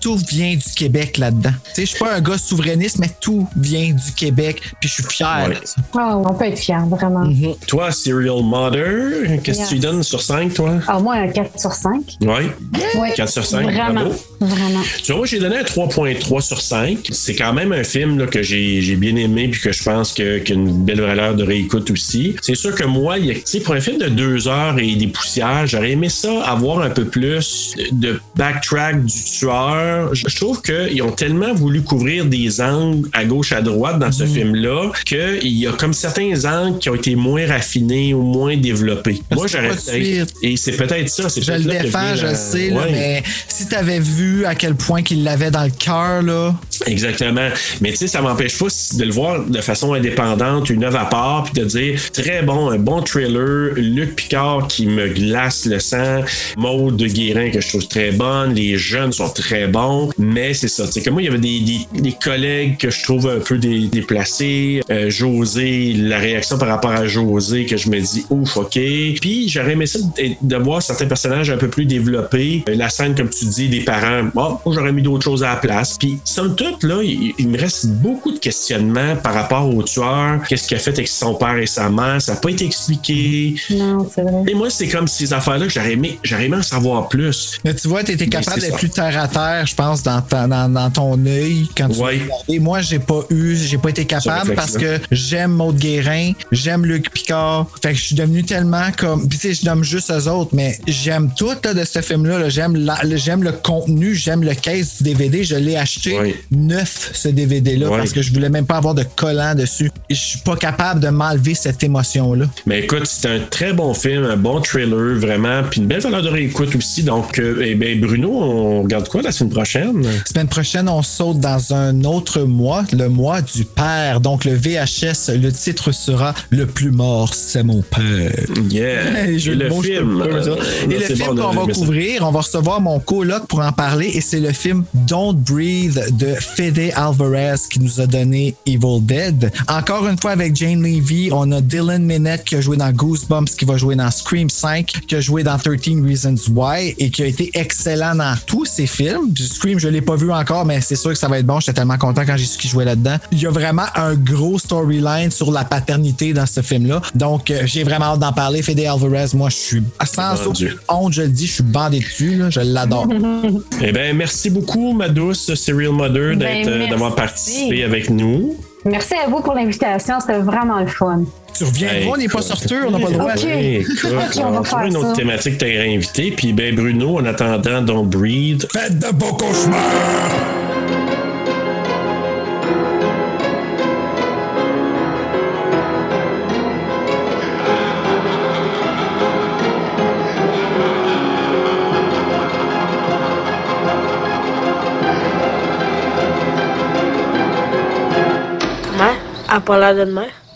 Speaker 1: tout vient du Québec là-dedans. Tu sais, je suis pas un gars souverainiste, mais tout vient du Québec, puis je suis fier.
Speaker 2: Ouais.
Speaker 6: Wow, Ah, on peut être fier, vraiment.
Speaker 1: Mhm.
Speaker 2: Toi, Serial Mother, qu'est-ce que
Speaker 6: Yes.
Speaker 2: tu lui donnes sur 5, toi?
Speaker 6: Ah, moi, un 4 sur 5.
Speaker 2: Oui.
Speaker 6: Ouais.
Speaker 2: 4 sur 5.
Speaker 6: Vraiment.
Speaker 2: bravo.
Speaker 6: Vraiment.
Speaker 2: Tu vois, moi, j'ai donné un 3.3 sur 5. C'est quand même un film là, que j'ai j'ai bien aimé puis que je pense que- qu'il y a une belle valeur de réécoute aussi. C'est sûr que moi, il y a- tu sais, pour un film de deux heures et des poussières, j'aurais aimé ça avoir un peu plus de backtrack du tueur. Je je trouve qu'ils ont tellement voulu couvrir des angles à gauche, à droite dans ce
Speaker 1: Mhm.
Speaker 2: film-là qu'il y a comme certains angles qui ont été moins raffinés ou moins développés. Moi,
Speaker 1: Parce que
Speaker 2: j'aurais
Speaker 1: pas de suite.
Speaker 2: Et c'est peut-être ça. c'est
Speaker 1: Je le
Speaker 2: peut-être là que
Speaker 1: défends,
Speaker 2: vient
Speaker 1: je
Speaker 2: la-
Speaker 1: le sais, là,
Speaker 2: Ouais.
Speaker 1: mais si t'avais vu à quel point qu'il l'avait dans le cœur, là,
Speaker 2: Exactement. Mais tu sais, ça m'empêche pas de le voir de façon indépendante, une œuvre à part, puis de dire très bon, un bon thriller, Luc Picard qui me glace le sang, Maude de Guérin que je trouve très bonne, les jeunes sont très bons, mais c'est ça. Tu sais, que moi, il y avait des, des- des collègues que je trouve un peu dé- déplacés, Euh, José, la réaction par rapport à José que je me dis ouf, ok. Puis j'aurais aimé ça de, de voir certains personnages un peu plus développés. Euh, La scène, comme tu dis, des parents, oh, moi j'aurais mis d'autres choses à la place. Puis somme toute, là, il, il me reste beaucoup de questionnements par rapport au tueur. Qu'est-ce qu'il a fait avec son père et sa mère? Ça n'a pas été expliqué.
Speaker 6: Non, c'est vrai.
Speaker 2: Et moi, c'est comme ces affaires-là que j'aurais aimé, j'aurais aimé en savoir plus.
Speaker 1: Mais tu vois, tu étais
Speaker 2: Mais
Speaker 1: capable
Speaker 2: c'est
Speaker 1: d'être
Speaker 2: ça.
Speaker 1: plus terre à terre, je pense, dans, ta- dans, dans ton œil quand tu
Speaker 2: Ouais.
Speaker 1: l'as regardé. Moi, j'ai pas eu, j'ai pas été capable parce
Speaker 2: réflexe-là.
Speaker 1: que j'aime Maude Guérin, j'aime Luc Picard. Fait que je suis devenu tellement comme. Puis tu sais, je nomme juste eux autres, mais j'aime tout là, de ce film-là. là. J'aime la- le- j'aime le contenu, j'aime le case du DVD. Je l'ai acheté
Speaker 2: Ouais.
Speaker 1: neuf, ce DVD-là,
Speaker 2: Ouais.
Speaker 1: parce que je voulais même pas avoir de collant dessus. Je suis pas capable de m'enlever cette émotion-là.
Speaker 2: Mais écoute, c'est un très bon film, un bon thriller, vraiment, puis une belle valeur de réécoute aussi. Donc, euh, eh bien, Bruno, on regarde quoi la semaine prochaine?
Speaker 1: Semaine prochaine, on saute dans un autre mois, le mois du père. Donc, le VHS, le titre sera Le plus mort, c'est mon père.
Speaker 2: Yeah.
Speaker 1: Hey, jeu
Speaker 2: Et
Speaker 1: de
Speaker 2: le
Speaker 1: mots, je
Speaker 2: film.
Speaker 1: peux pas, ça.
Speaker 2: euh,
Speaker 1: Et
Speaker 2: non,
Speaker 1: le
Speaker 2: c'est bon,
Speaker 1: film
Speaker 2: on a
Speaker 1: qu'on va
Speaker 2: aimé ça.
Speaker 1: couvrir, on va recevoir mon coloc pour en parler et c'est le film Don't Breathe de Fede Alvarez qui nous a donné Evil Dead. Encore encore une fois avec Jane Levy. On a Dylan Minnette qui a joué dans Goosebumps, qui va jouer dans Scream 5, qui a joué dans 13 Reasons Why et qui a été excellent dans tous ses films. Puis Scream, je l'ai pas vu encore, mais c'est sûr que ça va être bon. J'étais tellement content quand j'ai su qu'il jouait là-dedans. Il y a vraiment un gros storyline sur la paternité dans ce film-là. Donc, euh, j'ai vraiment hâte d'en parler. Fede Alvarez, moi, je suis sans
Speaker 2: Mon Dieu.
Speaker 1: honte, je le dis, je suis bandé dessus. là. Je l'adore.
Speaker 2: Eh bien, merci beaucoup, ma douce Serial Mother,
Speaker 6: Ben,
Speaker 2: d'être, euh, d'avoir
Speaker 6: merci.
Speaker 2: participé avec nous.
Speaker 6: Merci à vous pour l'invitation, c'était vraiment le fun.
Speaker 1: Tu reviendras, on n'est pas sorteux, on n'a pas le droit.
Speaker 6: Ok.
Speaker 2: Oui, écoute,
Speaker 6: Ok,
Speaker 2: on
Speaker 6: on va
Speaker 2: va trouver
Speaker 6: faire
Speaker 2: une autre
Speaker 6: ça.
Speaker 2: thématique que t'as invité. Puis, ben, Bruno, en attendant, don't breathe.
Speaker 7: Faites de beaux cauchemars!
Speaker 17: Mère, elle a pas l'air d'une mère.